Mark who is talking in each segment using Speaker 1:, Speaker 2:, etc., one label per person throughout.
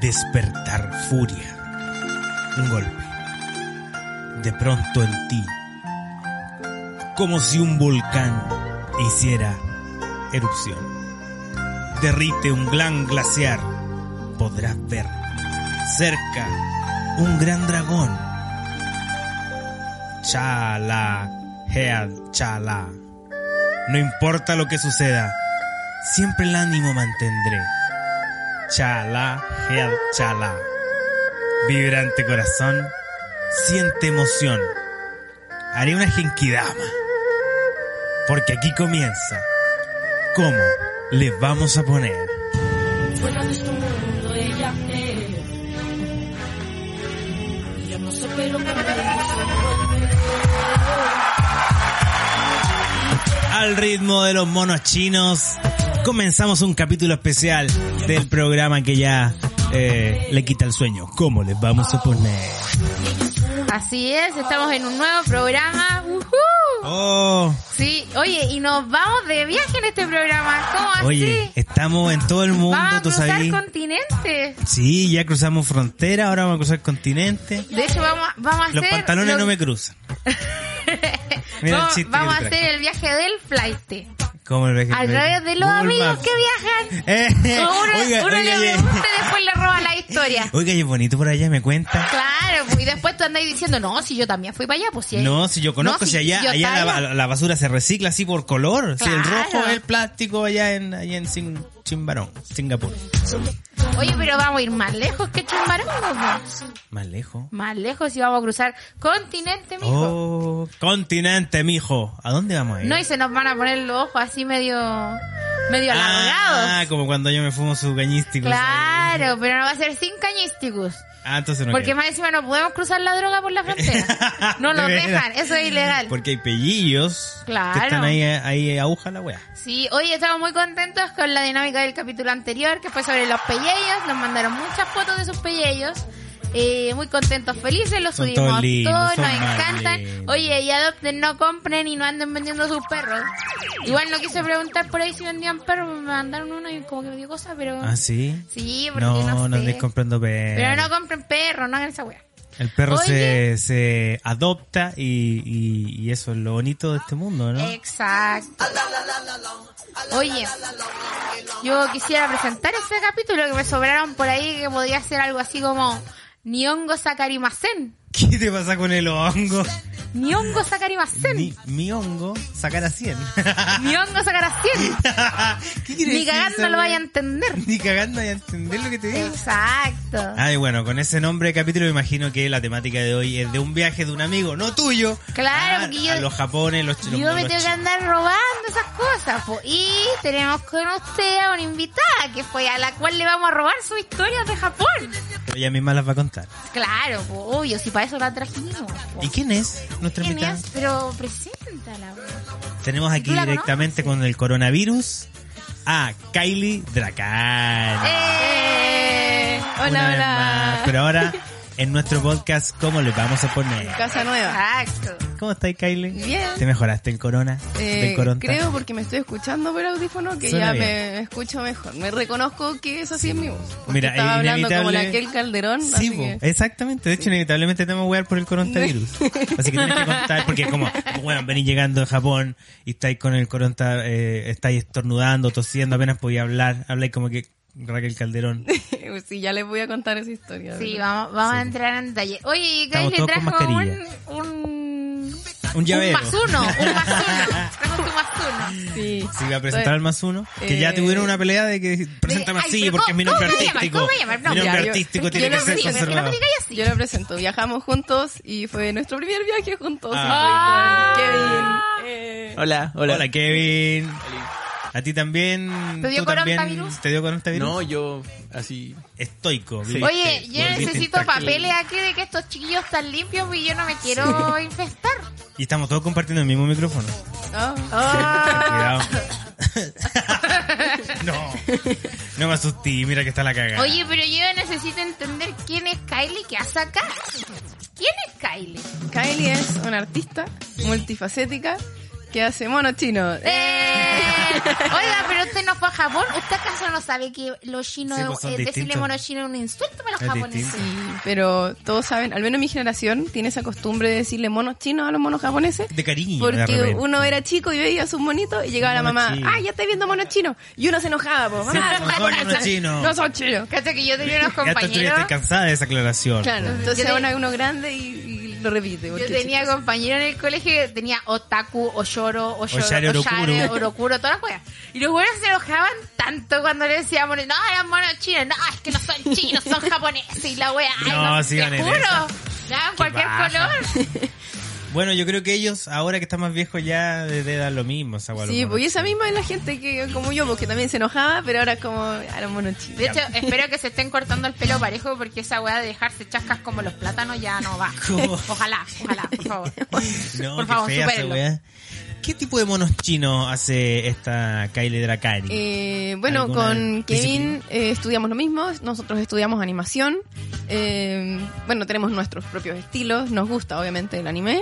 Speaker 1: Despertar furia. Un golpe. De pronto en ti. Como si un volcán hiciera erupción. Derrite un gran glaciar. Podrás ver cerca un gran dragón. Chala, head, chala. No importa lo que suceda, siempre el ánimo mantendré. Chala, head, chala. Vibrante corazón, siente emoción. Haré una genkidama. Porque aquí comienza. ¿Cómo le vamos a poner?
Speaker 2: Fuera de este mundo ella es. Y Yo no sé pero que me desenvuelve.
Speaker 1: Al ritmo de los monos chinos, comenzamos un capítulo especial del programa que ya eh, le quita el sueño. ¿Cómo les vamos a poner?
Speaker 3: Así es, estamos en un nuevo programa. ¡Ujú!
Speaker 1: Oh,
Speaker 3: Sí, oye, y nos vamos de viaje en este programa. ¿Cómo así?
Speaker 1: oye, estamos en todo el mundo,
Speaker 3: vamos a
Speaker 1: tú
Speaker 3: cruzar
Speaker 1: sabes.
Speaker 3: continentes.
Speaker 1: Sí, ya cruzamos frontera, ahora vamos a cruzar continente.
Speaker 3: De hecho, vamos, a- vamos a
Speaker 1: Los
Speaker 3: hacer.
Speaker 1: pantalones
Speaker 3: lo-
Speaker 1: no me cruzan. Mira el
Speaker 3: vamos,
Speaker 1: chiste que
Speaker 3: vamos a
Speaker 1: te
Speaker 3: hacer el viaje del flight.
Speaker 1: Como el
Speaker 3: A través de los
Speaker 1: Google
Speaker 3: amigos
Speaker 1: Maps.
Speaker 3: que viajan.
Speaker 1: Eh,
Speaker 3: uno
Speaker 1: oiga,
Speaker 3: uno
Speaker 1: oiga,
Speaker 3: le
Speaker 1: oye,
Speaker 3: pregunta y después le roba la historia.
Speaker 1: oiga, y es bonito por allá, me cuenta.
Speaker 3: Claro, pues, y después tú andas diciendo, no, si yo también fui para allá, pues si hay-
Speaker 1: No, si yo conozco,
Speaker 3: No,
Speaker 1: si, allá,
Speaker 3: yo
Speaker 1: allá
Speaker 3: estaba
Speaker 1: la, la basura se recicla así por color. Si el
Speaker 3: Claro.
Speaker 1: rojo es el plástico allá en, allá en Sin- Chimbarón, Singapur.
Speaker 3: Oye, pero vamos a ir más lejos que Chimbarongo. pues.
Speaker 1: Más lejos.
Speaker 3: Más lejos y vamos a cruzar continente, mijo.
Speaker 1: Oh, continente, mijo. ¿A dónde vamos a ir?
Speaker 3: No, y se nos van a poner los ojos así medio, medio
Speaker 1: ah,
Speaker 3: alargados.
Speaker 1: como cuando yo me fumo su cañístico.
Speaker 3: Claro, pero no va a ser sin cañísticos.
Speaker 1: Ah, entonces no.
Speaker 3: Porque
Speaker 1: quiero.
Speaker 3: más encima no podemos cruzar la droga por la frontera. No lo
Speaker 1: De veras.
Speaker 3: dejan, eso es ilegal.
Speaker 1: Porque hay pellillos
Speaker 3: Claro.
Speaker 1: que están ahí, ahí aguja la wea.
Speaker 3: Sí, hoy estamos muy contentos con la dinámica del capítulo anterior, que fue sobre los pellejos. Nos mandaron muchas fotos de sus pellejos. Eh, muy contentos, felices, los
Speaker 1: Son
Speaker 3: subimos
Speaker 1: todos lindos, son
Speaker 3: nos
Speaker 1: más
Speaker 3: encantan.
Speaker 1: lindos.
Speaker 3: Oye, y adopten, no compren y no anden vendiendo sus perros. Igual no quise preguntar por ahí si vendían perros, me mandaron uno y como que me dio cosa, pero...
Speaker 1: Ah, sí.
Speaker 3: Sí, porque
Speaker 1: No,
Speaker 3: no,
Speaker 1: no,
Speaker 3: sé.
Speaker 1: andes comprando perros.
Speaker 3: Pero no compren perros, no hagan esa wea.
Speaker 1: El perro se,
Speaker 3: Oye.
Speaker 1: se adopta y, y, y eso es lo bonito de este mundo, ¿no?
Speaker 3: Eh. Exacto. Oye, yo quisiera presentar este capítulo que me sobraron por ahí que podría ser algo así como Niongo Sakarimasen.
Speaker 1: ¿Qué te pasa con el hongo?
Speaker 3: Niongo Sakarimasen.
Speaker 1: Mi, mi hongo, sacar a 100.
Speaker 3: Niongo Sakarasien.
Speaker 1: ¿Qué quiere
Speaker 3: Ni
Speaker 1: decir
Speaker 3: cagando
Speaker 1: esa
Speaker 3: lo
Speaker 1: wea?
Speaker 3: vaya a entender.
Speaker 1: Ni cagando vaya a entender lo que te digo.
Speaker 3: Exacto.
Speaker 1: Ay, bueno, con ese nombre de capítulo me imagino que la temática de hoy es de un viaje de un amigo, no tuyo.
Speaker 3: Claro,
Speaker 1: a-
Speaker 3: porque yo-
Speaker 1: a los japones, los chinos.
Speaker 3: Yo me tengo que andar robando esas cosas. po. Y tenemos con usted a una invitada que fue a la cual le vamos a robar sus historias de Japón.
Speaker 1: Ella misma las va a contar.
Speaker 3: Claro, po, obvio, si para eso la trajimos. po.
Speaker 1: ¿Y quién es nuestra
Speaker 3: ¿Quién
Speaker 1: invitada?
Speaker 3: es? Pero preséntala. güey.
Speaker 1: Tenemos aquí
Speaker 3: ¿Tú la
Speaker 1: directamente con el coronavirus a Kylie Dracan.
Speaker 3: ¡Eh! Hola,
Speaker 1: Una vez
Speaker 3: hola.
Speaker 1: más. Pero ahora, en nuestro podcast, ¿cómo le vamos a poner?
Speaker 4: Casa
Speaker 3: Ah,
Speaker 4: nueva.
Speaker 3: Exacto.
Speaker 1: ¿Cómo estás, Kylie?
Speaker 4: Bien.
Speaker 1: ¿Te mejoraste el corona?
Speaker 4: Eh,
Speaker 1: del coronta?
Speaker 4: creo porque me estoy escuchando por audífono que
Speaker 1: Suena
Speaker 4: ya
Speaker 1: bien.
Speaker 4: me escucho mejor. Me reconozco que es así en mi voz. Porque
Speaker 1: Mira,
Speaker 4: estaba hablando como
Speaker 1: inevitable-
Speaker 4: la aquel Calderón.
Speaker 1: Sí,
Speaker 4: así
Speaker 1: bo,
Speaker 4: que-
Speaker 1: exactamente. De hecho, inevitablemente te vamos a wear por el coronavirus. Así que tienes que contar, porque como, bueno, venís llegando de Japón y estáis con el coronta, eh, estáis estornudando, tosiendo, apenas podía hablar. Habláis como que Raquel Calderón.
Speaker 4: pues sí, ya les voy a contar esa historia.
Speaker 3: Sí,
Speaker 4: ¿verdad?
Speaker 3: vamos, vamos a entrar en detalle. Oye, y Kyle
Speaker 1: Estamos
Speaker 3: le
Speaker 1: todos con
Speaker 3: trajo un,
Speaker 1: mascarilla.
Speaker 3: un...
Speaker 1: Un llavero.
Speaker 3: Un más uno, un más uno. Trajo tu más uno.
Speaker 4: Sí.
Speaker 1: Se iba a presentar al más uno. Que ya
Speaker 4: eh,
Speaker 1: tuvieron una pelea de que preséntame
Speaker 3: ay,
Speaker 1: así
Speaker 3: pero
Speaker 1: porque es mi
Speaker 3: ¿cómo-
Speaker 1: nombre
Speaker 3: cómo me llaman?
Speaker 1: artístico.
Speaker 3: ¿Cómo me llaman? No,
Speaker 1: Mi nombre
Speaker 4: ya, yo-
Speaker 1: artístico
Speaker 4: yo
Speaker 1: tiene
Speaker 4: lo
Speaker 1: que ser
Speaker 4: presento,
Speaker 3: que no me
Speaker 1: conservador.
Speaker 3: digas así.
Speaker 4: Yo la presento. Viajamos juntos y fue nuestro primer viaje juntos.
Speaker 1: Ah.
Speaker 4: Y fue con Kevin. Eh,
Speaker 5: Hola, hola.
Speaker 1: Hola, Kevin. A ti también.
Speaker 3: ¿Te dio
Speaker 1: tú también
Speaker 3: coronavirus?
Speaker 1: ¿Te dio coronavirus?
Speaker 5: No, yo así.
Speaker 1: Estoico.
Speaker 5: Sí.
Speaker 1: viviste,
Speaker 3: Oye, yo
Speaker 1: volviste
Speaker 3: necesito
Speaker 1: intacto.
Speaker 3: papeles aquí de que estos chiquillos están limpios y yo no me quiero infestar.
Speaker 1: Y estamos todos compartiendo el mismo micrófono.
Speaker 3: Ah.
Speaker 4: Ah.
Speaker 1: Cuidado. no. No me asusté, mira que está la cagada.
Speaker 3: Oye, pero yo necesito entender quién es Kylie que hace acá. ¿Quién es Kylie?
Speaker 4: Kylie es una artista multifacética que hace monos chinos.
Speaker 3: ¡Eh! Oiga, pero usted no fue a Japón. ¿Usted acaso no sabe que los chinos,
Speaker 1: Sí, pues son
Speaker 3: eh, decirle
Speaker 1: distintos.
Speaker 3: mono chino es un insulto para los
Speaker 1: Es
Speaker 3: japoneses?
Speaker 1: distinto.
Speaker 4: Pero todos saben, al menos mi generación tiene esa costumbre de decirle monos chinos a los monos japoneses.
Speaker 1: De cariño, de
Speaker 4: Porque
Speaker 1: repente.
Speaker 4: uno era chico y veía sus monitos y llegaba la
Speaker 1: Mono
Speaker 4: mamá,
Speaker 1: chino.
Speaker 4: ¡ah, ya estoy viendo monos chinos! Y uno se enojaba, pues,
Speaker 1: Sí,
Speaker 4: mamá, son
Speaker 1: no son
Speaker 4: japoneses,
Speaker 1: monos chinos.
Speaker 4: no son chinos.
Speaker 3: Cacha que yo tenía unos
Speaker 1: Ya tú
Speaker 3: compañeros.
Speaker 1: estuviste cansada de esa aclaración.
Speaker 4: Claro, entonces
Speaker 3: Yo te-
Speaker 4: uno, uno grande y, y lo repite.
Speaker 3: Yo
Speaker 4: porque
Speaker 3: tenía
Speaker 4: chico.
Speaker 3: compañeros en el colegio que tenía otaku, oshoro, oshoro,
Speaker 1: Oshare,
Speaker 3: oshare,
Speaker 1: orokuro.
Speaker 3: orokuro, todas las cosas. Y los buenos se enojaban tanto cuando le decíamos, no, eran monos chinos, no, es que no son chinos, son japoneses y la wea. Ay,
Speaker 1: No,
Speaker 3: no,
Speaker 1: sigan
Speaker 3: te
Speaker 1: en
Speaker 3: juro.
Speaker 1: esa.
Speaker 3: Ya, en cualquier
Speaker 1: baja.
Speaker 3: color.
Speaker 1: Bueno, yo creo que ellos, ahora que están más viejos, ya de de edad lo mismo. Esa
Speaker 4: Sí, pues y esa misma es la gente que como yo, porque también se enojaba, pero ahora es como, a los monos chinos.
Speaker 3: De hecho, espero que se estén cortando el pelo parejo porque esa wea de dejarse chascas como los plátanos ya no va.
Speaker 1: ¿Cómo?
Speaker 3: Ojalá, ojalá, por favor.
Speaker 1: No, qué
Speaker 3: por favor,
Speaker 1: fea esa
Speaker 3: supérenlo.
Speaker 1: weá. ¿Qué tipo de monos chinos hace esta Kylie Dracani?
Speaker 4: Eh, bueno,
Speaker 1: ¿Alguna
Speaker 4: con Kevin
Speaker 1: disciplina?
Speaker 4: eh, estudiamos lo mismo, nosotros estudiamos animación, eh, bueno, tenemos nuestros propios estilos, nos gusta obviamente el anime,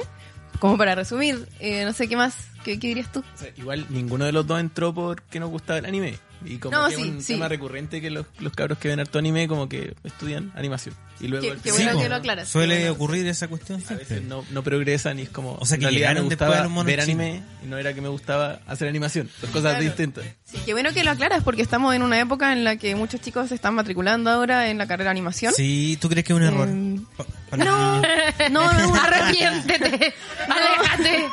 Speaker 4: como para resumir, eh, no sé qué más, ¿qué, qué dirías tú?
Speaker 5: O sea, igual ninguno de los dos entró porque nos gustaba el anime. Y como
Speaker 4: No,
Speaker 5: que es
Speaker 4: sí,
Speaker 5: un
Speaker 4: sí.
Speaker 5: tema recurrente que los, los cabros que ven harto anime como que estudian animación. Y luego
Speaker 4: Qué-
Speaker 5: al
Speaker 4: qué bueno
Speaker 5: final
Speaker 1: po.
Speaker 4: que lo aclaras.
Speaker 1: pues, Suele
Speaker 4: Qué bueno.
Speaker 1: ocurrir esa cuestión
Speaker 5: a veces
Speaker 1: siempre.
Speaker 5: no, no progresan y es como...
Speaker 1: O sea,
Speaker 5: en
Speaker 1: que
Speaker 5: realidad me
Speaker 1: llegaron después
Speaker 5: gustaba
Speaker 1: de los monos
Speaker 5: ver
Speaker 1: chinos.
Speaker 5: anime y no era que me gustaba hacer animación. Son cosas
Speaker 4: Claro.
Speaker 5: distintas.
Speaker 4: Sí, qué bueno que lo aclaras porque estamos en una época en la que muchos chicos se están matriculando ahora en la carrera de animación.
Speaker 1: Sí, ¿tú crees que es un error?
Speaker 4: Eh,
Speaker 1: Pa- para
Speaker 4: No,
Speaker 1: los niños.
Speaker 4: no, no, no,
Speaker 3: Arrepiéntete, aléjate.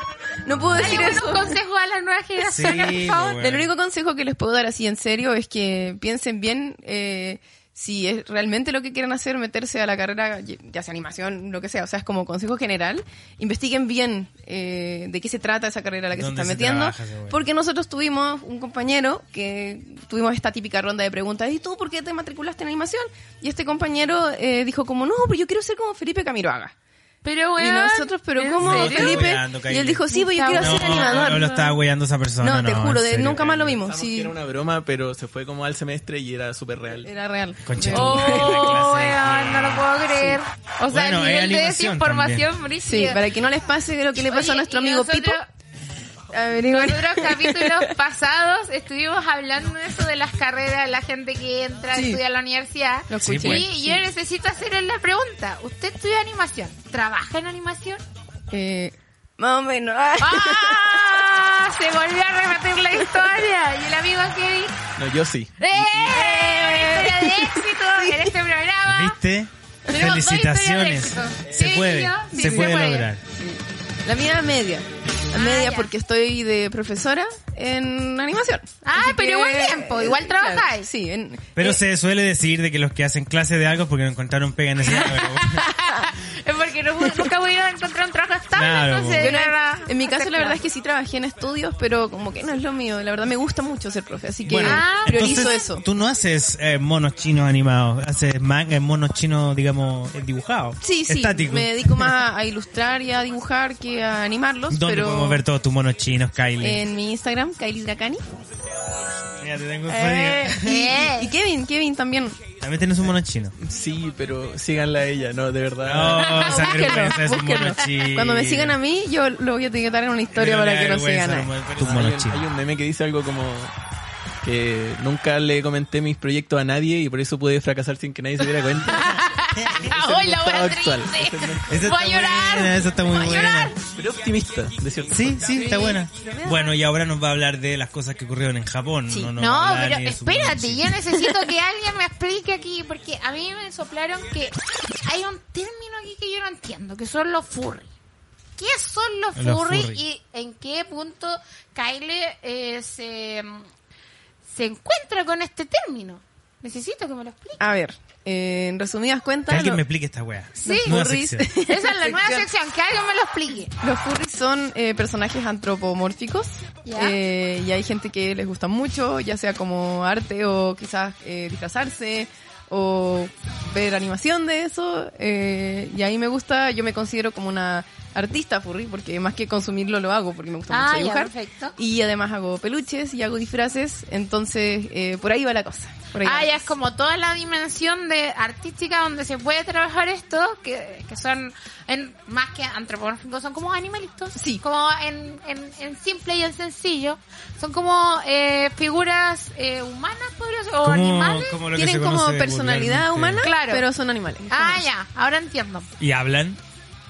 Speaker 4: no puedo decir
Speaker 3: Dale
Speaker 4: eso.
Speaker 3: unos consejos a la nueva generación,
Speaker 1: Sí,
Speaker 3: por favor.
Speaker 1: po,
Speaker 4: El único consejo que les puedo dar así en serio es que piensen bien eh, si es realmente lo que quieren hacer, meterse a la carrera, ya sea animación, lo que sea, o sea, es como consejo general, investiguen bien eh, de qué se trata esa carrera a la que se
Speaker 1: ¿Dónde
Speaker 4: están
Speaker 1: se
Speaker 4: metiendo,
Speaker 1: trabaja esa wea?
Speaker 4: porque nosotros tuvimos un compañero que tuvimos esta típica ronda de preguntas, ¿y tú por qué te matriculaste en animación? Y este compañero eh, dijo como, no, pues yo quiero ser como Felipe Camiroaga.
Speaker 3: Pero, weón.
Speaker 4: y nosotros, pero
Speaker 3: ¿en
Speaker 4: ¿cómo
Speaker 3: serio?
Speaker 1: Estás
Speaker 4: Felipe?
Speaker 1: weando,
Speaker 4: Y
Speaker 1: Kylie.
Speaker 4: él dijo, sí, pues yo
Speaker 3: No,
Speaker 4: quiero
Speaker 1: No,
Speaker 4: ser animador.
Speaker 1: no lo estaba weyando esa
Speaker 4: No,
Speaker 1: persona. No,
Speaker 4: te juro,
Speaker 1: en
Speaker 4: de-
Speaker 1: serio.
Speaker 4: nunca más lo vimos.
Speaker 5: Pensamos
Speaker 4: Sí.
Speaker 5: que era una broma, pero se fue como al semestre y era súper real.
Speaker 4: Era real.
Speaker 1: Concha
Speaker 4: Eh,
Speaker 1: tu madre, la
Speaker 3: Oh,
Speaker 1: clase de-
Speaker 3: weón, no lo puedo creer. O sea,
Speaker 1: Bueno, es
Speaker 3: el nivel de
Speaker 1: animación
Speaker 3: desinformación, Brigitte.
Speaker 4: Sí, para que no les pase lo que le pasó a nuestro amigo Pipo.
Speaker 3: En otros capítulos pasados estuvimos hablando de eso de las carreras, la gente que entra
Speaker 4: Sí.
Speaker 3: a estudiar a la universidad.
Speaker 4: Lo
Speaker 1: Sí,
Speaker 4: escuché.
Speaker 1: pues.
Speaker 3: Y yo necesito hacerle la pregunta. ¿Usted estudia animación? ¿Trabaja en animación?
Speaker 1: pues.
Speaker 4: Eh, más o menos. Ah.
Speaker 3: ¡Ah! Se volvió a repetir la historia. Y el amigo Kevin.
Speaker 5: No, yo sí.
Speaker 3: ¡Eh! Una historia de éxito en este programa.
Speaker 1: ¿Viste?
Speaker 3: Tenemos dos
Speaker 1: Felicitaciones.
Speaker 3: historias de éxito.
Speaker 1: Se
Speaker 3: Sí,
Speaker 1: puede,
Speaker 3: yo, sí,
Speaker 1: se
Speaker 3: sí,
Speaker 1: puede
Speaker 3: se puede.
Speaker 1: lograr.
Speaker 4: La mía media. La
Speaker 3: Ah,
Speaker 4: media
Speaker 3: ya.
Speaker 4: porque estoy de profesora en animación.
Speaker 3: Ah,
Speaker 4: Así
Speaker 3: pero igual tiempo, igual
Speaker 4: claro,
Speaker 3: trabajáis.
Speaker 4: sí, en-
Speaker 1: Pero se suele decir de que los que hacen clase de algo es porque no encontraron pega en ese
Speaker 3: Es porque no, pu- nunca pudieron encontrar un trabajo estable,
Speaker 1: Claro,
Speaker 3: entonces
Speaker 4: yo no-
Speaker 3: era-
Speaker 4: en mi caso la verdad es que sí trabajé en estudios, pero como que no es lo mío. La verdad me gusta mucho ser profe, así que
Speaker 1: Bueno,
Speaker 3: Ah,
Speaker 4: priorizo
Speaker 1: entonces,
Speaker 4: eso.
Speaker 1: Tú no haces eh, monos chinos animados, haces manga en monos chinos, digamos, eh, dibujados.
Speaker 4: Sí, sí,
Speaker 1: Estáticos.
Speaker 4: me dedico más a ilustrar y a dibujar que a animarlos,
Speaker 1: ¿Dónde
Speaker 4: pero
Speaker 1: podemos ver todos tus monos chinos, Kylie?
Speaker 4: en mi Instagram, Kylie Dracani.
Speaker 1: Mira, te tengo un
Speaker 4: Eh,
Speaker 1: sueño.
Speaker 3: Eh.
Speaker 4: y, y Kevin, Kevin también.
Speaker 1: También tienes un mono chino.
Speaker 5: Sí, pero síganla a ella, no, de
Speaker 1: No,
Speaker 5: verdad.
Speaker 1: esa
Speaker 4: Búsquenlo,
Speaker 1: vergüenza es un
Speaker 4: búsquenlo.
Speaker 1: mono chino.
Speaker 4: Cuando me sigan a mí, yo lo voy a etiquetar en una historia para que no sigan a él.
Speaker 3: Pues
Speaker 1: Tus
Speaker 5: hay,
Speaker 1: monos
Speaker 5: un, hay
Speaker 1: chinos.
Speaker 5: un meme que dice algo como que nunca le comenté mis proyectos a nadie y por eso pude fracasar sin que nadie se diera cuenta.
Speaker 3: ¡Ay, la hora
Speaker 5: estado actual.
Speaker 3: triste!
Speaker 1: Esa
Speaker 3: ¡Voy
Speaker 1: está
Speaker 3: a llorar!
Speaker 1: buena, esa está muy
Speaker 3: ¡Voy a llorar!
Speaker 1: buena.
Speaker 5: Pero optimista, de cierto.
Speaker 1: Sí, sí, está buena. Bueno, y ahora nos va a hablar de las cosas que ocurrieron en Japón. No, nos va a
Speaker 3: No,
Speaker 1: hablar
Speaker 3: pero
Speaker 1: ni de su mono
Speaker 3: espérate,
Speaker 1: chino.
Speaker 3: yo necesito que alguien me explique aquí, porque a mí me soplaron que hay un término aquí que yo no entiendo, que son los furry. ¿Qué son los
Speaker 1: Los
Speaker 3: furry,
Speaker 1: furry.
Speaker 3: y en qué punto Kyle eh, se, se encuentra con este término? Necesito que me lo explique.
Speaker 4: A ver, eh, en resumidas
Speaker 1: Que
Speaker 4: cuentas,
Speaker 1: alguien
Speaker 4: lo-
Speaker 1: me explique esta wea.
Speaker 3: Sí.
Speaker 1: Nueva
Speaker 4: Burris.
Speaker 1: sección.
Speaker 3: Esa es la nueva
Speaker 4: Sección.
Speaker 3: sección, que alguien me lo explique.
Speaker 4: Los furries son eh, personajes antropomórficos
Speaker 3: Ya.
Speaker 4: eh, y hay gente que les gusta mucho, ya sea como arte o quizás eh, disfrazarse o ver animación de eso. eh, y ahí me gusta, yo me considero como una artista furry porque más que consumirlo lo hago porque me gusta
Speaker 3: Ah,
Speaker 4: mucho
Speaker 3: ya,
Speaker 4: dibujar.
Speaker 3: perfecto.
Speaker 4: Y además hago peluches y hago disfraces, entonces eh, por ahí va la cosa. por ahí va
Speaker 3: Ah,
Speaker 4: la
Speaker 3: ya es
Speaker 4: cosa.
Speaker 3: como toda la dimensión de artística donde se puede trabajar esto, que, que son en, más que antropomórficos, son como animalitos.
Speaker 4: Sí.
Speaker 3: Como en, en, en simple y en sencillo. Son como eh, figuras eh, humanas, podría ser, o
Speaker 1: Como-
Speaker 3: animales.
Speaker 1: como lo que
Speaker 4: Tienen
Speaker 1: se
Speaker 4: como
Speaker 1: conoce vulgarmente.
Speaker 4: personalidad humana,
Speaker 3: Claro.
Speaker 4: pero son animales.
Speaker 3: Ah, ya, ahora entiendo.
Speaker 1: ¿Y hablan?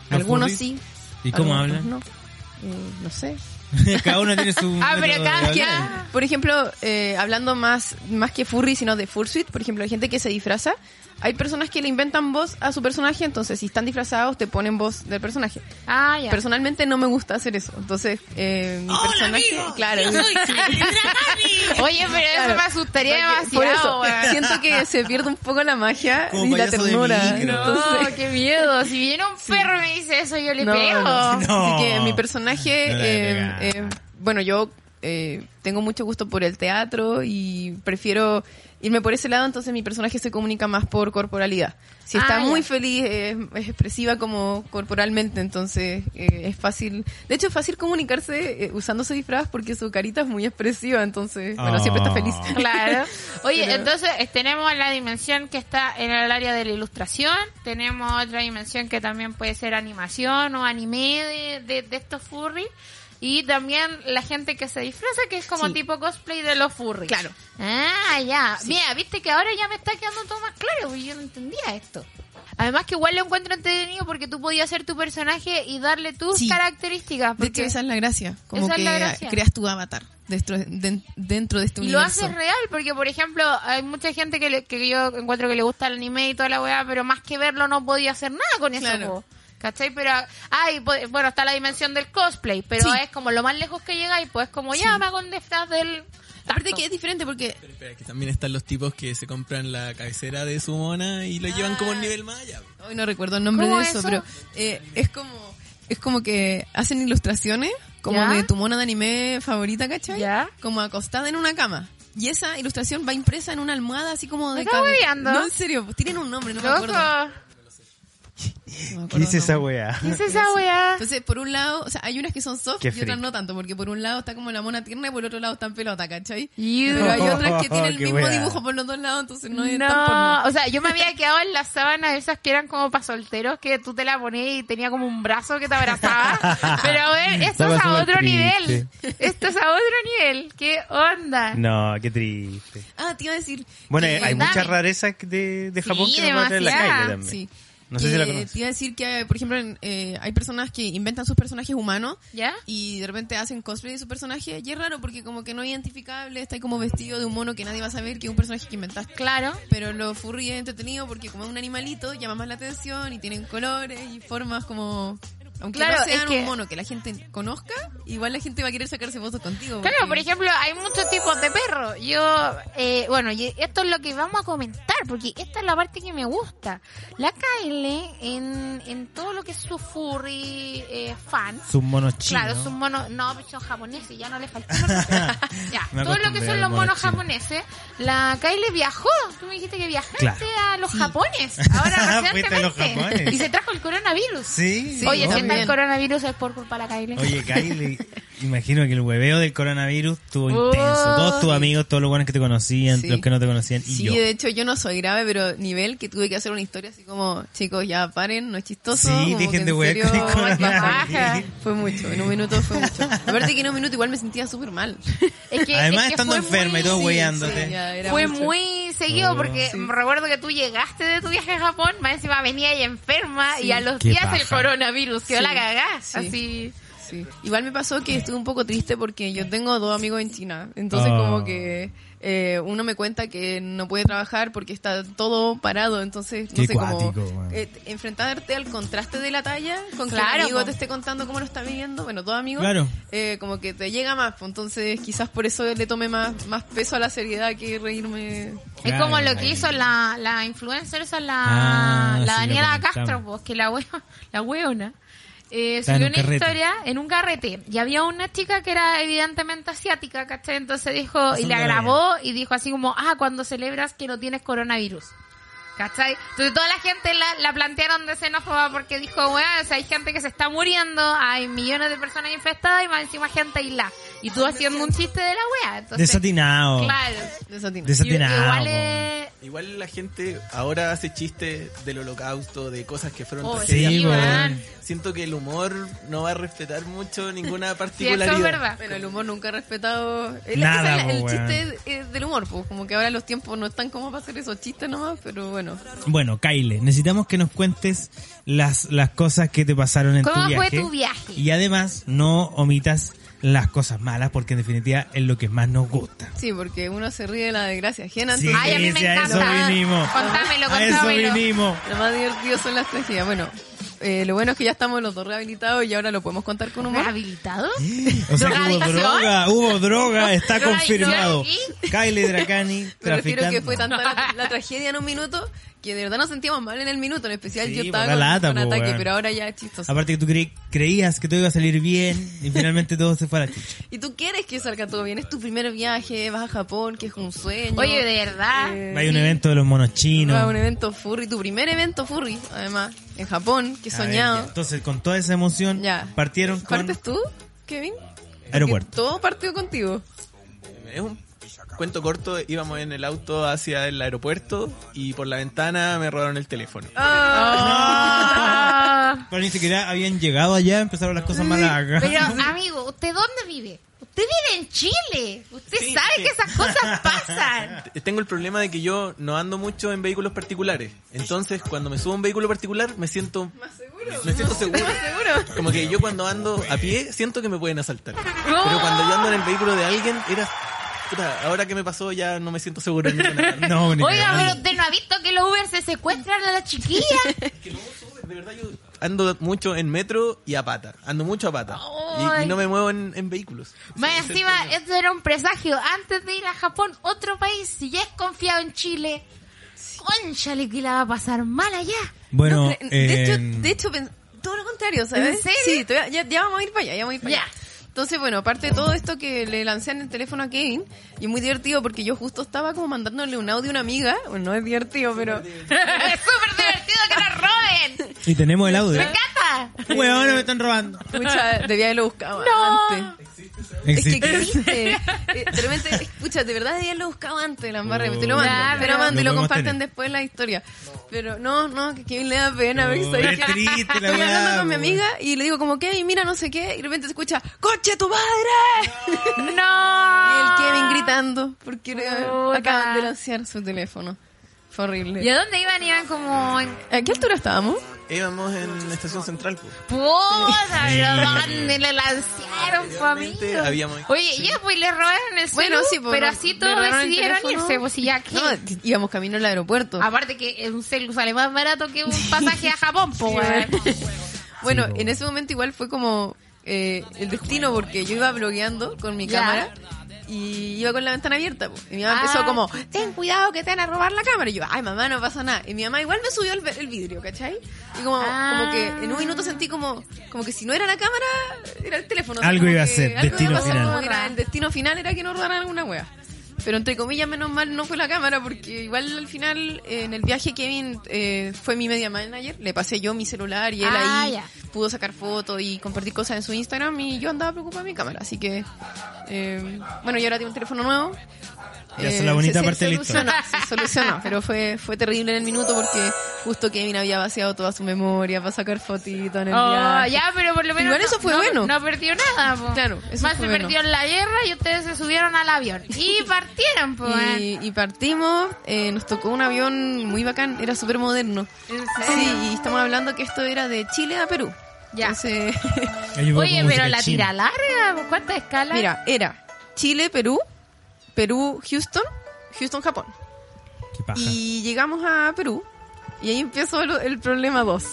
Speaker 1: ¿Los
Speaker 4: Algunos
Speaker 1: furries?
Speaker 4: sí.
Speaker 1: ¿Y cómo
Speaker 4: algunos
Speaker 1: hablan?
Speaker 4: No. Eh, no sé.
Speaker 1: Cada uno tiene su.
Speaker 3: Ah, pero
Speaker 1: método de
Speaker 3: cada quien-
Speaker 1: hablar.
Speaker 4: Por ejemplo, eh, hablando más, más que furry, sino de fursuit, por ejemplo, hay gente que se disfraza. Hay personas que le inventan voz a su personaje, entonces si están disfrazados te ponen voz del personaje.
Speaker 3: Ah, ya.
Speaker 4: Personalmente no me gusta hacer eso, entonces eh, mi personaje, claro,
Speaker 3: Oye, pero eso
Speaker 4: Claro.
Speaker 3: me asustaría
Speaker 4: porque- por eso
Speaker 3: demasiado, weón.
Speaker 4: siento que se pierde un poco la magia
Speaker 1: Como
Speaker 4: y la
Speaker 1: payaso de
Speaker 4: ternura.
Speaker 1: micro.
Speaker 4: Entonces-
Speaker 3: No, Oh, qué miedo. Si viene un perro y me dice eso, yo le
Speaker 4: No,
Speaker 3: pego.
Speaker 4: no.
Speaker 1: No.
Speaker 4: Así que mi personaje,
Speaker 1: No le
Speaker 4: eh,
Speaker 1: pegas.
Speaker 4: eh, bueno, yo eh, tengo mucho gusto por el teatro y prefiero irme por ese lado, entonces mi personaje se comunica más por corporalidad. Si está
Speaker 3: Ah, ya.
Speaker 4: muy feliz, eh, es expresiva como corporalmente, entonces eh, es fácil. De hecho, es fácil comunicarse eh, usando su disfraz porque su carita es muy expresiva, entonces, bueno, siempre está feliz.
Speaker 1: Ah.
Speaker 3: Claro. Oye,
Speaker 4: Pero-
Speaker 3: entonces eh, tenemos la dimensión que está en el área de la ilustración, tenemos otra dimensión que también puede ser animación o anime de, de, de estos furry, y también la gente que se disfraza, que es como
Speaker 4: Sí.
Speaker 3: tipo cosplay de los furry.
Speaker 4: Claro.
Speaker 3: Ah, ya. Mira, viste que ahora ya me está quedando todo más claro, porque yo no entendía esto. Además que igual lo encuentro entretenido porque tú podías hacer tu personaje y darle tus
Speaker 4: Sí.
Speaker 3: características.
Speaker 4: De
Speaker 3: Ah, Porque...
Speaker 4: hecho, esa es la gracia, como
Speaker 3: Esa es
Speaker 4: que
Speaker 3: la gracia.
Speaker 4: creas tu avatar dentro de, dentro de este
Speaker 3: Y lo
Speaker 4: universo.
Speaker 3: hace real, porque por ejemplo, hay mucha gente que, le- que yo encuentro que le gusta el anime y toda la weá, pero más que verlo no podía hacer nada con eso.
Speaker 4: Claro.
Speaker 3: po. ¿Cachai? Pero, ay, po- bueno, está la dimensión del cosplay, pero
Speaker 4: Sí.
Speaker 3: es como lo más lejos que llega y pues como
Speaker 4: Sí.
Speaker 3: ya me hago un disfraz del...
Speaker 4: Aparte
Speaker 3: tacto.
Speaker 4: que es diferente porque
Speaker 5: Pero espera, que también están los tipos que se compran la cabecera de su mona y lo
Speaker 3: Ah.
Speaker 5: llevan como un nivel más allá.
Speaker 4: Hoy no recuerdo el nombre
Speaker 3: ¿Cómo
Speaker 4: de eso,
Speaker 3: eso?
Speaker 4: pero eh, es como es como que hacen ilustraciones como
Speaker 3: ¿Ya?
Speaker 4: de tu mona de anime favorita, ¿cachai?
Speaker 3: ¿Ya?
Speaker 4: Como acostada en una cama. Y esa ilustración va impresa en una almohada así como
Speaker 3: ¿Me
Speaker 4: de
Speaker 3: estás
Speaker 4: cabe-
Speaker 3: hueveando?
Speaker 4: No, en serio, pues, tienen un nombre, no me
Speaker 3: Loco,
Speaker 4: acuerdo. No me acuerdo
Speaker 1: ¿Qué dice
Speaker 4: el
Speaker 1: esa
Speaker 4: nombre.
Speaker 1: wea?
Speaker 3: ¿qué es esa weá?
Speaker 4: Entonces, por un lado, o sea, hay unas que son soft
Speaker 1: Qué
Speaker 4: y otras
Speaker 1: freak.
Speaker 4: no tanto, porque por un lado está como la mona tierna y por otro lado está en pelota, ¿cachai?
Speaker 3: Iu.
Speaker 4: Pero hay otras que tienen el
Speaker 1: Qué
Speaker 4: mismo
Speaker 1: wea.
Speaker 4: dibujo por los dos lados, entonces no es tan porno.
Speaker 3: No, o sea, yo me había quedado en las sábanas esas que eran como para solteros, que tú te la ponías y tenía como un brazo que te abrazaba. Pero a ver, esto
Speaker 1: Estaba
Speaker 3: es a
Speaker 1: súper
Speaker 3: otro nivel.
Speaker 1: triste.
Speaker 3: Esto es a otro nivel. ¿Qué onda?
Speaker 1: No, qué triste.
Speaker 4: Ah, te iba a decir.
Speaker 1: Bueno,
Speaker 4: que-
Speaker 1: hay
Speaker 3: Dame.
Speaker 1: muchas rarezas de, de Japón
Speaker 3: Sí,
Speaker 1: que no puede traer la
Speaker 3: demasiadas.
Speaker 1: calle también.
Speaker 4: Sí.
Speaker 1: No sé si la
Speaker 4: Que
Speaker 1: conoces.
Speaker 4: Te iba a decir que, por ejemplo, en, eh, hay personas que inventan sus personajes humanos
Speaker 3: ¿Ya?
Speaker 4: y de repente hacen cosplay de su personaje y es raro porque como que no es identificable, está ahí como vestido de un mono que nadie va a saber que es un personaje que inventaste.
Speaker 3: Claro.
Speaker 4: Pero lo furry es entretenido porque como es un animalito llama más la atención y tienen colores y formas como... Aunque
Speaker 3: Claro,
Speaker 4: no sean
Speaker 3: es que-
Speaker 4: un mono que la gente conozca, igual la gente va a querer sacarse fotos contigo.
Speaker 3: Claro,
Speaker 4: porque-
Speaker 3: por ejemplo, hay muchos tipos de perros. Yo, eh, bueno, y esto es lo que vamos a comentar, porque esta es la parte que me gusta. La Kylie, en, en todo lo que es su furry eh, fan,
Speaker 1: Sus monos chinos.
Speaker 3: Claro, son monos, no, son japoneses, ya no le faltó. ya,
Speaker 1: Me
Speaker 3: todo lo que
Speaker 1: acostumbré
Speaker 3: son
Speaker 1: al
Speaker 3: los
Speaker 1: mono
Speaker 3: monos
Speaker 1: chino.
Speaker 3: japoneses, la Kylie viajó, tú me dijiste que viajaste
Speaker 1: Claro.
Speaker 3: a los Japones, ahora
Speaker 1: Fuiste a los
Speaker 3: recientemente,
Speaker 1: Japones.
Speaker 3: y se trajo el coronavirus.
Speaker 1: Sí.
Speaker 4: Sí,
Speaker 3: Oye, si
Speaker 4: también.
Speaker 3: está el coronavirus es por culpa de la Kylie.
Speaker 1: Oye, Kylie, imagino que el hueveo del coronavirus estuvo
Speaker 3: Oh,
Speaker 1: intenso. Todos tus
Speaker 3: sí.
Speaker 1: amigos, todos los buenos que te conocían,
Speaker 4: Sí.
Speaker 1: los que no te conocían, y
Speaker 4: Sí,
Speaker 1: yo.
Speaker 4: de hecho yo no soy grave, pero nivel que tuve que hacer una historia así como, chicos, ya paren, no es chistoso.
Speaker 1: Sí,
Speaker 4: como
Speaker 1: dejen
Speaker 4: que en
Speaker 1: de huear
Speaker 4: serio,
Speaker 1: con el
Speaker 4: ay, qué
Speaker 1: coronavirus.
Speaker 4: paja. Fue mucho, en un minuto fue mucho. Aparte que en un minuto igual me sentía súper mal.
Speaker 3: Es que-
Speaker 1: Además,
Speaker 3: es que
Speaker 1: estando
Speaker 3: fue
Speaker 1: enferma
Speaker 3: muy-
Speaker 1: y todo
Speaker 4: Sí,
Speaker 1: hueándote.
Speaker 4: sí, ya era
Speaker 3: Fue
Speaker 4: mucho.
Speaker 3: muy seguido
Speaker 1: Oh.
Speaker 3: porque
Speaker 4: Sí.
Speaker 3: me recuerdo que tú llegaste de tu viaje a Japón, más encima venía y enferma y a los
Speaker 1: Qué
Speaker 3: días el
Speaker 1: paja.
Speaker 3: coronavirus, que
Speaker 4: Sí,
Speaker 3: la cagás,
Speaker 4: sí.
Speaker 3: así.
Speaker 4: sí. Igual me pasó que estuve un poco triste porque yo tengo dos amigos en China. Entonces,
Speaker 1: Oh.
Speaker 4: como que eh, uno me cuenta que no puede trabajar porque está todo parado. Entonces, no
Speaker 1: Qué
Speaker 4: sé cómo.
Speaker 1: cuático, weón.
Speaker 4: enfrentarte al contraste de la talla con que un
Speaker 3: Claro,
Speaker 4: amigo
Speaker 3: po.
Speaker 4: te esté contando cómo lo está viviendo. Bueno, dos amigos.
Speaker 1: Claro.
Speaker 4: eh, como que te llega más. po. Entonces, quizás por eso le tomé más, más peso a la seriedad que reírme.
Speaker 3: Es
Speaker 1: Claro,
Speaker 3: como lo que
Speaker 1: ahí.
Speaker 3: hizo la, la influencer, esa la,
Speaker 1: Ah,
Speaker 3: la
Speaker 1: sí,
Speaker 3: Daniela
Speaker 1: lo comentamos.
Speaker 3: Castro, pues, que la, hue- la hueona. eh,
Speaker 1: Está en
Speaker 3: subió
Speaker 1: un
Speaker 3: una
Speaker 1: carrete.
Speaker 3: historia en un carrete y había una chica que era evidentemente asiática, ¿cachai? Entonces dijo, y la
Speaker 1: Pasándola
Speaker 3: grabó y dijo así como, ah, cuando celebras que no tienes coronavirus. ¿Cachai? Entonces toda la gente la, la plantearon de xenófoba porque dijo, bueno, o sea, hay gente que se está muriendo, hay millones de personas infectadas y más encima gente aislada. Y tú haciendo un chiste de la wea. Entonces,
Speaker 1: Desatinado.
Speaker 3: Claro.
Speaker 4: Desatina.
Speaker 1: Desa- Desatinado,
Speaker 3: Igual
Speaker 1: po.
Speaker 3: es...
Speaker 5: Igual la gente ahora hace chistes del holocausto, de cosas que fueron
Speaker 3: Oh,
Speaker 5: tragedias,
Speaker 1: Sí,
Speaker 3: Sí,
Speaker 1: weón.
Speaker 3: weón.
Speaker 5: Siento que el humor no va a respetar mucho ninguna
Speaker 3: Sí, eso
Speaker 5: particularidad.
Speaker 3: es verdad.
Speaker 4: Bueno, el humor nunca ha respetado. El,
Speaker 1: Nada,
Speaker 4: ese es la-
Speaker 1: po,
Speaker 4: el
Speaker 1: weón.
Speaker 4: chiste eh, del humor, pues. Como que ahora los tiempos no están como para hacer esos chistes nomás, pero bueno.
Speaker 1: Bueno, Kyle, necesitamos que nos cuentes las, las cosas que te pasaron en
Speaker 3: ¿Cómo
Speaker 1: tu
Speaker 3: fue
Speaker 1: viaje.
Speaker 3: tu viaje?
Speaker 1: Y además, no omitas las cosas malas, porque en definitiva es lo que más nos gusta.
Speaker 4: Sí, porque uno se ríe de la desgracia ajena.
Speaker 1: Sí,
Speaker 4: entonces-
Speaker 3: Ay, a mí me
Speaker 1: sí, a
Speaker 3: encanta.
Speaker 1: eso vinimos.
Speaker 3: Contámelo,
Speaker 1: A eso
Speaker 3: contámelo.
Speaker 1: vinimos.
Speaker 4: Lo más divertido son las tragedias. Bueno, eh, lo bueno es que ya estamos los dos rehabilitados y ahora lo podemos contar con humor.
Speaker 3: ¿Rehabilitado?
Speaker 1: O sea, que hubo
Speaker 3: ¿Drogadicción?
Speaker 1: droga, hubo droga, está
Speaker 3: ¿Drogadicción?
Speaker 1: confirmado.
Speaker 3: ¿Y?
Speaker 1: Kyle Dracani,
Speaker 4: Me refiero que
Speaker 1: traficante.
Speaker 4: fue tanta la, la tragedia en un minuto que de verdad nos sentíamos mal en el minuto. En especial
Speaker 1: Sí,
Speaker 4: yo
Speaker 1: po,
Speaker 4: estaba
Speaker 1: la
Speaker 4: con,
Speaker 1: lata,
Speaker 4: con
Speaker 1: po,
Speaker 4: ataque,
Speaker 1: weón.
Speaker 4: pero ahora ya es chistoso.
Speaker 1: Aparte que tú creí- creías que todo iba a salir bien y finalmente todo se fue a la chucha.
Speaker 4: Y tú quieres que salga todo bien. Es tu primer viaje, vas a Japón, que es un sueño.
Speaker 3: Oye, de verdad.
Speaker 4: Eh,
Speaker 1: Hay un evento de los monos chinos.
Speaker 4: Ah, un evento furry, tu primer evento furry, además, en Japón, que he
Speaker 1: A ver, ya.
Speaker 4: soñado.
Speaker 1: entonces, con toda esa emoción,
Speaker 4: Ya.
Speaker 1: partieron con
Speaker 4: ¿Partes tú, Kevin?
Speaker 1: aeropuerto.
Speaker 4: Porque Todo partió contigo.
Speaker 5: Es un cuento corto, íbamos en el auto hacia el aeropuerto y por la ventana me robaron el teléfono.
Speaker 3: Ah.
Speaker 1: Pero ni siquiera habían llegado allá, empezaron las cosas malas acá.
Speaker 3: Pero, amigo, ¿usted dónde vive? Usted vive en Chile. Usted
Speaker 5: Sí,
Speaker 3: sabe
Speaker 5: sí.
Speaker 3: que esas cosas pasan.
Speaker 5: T- Tengo el problema de que yo no ando mucho en vehículos particulares. Entonces, cuando me subo a un vehículo particular, me siento Me siento seguro. Oh. Como que yo cuando ando a pie siento que me pueden asaltar. Pero cuando yo ando en el vehículo de alguien, era. puta, ahora que me pasó ya no me siento seguro en ninguna parte.
Speaker 1: No, ni
Speaker 3: Oiga,
Speaker 1: cagando.
Speaker 3: pero usted no ha visto que los Uber se secuestran a la chiquilla.
Speaker 5: De verdad yo ando mucho en metro y a pata. Ando mucho a pata. Y- Y,
Speaker 3: Ay.
Speaker 5: no me muevo en, en vehículos.
Speaker 3: Más encima, esto era un presagio. Antes de ir a Japón, otro país, si ya es confiado en Chile, conchale que la va a pasar mal allá.
Speaker 1: Bueno,
Speaker 4: No cre- de,
Speaker 1: eh,
Speaker 4: hecho, de hecho, pen- todo lo contrario, ¿sabes?
Speaker 3: ¿En serio?
Speaker 4: Sí, te voy a- ya, ya vamos a ir para allá, ya vamos a ir para
Speaker 3: Ya.
Speaker 4: allá. Entonces, bueno, aparte de todo esto que le lancé en el teléfono a Kevin, y es muy divertido porque yo justo estaba como mandándole un audio a una amiga, bueno, no es divertido, pero...
Speaker 3: es súper divertido que nos roben.
Speaker 1: y tenemos el audio.
Speaker 3: Me encanta.
Speaker 1: Weón, me están robando.
Speaker 4: Pucha, debía haberlo buscado
Speaker 3: No.
Speaker 4: antes. Es que
Speaker 1: Existe.
Speaker 4: existe. Eh, de repente, escucha, de verdad ya lo buscado antes, la embarra,
Speaker 1: Oh,
Speaker 4: te lo mando,
Speaker 3: ya,
Speaker 4: te lo
Speaker 3: pero-
Speaker 4: mando y
Speaker 1: Lo
Speaker 4: lo
Speaker 1: podemos
Speaker 4: comparten
Speaker 1: tener.
Speaker 4: después en la historia. Pero no, no, que Kevin le da pena, porque
Speaker 1: Oh,
Speaker 4: soy-
Speaker 1: es triste la
Speaker 4: Estoy hablando
Speaker 1: weá,
Speaker 4: con mi
Speaker 1: po.
Speaker 4: amiga y le digo como, Kevin, mira, no sé qué, y de repente se escucha, ¡Coche tu madre!
Speaker 3: No.
Speaker 4: Y el Kevin gritando, porque eh,
Speaker 3: Puta.
Speaker 4: acaban de lanzar su teléfono. Fue horrible.
Speaker 3: ¿Y a dónde iban? Iban como en...
Speaker 4: ¿A qué altura estábamos?
Speaker 5: Íbamos en la estación central. pues.
Speaker 3: Puta, pero ¿dónde le lanzaron, po,
Speaker 5: Anteriormente
Speaker 3: amigo?
Speaker 5: habíamos-
Speaker 3: Oye, ya pues le robaron el
Speaker 4: Bueno,
Speaker 3: celu,
Speaker 4: sí, po,
Speaker 3: pero
Speaker 4: no-
Speaker 3: así
Speaker 4: le
Speaker 3: todos
Speaker 4: robaron el
Speaker 3: decidieron
Speaker 4: teléfono.
Speaker 3: irse, pues y ya que...
Speaker 4: No, íbamos camino al aeropuerto.
Speaker 3: Aparte que un celu sale más barato que un pasaje a Japón, po, weón.
Speaker 4: Bueno, en ese momento igual fue como eh, el destino, porque yo iba blogueando con mi
Speaker 3: Ya.
Speaker 4: cámara y iba con la ventana abierta. po. Y mi mamá
Speaker 3: Ah.
Speaker 4: empezó como, ten cuidado que te van a robar la cámara. Y yo, ay mamá, no pasa nada. Y mi mamá igual me subió el, ve- el vidrio, ¿cachai? Y como,
Speaker 3: Ah.
Speaker 4: como que en un minuto sentí como, como que si no era la cámara, era el teléfono.
Speaker 1: Algo
Speaker 4: como
Speaker 1: iba a
Speaker 4: que
Speaker 1: ser, destino
Speaker 4: iba a pasar,
Speaker 3: final.
Speaker 4: como que era el destino final era que no robaran alguna wea. Pero entre comillas, menos mal, no fue la cámara, porque igual al final, eh, en el viaje Kevin eh, fue mi media manager, le pasé yo mi celular y él
Speaker 3: Ah,
Speaker 4: ahí
Speaker 3: ya.
Speaker 4: pudo sacar fotos y compartir cosas en su Instagram y yo andaba preocupada de mi cámara, así que... eh, bueno, yo ahora tengo un teléfono nuevo. Eh,
Speaker 1: Ya es la bonita parte de la
Speaker 4: solucionó, se solucionó, pero fue, fue terrible en el minuto porque justo Kevin había vaciado toda su memoria para sacar fotitos en el
Speaker 3: Oh,
Speaker 4: viaje.
Speaker 3: ya, pero por lo menos
Speaker 4: Igual
Speaker 3: no-
Speaker 4: eso fue
Speaker 3: no-
Speaker 4: bueno.
Speaker 3: No perdió nada, po.
Speaker 4: Claro, eso
Speaker 3: Más se
Speaker 4: fue bueno.
Speaker 3: perdió en la guerra y ustedes se subieron al avión. Y partieron, pues, po.
Speaker 4: Y, y partimos, eh, nos tocó un avión muy bacán, era súper moderno.
Speaker 3: ¿En
Speaker 4: Sí, y estamos hablando que esto era de Chile a Perú.
Speaker 3: Ya.
Speaker 4: Entonces,
Speaker 1: Ahí yo veo como
Speaker 3: Oye, pero
Speaker 1: música china.
Speaker 3: la tira larga, pues, ¿cuántas escalas?
Speaker 4: mira, era Chile, Perú, Perú, Houston, Houston, Japón.
Speaker 1: Qué paja.
Speaker 4: Y llegamos a Perú y ahí empezó el, el problema 2.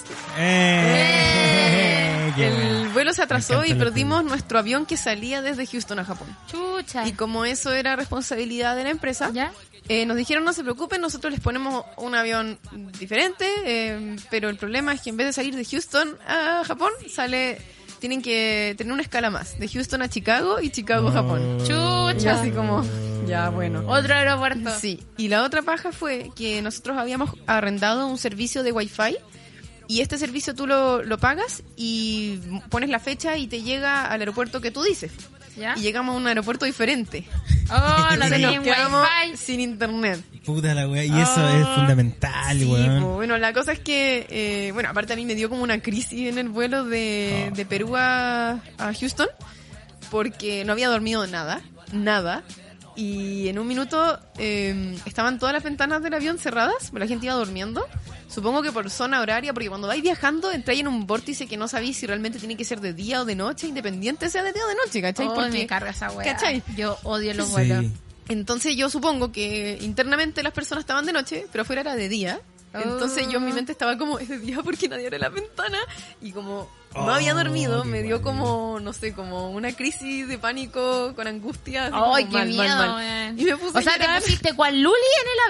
Speaker 1: Eh, qué
Speaker 4: El
Speaker 1: buena.
Speaker 4: vuelo se atrasó
Speaker 1: Me
Speaker 4: y
Speaker 1: encanta la
Speaker 4: perdimos
Speaker 1: película.
Speaker 4: nuestro avión que salía desde Houston a Japón.
Speaker 3: Chucha.
Speaker 4: Y como eso era responsabilidad de la empresa,
Speaker 3: ¿Ya?
Speaker 4: eh, nos dijeron no se preocupen, nosotros les ponemos un avión diferente, eh, pero el problema es que en vez de salir de Houston a Japón, sale tienen que tener una escala más, de Houston a Chicago y Chicago a Japón.
Speaker 1: Oh,
Speaker 4: Y
Speaker 3: Chucha.
Speaker 4: así como, ya bueno.
Speaker 3: Otro aeropuerto.
Speaker 4: Sí, y la otra paja fue que nosotros habíamos arrendado un servicio de Wi-Fi y este servicio tú lo, lo pagas y pones la fecha y te llega al aeropuerto que tú dices.
Speaker 3: ¿Ya?
Speaker 4: Y llegamos a un aeropuerto diferente.
Speaker 3: Oh, no
Speaker 4: Se nos
Speaker 3: tenían
Speaker 4: quedamos
Speaker 3: wifi.
Speaker 4: sin internet.
Speaker 1: Puta la wea. Y eso
Speaker 3: Ah.
Speaker 1: es fundamental,
Speaker 4: Sí,
Speaker 1: weón.
Speaker 4: po. bueno, la cosa es que, eh, bueno, aparte a mí me dio como una crisis en el vuelo de, de Perú a, a Houston, porque no había dormido nada, nada. Y en un minuto eh, estaban todas las ventanas del avión cerradas, la gente iba durmiendo. Supongo que por zona horaria, porque cuando vais viajando entráis en un vórtice que no sabéis si realmente tiene que ser de día o de noche, independiente sea de día o de noche, ¿cachai?
Speaker 3: Oh,
Speaker 4: Porque-
Speaker 3: me carga esa wea.
Speaker 4: ¿Cachai?
Speaker 3: Yo odio los
Speaker 1: Sí.
Speaker 3: vuelos.
Speaker 4: entonces yo supongo que internamente las personas estaban de noche, pero afuera era de día. Entonces yo en
Speaker 3: Ah.
Speaker 4: mi mente estaba como, es de día porque nadie abre la ventana. Y como no
Speaker 1: Oh,
Speaker 4: había dormido,
Speaker 1: qué
Speaker 4: me dio
Speaker 1: guay.
Speaker 4: como, no sé, como una crisis de pánico, con angustia. así como
Speaker 3: Ay, qué
Speaker 4: mal, mal,
Speaker 3: miedo,
Speaker 4: mal.
Speaker 3: weón.
Speaker 4: Y me puse
Speaker 3: O sea,
Speaker 4: a
Speaker 3: te
Speaker 4: llorar.
Speaker 3: pusiste cual Luli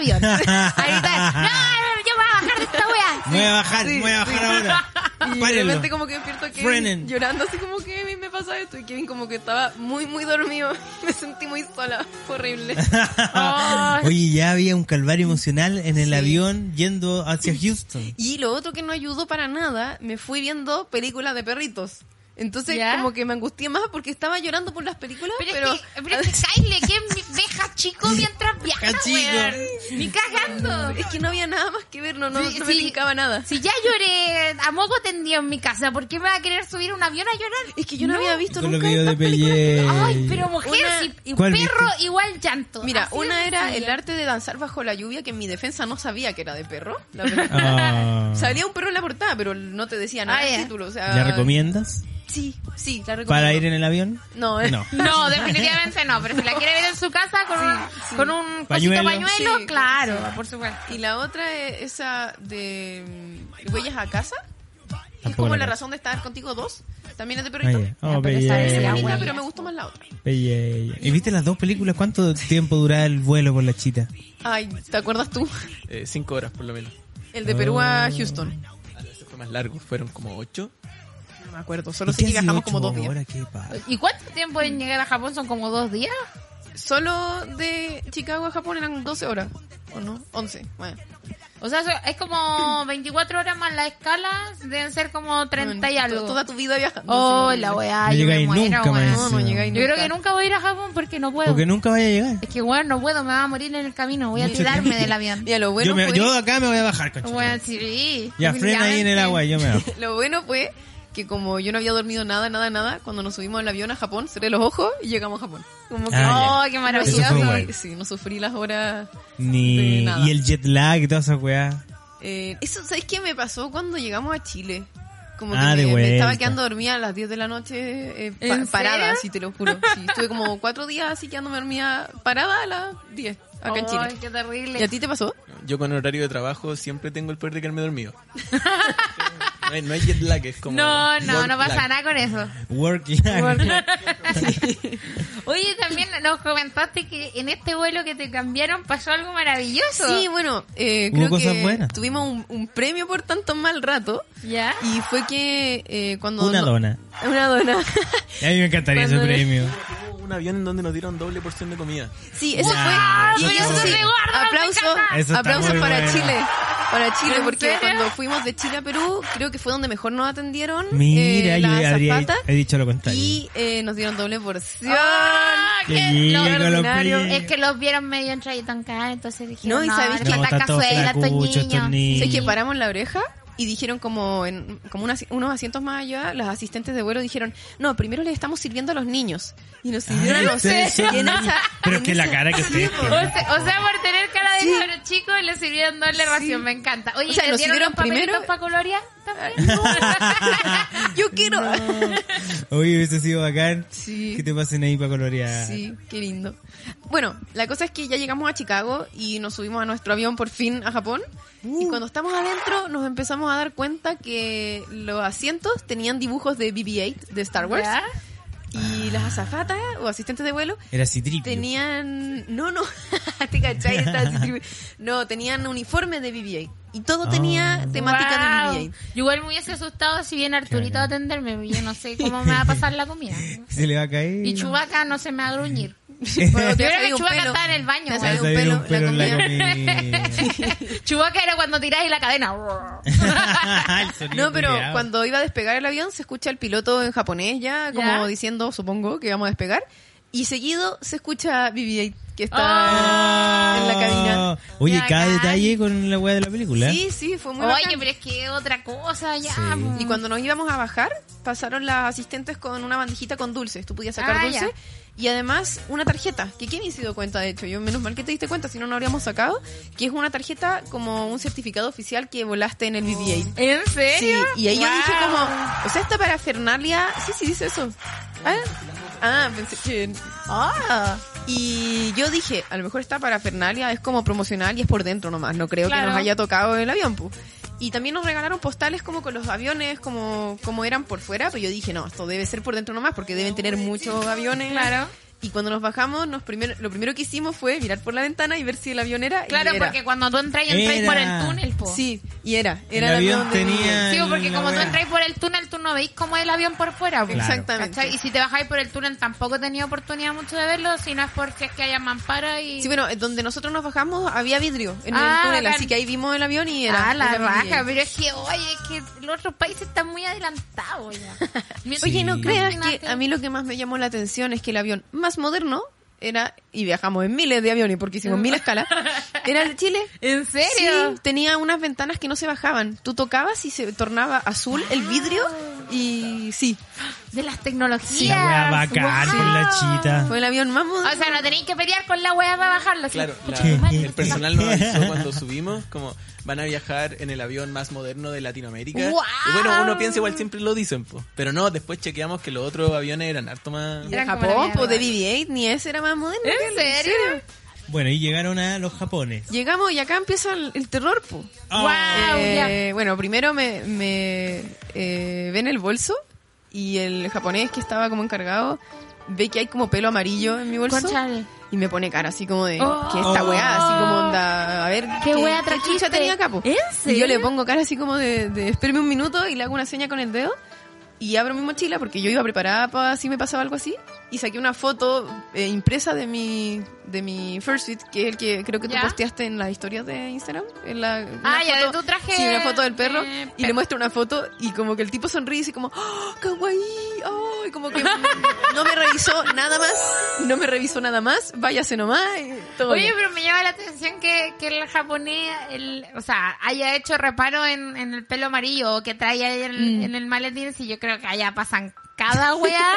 Speaker 3: en el avión. Ahí está. No, no, yo voy a bajar de esta wea.
Speaker 1: Me voy a bajar,
Speaker 4: sí,
Speaker 1: me voy a bajar
Speaker 4: sí.
Speaker 1: ahora.
Speaker 4: Y de
Speaker 1: Párenlo.
Speaker 4: repente como que despierto a Kevin
Speaker 1: Frenen.
Speaker 4: llorando así como Kevin me pasa esto y Kevin como que estaba muy muy dormido me sentí muy sola fue horrible
Speaker 3: Ay.
Speaker 1: Oye, ya había un calvario emocional en el
Speaker 4: Sí.
Speaker 1: avión yendo hacia Houston.
Speaker 4: Y lo otro que no ayudó para nada, me fui viendo películas de perritos. Entonces
Speaker 3: ¿Ya?
Speaker 4: como que me angustié más porque estaba llorando por las películas,
Speaker 3: Pero,
Speaker 4: pero...
Speaker 3: es que, pero es que Kyle, ¿quién deja chico mientras viaja,
Speaker 1: Deja chico.
Speaker 3: weón? Ni cagando.
Speaker 4: es que no había nada más que ver, no, no,
Speaker 3: Sí,
Speaker 4: no me
Speaker 3: sí.
Speaker 4: brincaba nada.
Speaker 3: Si ya lloré a moco tendido en mi casa, ¿por qué me va a querer subir a un avión a llorar?
Speaker 4: Es que yo no, había visto
Speaker 1: Con los
Speaker 4: nunca
Speaker 1: videos de
Speaker 4: estas películas.
Speaker 1: Pelle.
Speaker 3: Ay, pero mujer,
Speaker 4: Una-
Speaker 3: si- y
Speaker 1: Eh, ¿Cuál
Speaker 3: perro igual llanto.
Speaker 4: Mira,
Speaker 3: Así de
Speaker 4: una era
Speaker 3: sencillo.
Speaker 4: el arte de danzar bajo la lluvia, que en mi defensa no sabía que era de perro. la película.
Speaker 1: Ah.
Speaker 4: Salía un perro en la portada, pero no te decía nada
Speaker 3: Ah,
Speaker 4: el
Speaker 3: ya.
Speaker 4: título. O sea,
Speaker 1: ¿La recomiendas
Speaker 4: Sí, sí, la recomiendo.
Speaker 1: para ir en el avión?
Speaker 4: No, eh.
Speaker 1: No.
Speaker 3: No, definitivamente no, pero si la quiere ver en su casa con un, con un
Speaker 1: Pañuelo.
Speaker 3: cosito pañuelo,
Speaker 4: Sí,
Speaker 3: claro, por supuesto.
Speaker 4: Y la otra es esa de mm, Huellas a casa. que Es
Speaker 1: Tampoco
Speaker 4: como
Speaker 1: la
Speaker 4: la
Speaker 1: cacho.
Speaker 4: razón de estar contigo dos. También es de perrito.
Speaker 1: Oye,
Speaker 3: Ya,
Speaker 1: oh,
Speaker 3: pero esa
Speaker 4: Es
Speaker 3: Sí,
Speaker 4: bonita,
Speaker 1: bella,
Speaker 3: abuela.
Speaker 4: pero me gustó más la otra.
Speaker 1: bella. ¿Y viste las dos películas? ¿Cuánto tiempo duraba el vuelo por la chita?
Speaker 4: Ay, ¿te acuerdas tú?
Speaker 5: Eh, cinco horas por lo menos.
Speaker 4: El de Perú a
Speaker 1: Oh.
Speaker 4: Houston.
Speaker 5: Ah, no, ese fue más largo, fueron como ocho.
Speaker 4: No me acuerdo, solo
Speaker 1: ¿Y
Speaker 4: sé
Speaker 1: qué
Speaker 4: que
Speaker 1: hace
Speaker 4: viajamos
Speaker 1: ocho
Speaker 4: como dos días.
Speaker 1: horas? ¿Qué pasa?
Speaker 3: ¿Y cuánto tiempo en llegar a Japón? ¿Son como dos días?
Speaker 4: Solo de Chicago a Japón eran 12 horas. ¿O no? 11. Bueno.
Speaker 3: O sea, so- es como 24 horas más la escala, deben ser como 30 y
Speaker 4: Bueno, to-
Speaker 3: algo.
Speaker 4: Toda tu vida viajando.
Speaker 3: Oh,
Speaker 4: sí.
Speaker 3: la
Speaker 1: No
Speaker 3: weá, yo me
Speaker 1: llegáis
Speaker 3: muero,
Speaker 1: nunca,
Speaker 3: weón.
Speaker 1: más
Speaker 4: No, no
Speaker 1: encima.
Speaker 4: llegáis
Speaker 3: Yo creo que nunca voy a ir a Japón porque no puedo.
Speaker 1: Porque nunca vaya a llegar.
Speaker 3: Es que, weón, no puedo, me va a morir en el camino, voy a
Speaker 1: Mucho
Speaker 3: tirarme
Speaker 1: tiempo.
Speaker 3: del avión.
Speaker 4: Mira, lo bueno pues,
Speaker 1: yo, me-
Speaker 4: fue...
Speaker 1: yo acá me voy a bajar, coche.
Speaker 3: Weón, sí.
Speaker 1: ya frena ahí en el agua y yo me bajo.
Speaker 4: Lo bueno fue que como yo no había dormido nada, nada, nada, cuando nos subimos al avión a Japón, cerré los ojos y llegamos a Japón. Como que...
Speaker 1: Ah,
Speaker 3: Oh, qué
Speaker 1: Eso
Speaker 4: no
Speaker 3: maravilloso.
Speaker 1: fue
Speaker 4: sufrí-
Speaker 1: bueno.
Speaker 4: sí, no sufrí las horas...
Speaker 1: Ni,
Speaker 4: Sí, nada.
Speaker 1: y el jet lag y todas esas weas.
Speaker 4: Eh, eso, ¿sabes qué me pasó cuando llegamos a Chile? Como que
Speaker 1: Ah, de
Speaker 4: me, me
Speaker 1: vuelta.
Speaker 4: estaba quedando dormida a las 10 de la noche eh, pa-
Speaker 3: ¿En
Speaker 4: parada,
Speaker 3: serio?
Speaker 4: así te lo juro. Sí, estuve como cuatro días así quedándome dormida parada a las 10 acá en
Speaker 3: Ay,
Speaker 4: Chile.
Speaker 3: qué
Speaker 4: ¿Y a
Speaker 3: terrible.
Speaker 4: ti te pasó?
Speaker 5: Yo con horario de trabajo siempre tengo el poder de quedarme dormido. No hay, no hay jet lag, es como...
Speaker 3: No, no,
Speaker 5: work
Speaker 3: no pasa
Speaker 5: lag.
Speaker 3: nada con eso.
Speaker 1: Work lag.
Speaker 3: Oye, también nos comentaste que en este vuelo que te cambiaron pasó algo maravilloso.
Speaker 4: Sí, bueno, eh,
Speaker 1: Hubo
Speaker 4: creo
Speaker 1: cosas
Speaker 4: que
Speaker 1: buenas.
Speaker 4: tuvimos un, un premio por tanto mal rato
Speaker 3: ¿Ya?
Speaker 4: y fue que eh, cuando...
Speaker 1: Una
Speaker 4: no-
Speaker 1: dona.
Speaker 4: Una dona.
Speaker 1: A mí me encantaría ese
Speaker 4: Cuando-
Speaker 1: premio.
Speaker 5: Hubo Un avión en donde nos dieron doble porción de comida.
Speaker 4: Sí, eso
Speaker 1: Ah,
Speaker 4: fue...
Speaker 1: eso
Speaker 4: Y eso
Speaker 1: está
Speaker 4: sí,
Speaker 3: bueno.
Speaker 4: aplauso,
Speaker 1: Eso está
Speaker 4: aplausos
Speaker 1: muy
Speaker 4: para
Speaker 1: bueno.
Speaker 4: Chile. Para Chile,
Speaker 3: ¿En
Speaker 4: porque
Speaker 3: serio?
Speaker 4: cuando fuimos de Chile a Perú, creo que fue donde mejor nos atendieron.
Speaker 1: Mira,
Speaker 4: eh,
Speaker 1: yo
Speaker 4: la
Speaker 1: habría
Speaker 4: azafata,
Speaker 1: he dicho lo contrario.
Speaker 4: Y eh, nos dieron doble porción.
Speaker 3: Ah,
Speaker 1: Qué
Speaker 3: que
Speaker 1: lindo,
Speaker 3: lo-
Speaker 1: los
Speaker 4: ordinario.
Speaker 1: premios.
Speaker 3: es que los vieron medio entradito acá, entonces dijeron,
Speaker 4: No, y sabéis
Speaker 3: es
Speaker 4: que-
Speaker 3: que
Speaker 1: No,
Speaker 3: está
Speaker 1: está todo
Speaker 3: cazuela, estos
Speaker 1: flacucho, estos
Speaker 3: niños.
Speaker 4: Sé
Speaker 1: niños.
Speaker 4: que paramos la oreja y dijeron como en como unas- unos asientos más allá, las asistentes de vuelo dijeron, no, primero les estamos sirviendo a los niños. Y nos
Speaker 1: Ay,
Speaker 4: sirvieron a los
Speaker 1: ustedes son
Speaker 4: y en
Speaker 1: niños.
Speaker 4: esa-
Speaker 1: Pero es
Speaker 4: en
Speaker 1: que la
Speaker 4: esa-
Speaker 1: cara que ustedes
Speaker 3: O sea, o sea, por tener cara de de
Speaker 4: Sí.
Speaker 3: cabros chicos y le sirvieron doble ración, me encanta. Oye,
Speaker 4: O sea,
Speaker 3: ¿te
Speaker 4: nos
Speaker 3: dieron
Speaker 4: sirvieron primero-
Speaker 3: para colorear también?
Speaker 4: Yo quiero.
Speaker 1: Oye, hubiese sido bacán.
Speaker 4: Sí.
Speaker 1: Que te pasen ahí para colorear.
Speaker 4: Sí, qué lindo. Bueno, la cosa es que ya llegamos a Chicago y nos subimos a nuestro avión por fin a Japón. Y cuando estamos adentro nos empezamos a dar cuenta que los asientos tenían dibujos de BB-8 de Star Wars.
Speaker 3: ¿Ya?
Speaker 4: Y las azafatas o asistentes de vuelo
Speaker 1: Era citripio.
Speaker 4: tenían... No, no, te cachai, estaba así tripe. No, tenían uniforme de BB-8. Y todo
Speaker 1: Ah.
Speaker 4: tenía temática
Speaker 3: Guau.
Speaker 4: de BB-8.
Speaker 3: Yo igual me hubiese asustado si viene Arturito
Speaker 1: Claro.
Speaker 3: a atenderme. Yo no sé cómo me va a pasar la comida.
Speaker 1: Se le va a caer.
Speaker 3: Y Chubaca no se me va a gruñir.
Speaker 4: Bueno, te
Speaker 3: Yo creo
Speaker 4: va a salir
Speaker 3: que
Speaker 4: un
Speaker 3: Chubaca
Speaker 4: pelo.
Speaker 3: estaba en el
Speaker 4: Te
Speaker 3: baño.
Speaker 4: va a
Speaker 1: Se le va a
Speaker 4: salir
Speaker 3: güey.
Speaker 4: un
Speaker 1: salir
Speaker 4: pelo
Speaker 1: un pelo en la
Speaker 4: comida.
Speaker 1: comida.
Speaker 3: Chubaca era cuando tiráis la cadena.
Speaker 1: El sonido
Speaker 4: No, pero
Speaker 1: culiao.
Speaker 4: cuando iba a despegar el avión se escucha el piloto en japonés ya, como
Speaker 3: ¿Ya?
Speaker 4: diciendo, supongo que vamos a despegar. Y seguido se escucha BB-8 que está
Speaker 3: Ah.
Speaker 4: en la cabina.
Speaker 1: Oh, Oye,
Speaker 3: Qué
Speaker 1: cada
Speaker 3: bacán.
Speaker 1: detalle con la weá de la película.
Speaker 4: Sí, sí, fue muy
Speaker 3: Oye,
Speaker 4: bacán.
Speaker 3: pero es que otra cosa ya.
Speaker 1: Sí.
Speaker 3: po.
Speaker 4: Y cuando nos íbamos a bajar, pasaron las asistentes con una bandejita con dulces. Tú podías sacar
Speaker 3: Ah,
Speaker 4: dulces. Y además una tarjeta, que quién me se dio cuenta de hecho, yo menos mal que te diste cuenta, si no, no habríamos sacado, que es una tarjeta como un certificado oficial que volaste en el BB-8.
Speaker 3: ¿En
Speaker 4: Sí,
Speaker 3: serio?
Speaker 4: y ahí yo dije
Speaker 3: Guau.
Speaker 4: como, o sea, esta parafernalia, sí, sí, dice eso. Ah, ah, pensé que... Ah. Y yo dije, a lo mejor esta parafernalia es como promocional y es por dentro nomás, no creo que
Speaker 3: Claro.
Speaker 4: nos haya tocado el avión, pu. Y también nos regalaron postales como con los aviones, como, como eran por fuera, pero yo dije, no, esto debe ser por dentro nomás, porque deben tener muchos aviones.
Speaker 3: Claro.
Speaker 4: Y cuando nos bajamos, nos primero, lo primero que hicimos fue mirar por la ventana y ver si el avión era. y
Speaker 3: Claro,
Speaker 4: era.
Speaker 3: porque cuando tú entras, entras
Speaker 1: Era.
Speaker 3: por el túnel, po.
Speaker 4: Sí, y era. Era
Speaker 1: el
Speaker 4: el
Speaker 1: avión,
Speaker 4: de
Speaker 1: tenía.
Speaker 3: Sí, porque
Speaker 1: la
Speaker 3: como tú
Speaker 1: weá.
Speaker 3: entráis por el túnel, tú no veis cómo es el avión por fuera. po.
Speaker 1: Claro.
Speaker 4: Exactamente.
Speaker 3: ¿Cachai? Y si te bajáis por el túnel tampoco he tenido oportunidad mucho de verlo, si no es porque es que haya mampara y...
Speaker 4: Sí, bueno, eh, donde nosotros nos bajamos había vidrio en
Speaker 3: Ah,
Speaker 4: el túnel,
Speaker 3: bacán.
Speaker 4: así que ahí vimos el avión y era.
Speaker 3: ah, la
Speaker 4: era
Speaker 3: raja,
Speaker 4: BB-8.
Speaker 3: pero es que, oye, es que los otros países están muy adelantados ya.
Speaker 4: Oye, no
Speaker 1: Sí.
Speaker 4: creas
Speaker 3: Imagínate.
Speaker 4: que a mí lo que más me llamó la atención es que el avión más moderno era, y viajamos en miles de aviones porque hicimos mil escalas, era el de Chile.
Speaker 3: ¿En
Speaker 4: Sí, tenía unas ventanas que no se bajaban. Tú tocabas y se tornaba azul
Speaker 3: Ah.
Speaker 4: el vidrio y sí,
Speaker 3: De las tecnologías.
Speaker 1: La weá bacán
Speaker 3: Wow.
Speaker 1: por pues, la chita.
Speaker 4: fue el avión más moderno.
Speaker 3: O sea, no tenéis que pelear con la weá para bajarlo. así.
Speaker 5: Claro, la-
Speaker 1: Sí.
Speaker 5: el personal nos avisó cuando subimos, como van a viajar en el avión más moderno de Latinoamérica.
Speaker 3: ¡Guau!
Speaker 5: Y bueno, uno piensa igual siempre lo dicen, po. pero no, después chequeamos que los otros aviones eran harto más...
Speaker 4: de
Speaker 3: Eran como la
Speaker 4: Japón,
Speaker 3: mierda.
Speaker 4: pues de BB-8, ni ese era más moderno. que
Speaker 3: ¿En
Speaker 4: el-
Speaker 3: serio?
Speaker 1: Bueno, y llegaron a los japones.
Speaker 4: Llegamos y acá empieza el, el terror, pues.
Speaker 1: Oh.
Speaker 3: Guau,
Speaker 4: Eh, bueno, primero me, me eh, ven el bolso y el japonés que estaba como encargado ve que hay como pelo amarillo en mi
Speaker 3: ya.
Speaker 4: bolso
Speaker 3: Conchale.
Speaker 4: y me pone cara así como de
Speaker 3: Oh.
Speaker 4: que esta weá, así como onda, a ver
Speaker 3: ¿Qué weá
Speaker 4: chucha
Speaker 3: trajiste?
Speaker 4: tenía acá, po?
Speaker 3: ¿En
Speaker 4: Y yo le
Speaker 3: serio?
Speaker 4: pongo cara así como de, de espérame un minuto y le hago una seña con el dedo y abro mi mochila porque yo iba preparada para si me pasaba algo así y saqué una foto eh, impresa de mi de mi fursuit que es el que creo que tú
Speaker 3: ¿Ya?
Speaker 4: posteaste en las historias de Instagram en la una
Speaker 3: Ah, ya, de tu traje,
Speaker 4: sí, una foto del perro
Speaker 3: eh,
Speaker 4: y le
Speaker 3: perro.
Speaker 4: muestro una foto y como que el tipo sonríe y dice como ¡Oh, kawaii! ¡Oh! Y como que mm, no me revisó nada más no me revisó nada más váyase nomás y todo
Speaker 3: Oye,
Speaker 4: bien.
Speaker 3: pero me llama la atención que, que el japonés, el, o sea, haya hecho reparo en, en el pelo amarillo o que trae ahí en, en el maletín, si yo creo que allá pasan cada weá,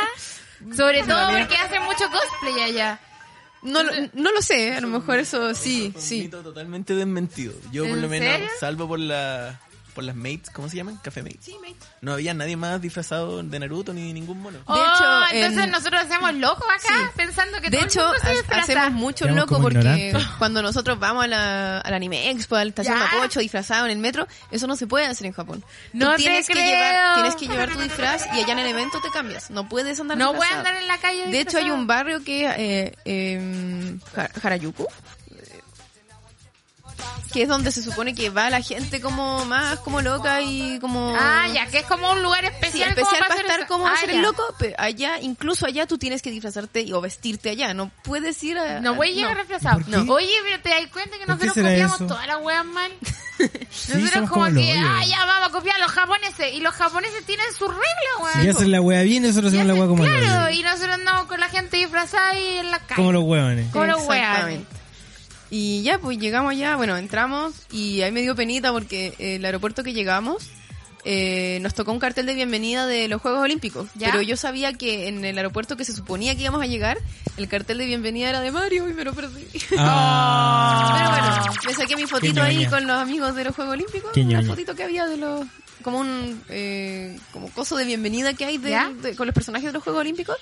Speaker 3: sobre todo porque hacen mucho cosplay allá.
Speaker 4: no, lo- no lo sé a lo mejor eso sí
Speaker 5: Fue un
Speaker 4: sí
Speaker 5: mito totalmente desmentido. Yo por
Speaker 3: ¿En
Speaker 5: lo menos,
Speaker 3: serio?
Speaker 5: salvo por la por las mates, ¿cómo se llaman? Café mates. No había nadie más disfrazado de Naruto ni ningún mono.
Speaker 4: De
Speaker 3: oh,
Speaker 4: hecho,
Speaker 3: entonces
Speaker 4: en-
Speaker 3: nosotros hacemos locos acá
Speaker 4: Sí.
Speaker 3: pensando que
Speaker 4: De
Speaker 3: todo
Speaker 4: hecho,
Speaker 3: el mundo se
Speaker 4: ha-
Speaker 3: disfraza.
Speaker 4: hacemos mucho
Speaker 1: Quedamos
Speaker 4: loco
Speaker 1: como
Speaker 4: porque
Speaker 1: ignorantes.
Speaker 4: cuando nosotros vamos a la, a la Anime Expo, a la estación
Speaker 3: Ya.
Speaker 4: Mapocho, disfrazados en el metro, eso no se puede hacer en Japón. Tú
Speaker 3: No te
Speaker 4: tienes que
Speaker 3: creo.
Speaker 4: llevar Tienes que llevar tu disfraz y allá en el evento te cambias. No puedes andar
Speaker 3: No voy a
Speaker 4: disfrazado.
Speaker 3: andar en la calle
Speaker 4: De hecho, hay
Speaker 3: disfrazada.
Speaker 4: un barrio que eh, eh, Ja- Harajuku, eh, que es donde se supone que va la gente como más como loca y como
Speaker 3: Ah, ya, que es como un lugar
Speaker 4: Sí,
Speaker 3: especial.
Speaker 4: especial
Speaker 3: como
Speaker 4: para
Speaker 3: hacer
Speaker 4: estar
Speaker 3: eso.
Speaker 4: como
Speaker 3: Ah,
Speaker 4: hacer
Speaker 3: ya.
Speaker 4: el loco, pero allá, incluso allá tú tienes que disfrazarte y- o vestirte allá, no puedes ir a...
Speaker 3: No voy a llegar reemplazado.
Speaker 1: ¿Por qué?
Speaker 3: No. Oye, pero te das cuenta que
Speaker 1: ¿Por qué
Speaker 3: nosotros
Speaker 1: será
Speaker 3: copiamos
Speaker 1: eso?
Speaker 3: todas las weas mal.
Speaker 1: somos
Speaker 3: nosotros
Speaker 1: como
Speaker 3: como que,
Speaker 1: los
Speaker 3: ah,
Speaker 1: hoyos.
Speaker 3: ya vamos a copiar a los japoneses. Y los japoneses tienen sus reglas, weón.
Speaker 1: Si hacen la weá bien, nosotros
Speaker 3: Y
Speaker 1: hacemos la
Speaker 3: hacen-
Speaker 1: weá como los
Speaker 3: Claro, y nosotros andamos con la gente disfrazada y en la calle.
Speaker 1: Como los huevones.
Speaker 4: Oh,
Speaker 3: Como los
Speaker 4: Exactamente. Y ya, pues llegamos allá, bueno, entramos y ahí me dio penita porque eh, el aeropuerto que llegamos eh, nos tocó un cartel de bienvenida de los Juegos Olímpicos.
Speaker 3: ¿Ya?
Speaker 4: Pero yo sabía que en el aeropuerto que se suponía que íbamos a llegar, el cartel de bienvenida era de Mario y me lo perdí.
Speaker 1: Ah,
Speaker 4: Pero bueno, me saqué mi fotito ahí
Speaker 1: ñoña.
Speaker 4: con los amigos de los Juegos Olímpicos.
Speaker 1: Qué
Speaker 4: Una
Speaker 1: ñoña.
Speaker 4: fotito que había de los. Como un. eh, como coso de bienvenida que hay de-
Speaker 3: ¿Ya?
Speaker 4: de- con los personajes de los Juegos Olímpicos.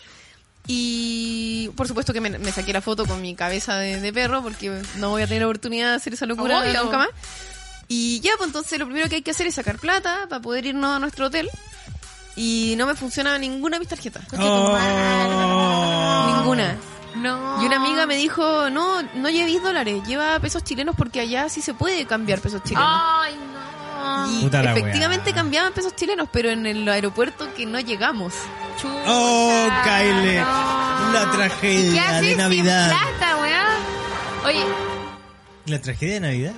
Speaker 4: Y por supuesto que me, me saqué la foto con mi cabeza de, de perro porque no voy a tener oportunidad de hacer esa locura
Speaker 3: Obvio.
Speaker 4: nunca más. Y ya, pues entonces lo primero que hay que hacer es sacar plata para poder irnos a nuestro hotel. Y no me funcionaba ninguna de mis tarjetas.
Speaker 1: Oh.
Speaker 4: Ninguna.
Speaker 3: No.
Speaker 4: Y una amiga me dijo, no, no lleves dólares, lleva pesos chilenos porque allá sí se puede cambiar pesos chilenos.
Speaker 3: Ay, no.
Speaker 4: Y
Speaker 1: Puta la
Speaker 4: efectivamente
Speaker 1: weá.
Speaker 4: cambiaban pesos chilenos, pero en el aeropuerto que no llegamos.
Speaker 3: Chuta,
Speaker 1: Oh, Kyle.
Speaker 3: no.
Speaker 1: La tragedia
Speaker 3: ¿Y qué
Speaker 1: de
Speaker 3: haces sin
Speaker 1: Navidad.
Speaker 3: plata, weá? Oye,
Speaker 1: ¿La tragedia de Navidad?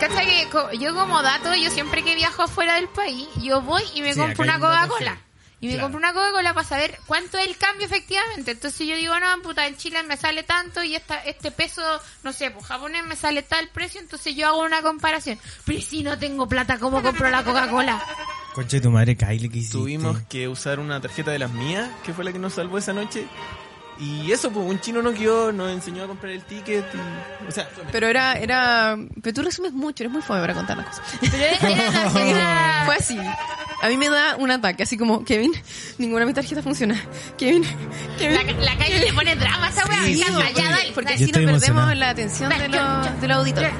Speaker 3: cacha que co- yo como dato, yo siempre que viajo fuera del país, yo voy y me
Speaker 1: Sí, acá
Speaker 3: compro una
Speaker 1: hay un dato
Speaker 3: Coca-Cola.
Speaker 1: así.
Speaker 3: Y me
Speaker 1: Claro.
Speaker 3: compro una Coca-Cola para saber cuánto es el cambio efectivamente. Entonces yo digo, no, puta, en Chile me sale tanto y esta, este peso, no sé, pues japonés me sale tal precio, entonces yo hago una comparación. Pero si no tengo plata, ¿cómo compro la Coca-Cola?
Speaker 1: Concha de tu madre, Kyle, ¿qué hiciste?
Speaker 5: Tuvimos que usar una tarjeta de las mías, que fue la que nos salvó esa noche. Y eso, pues un chino nos guió, nos enseñó a comprar el ticket. y- o sea,
Speaker 4: Pero era, era, pero tú resumes mucho, eres muy fome para contar las cosas.
Speaker 3: Pero era era la amiga-
Speaker 4: Fue así. A mí me da un ataque, así como, Kevin, ninguna de mis tarjetas funciona. Kevin, Kevin.
Speaker 3: La, la calle le pone drama a esa weá.
Speaker 1: Sí,
Speaker 3: ya,
Speaker 1: sí,
Speaker 3: ya,
Speaker 1: porque-
Speaker 3: ya,
Speaker 1: Yo
Speaker 3: dale, dale.
Speaker 4: porque si nos
Speaker 1: estoy emocionado.
Speaker 4: perdemos la atención de los, de los auditores.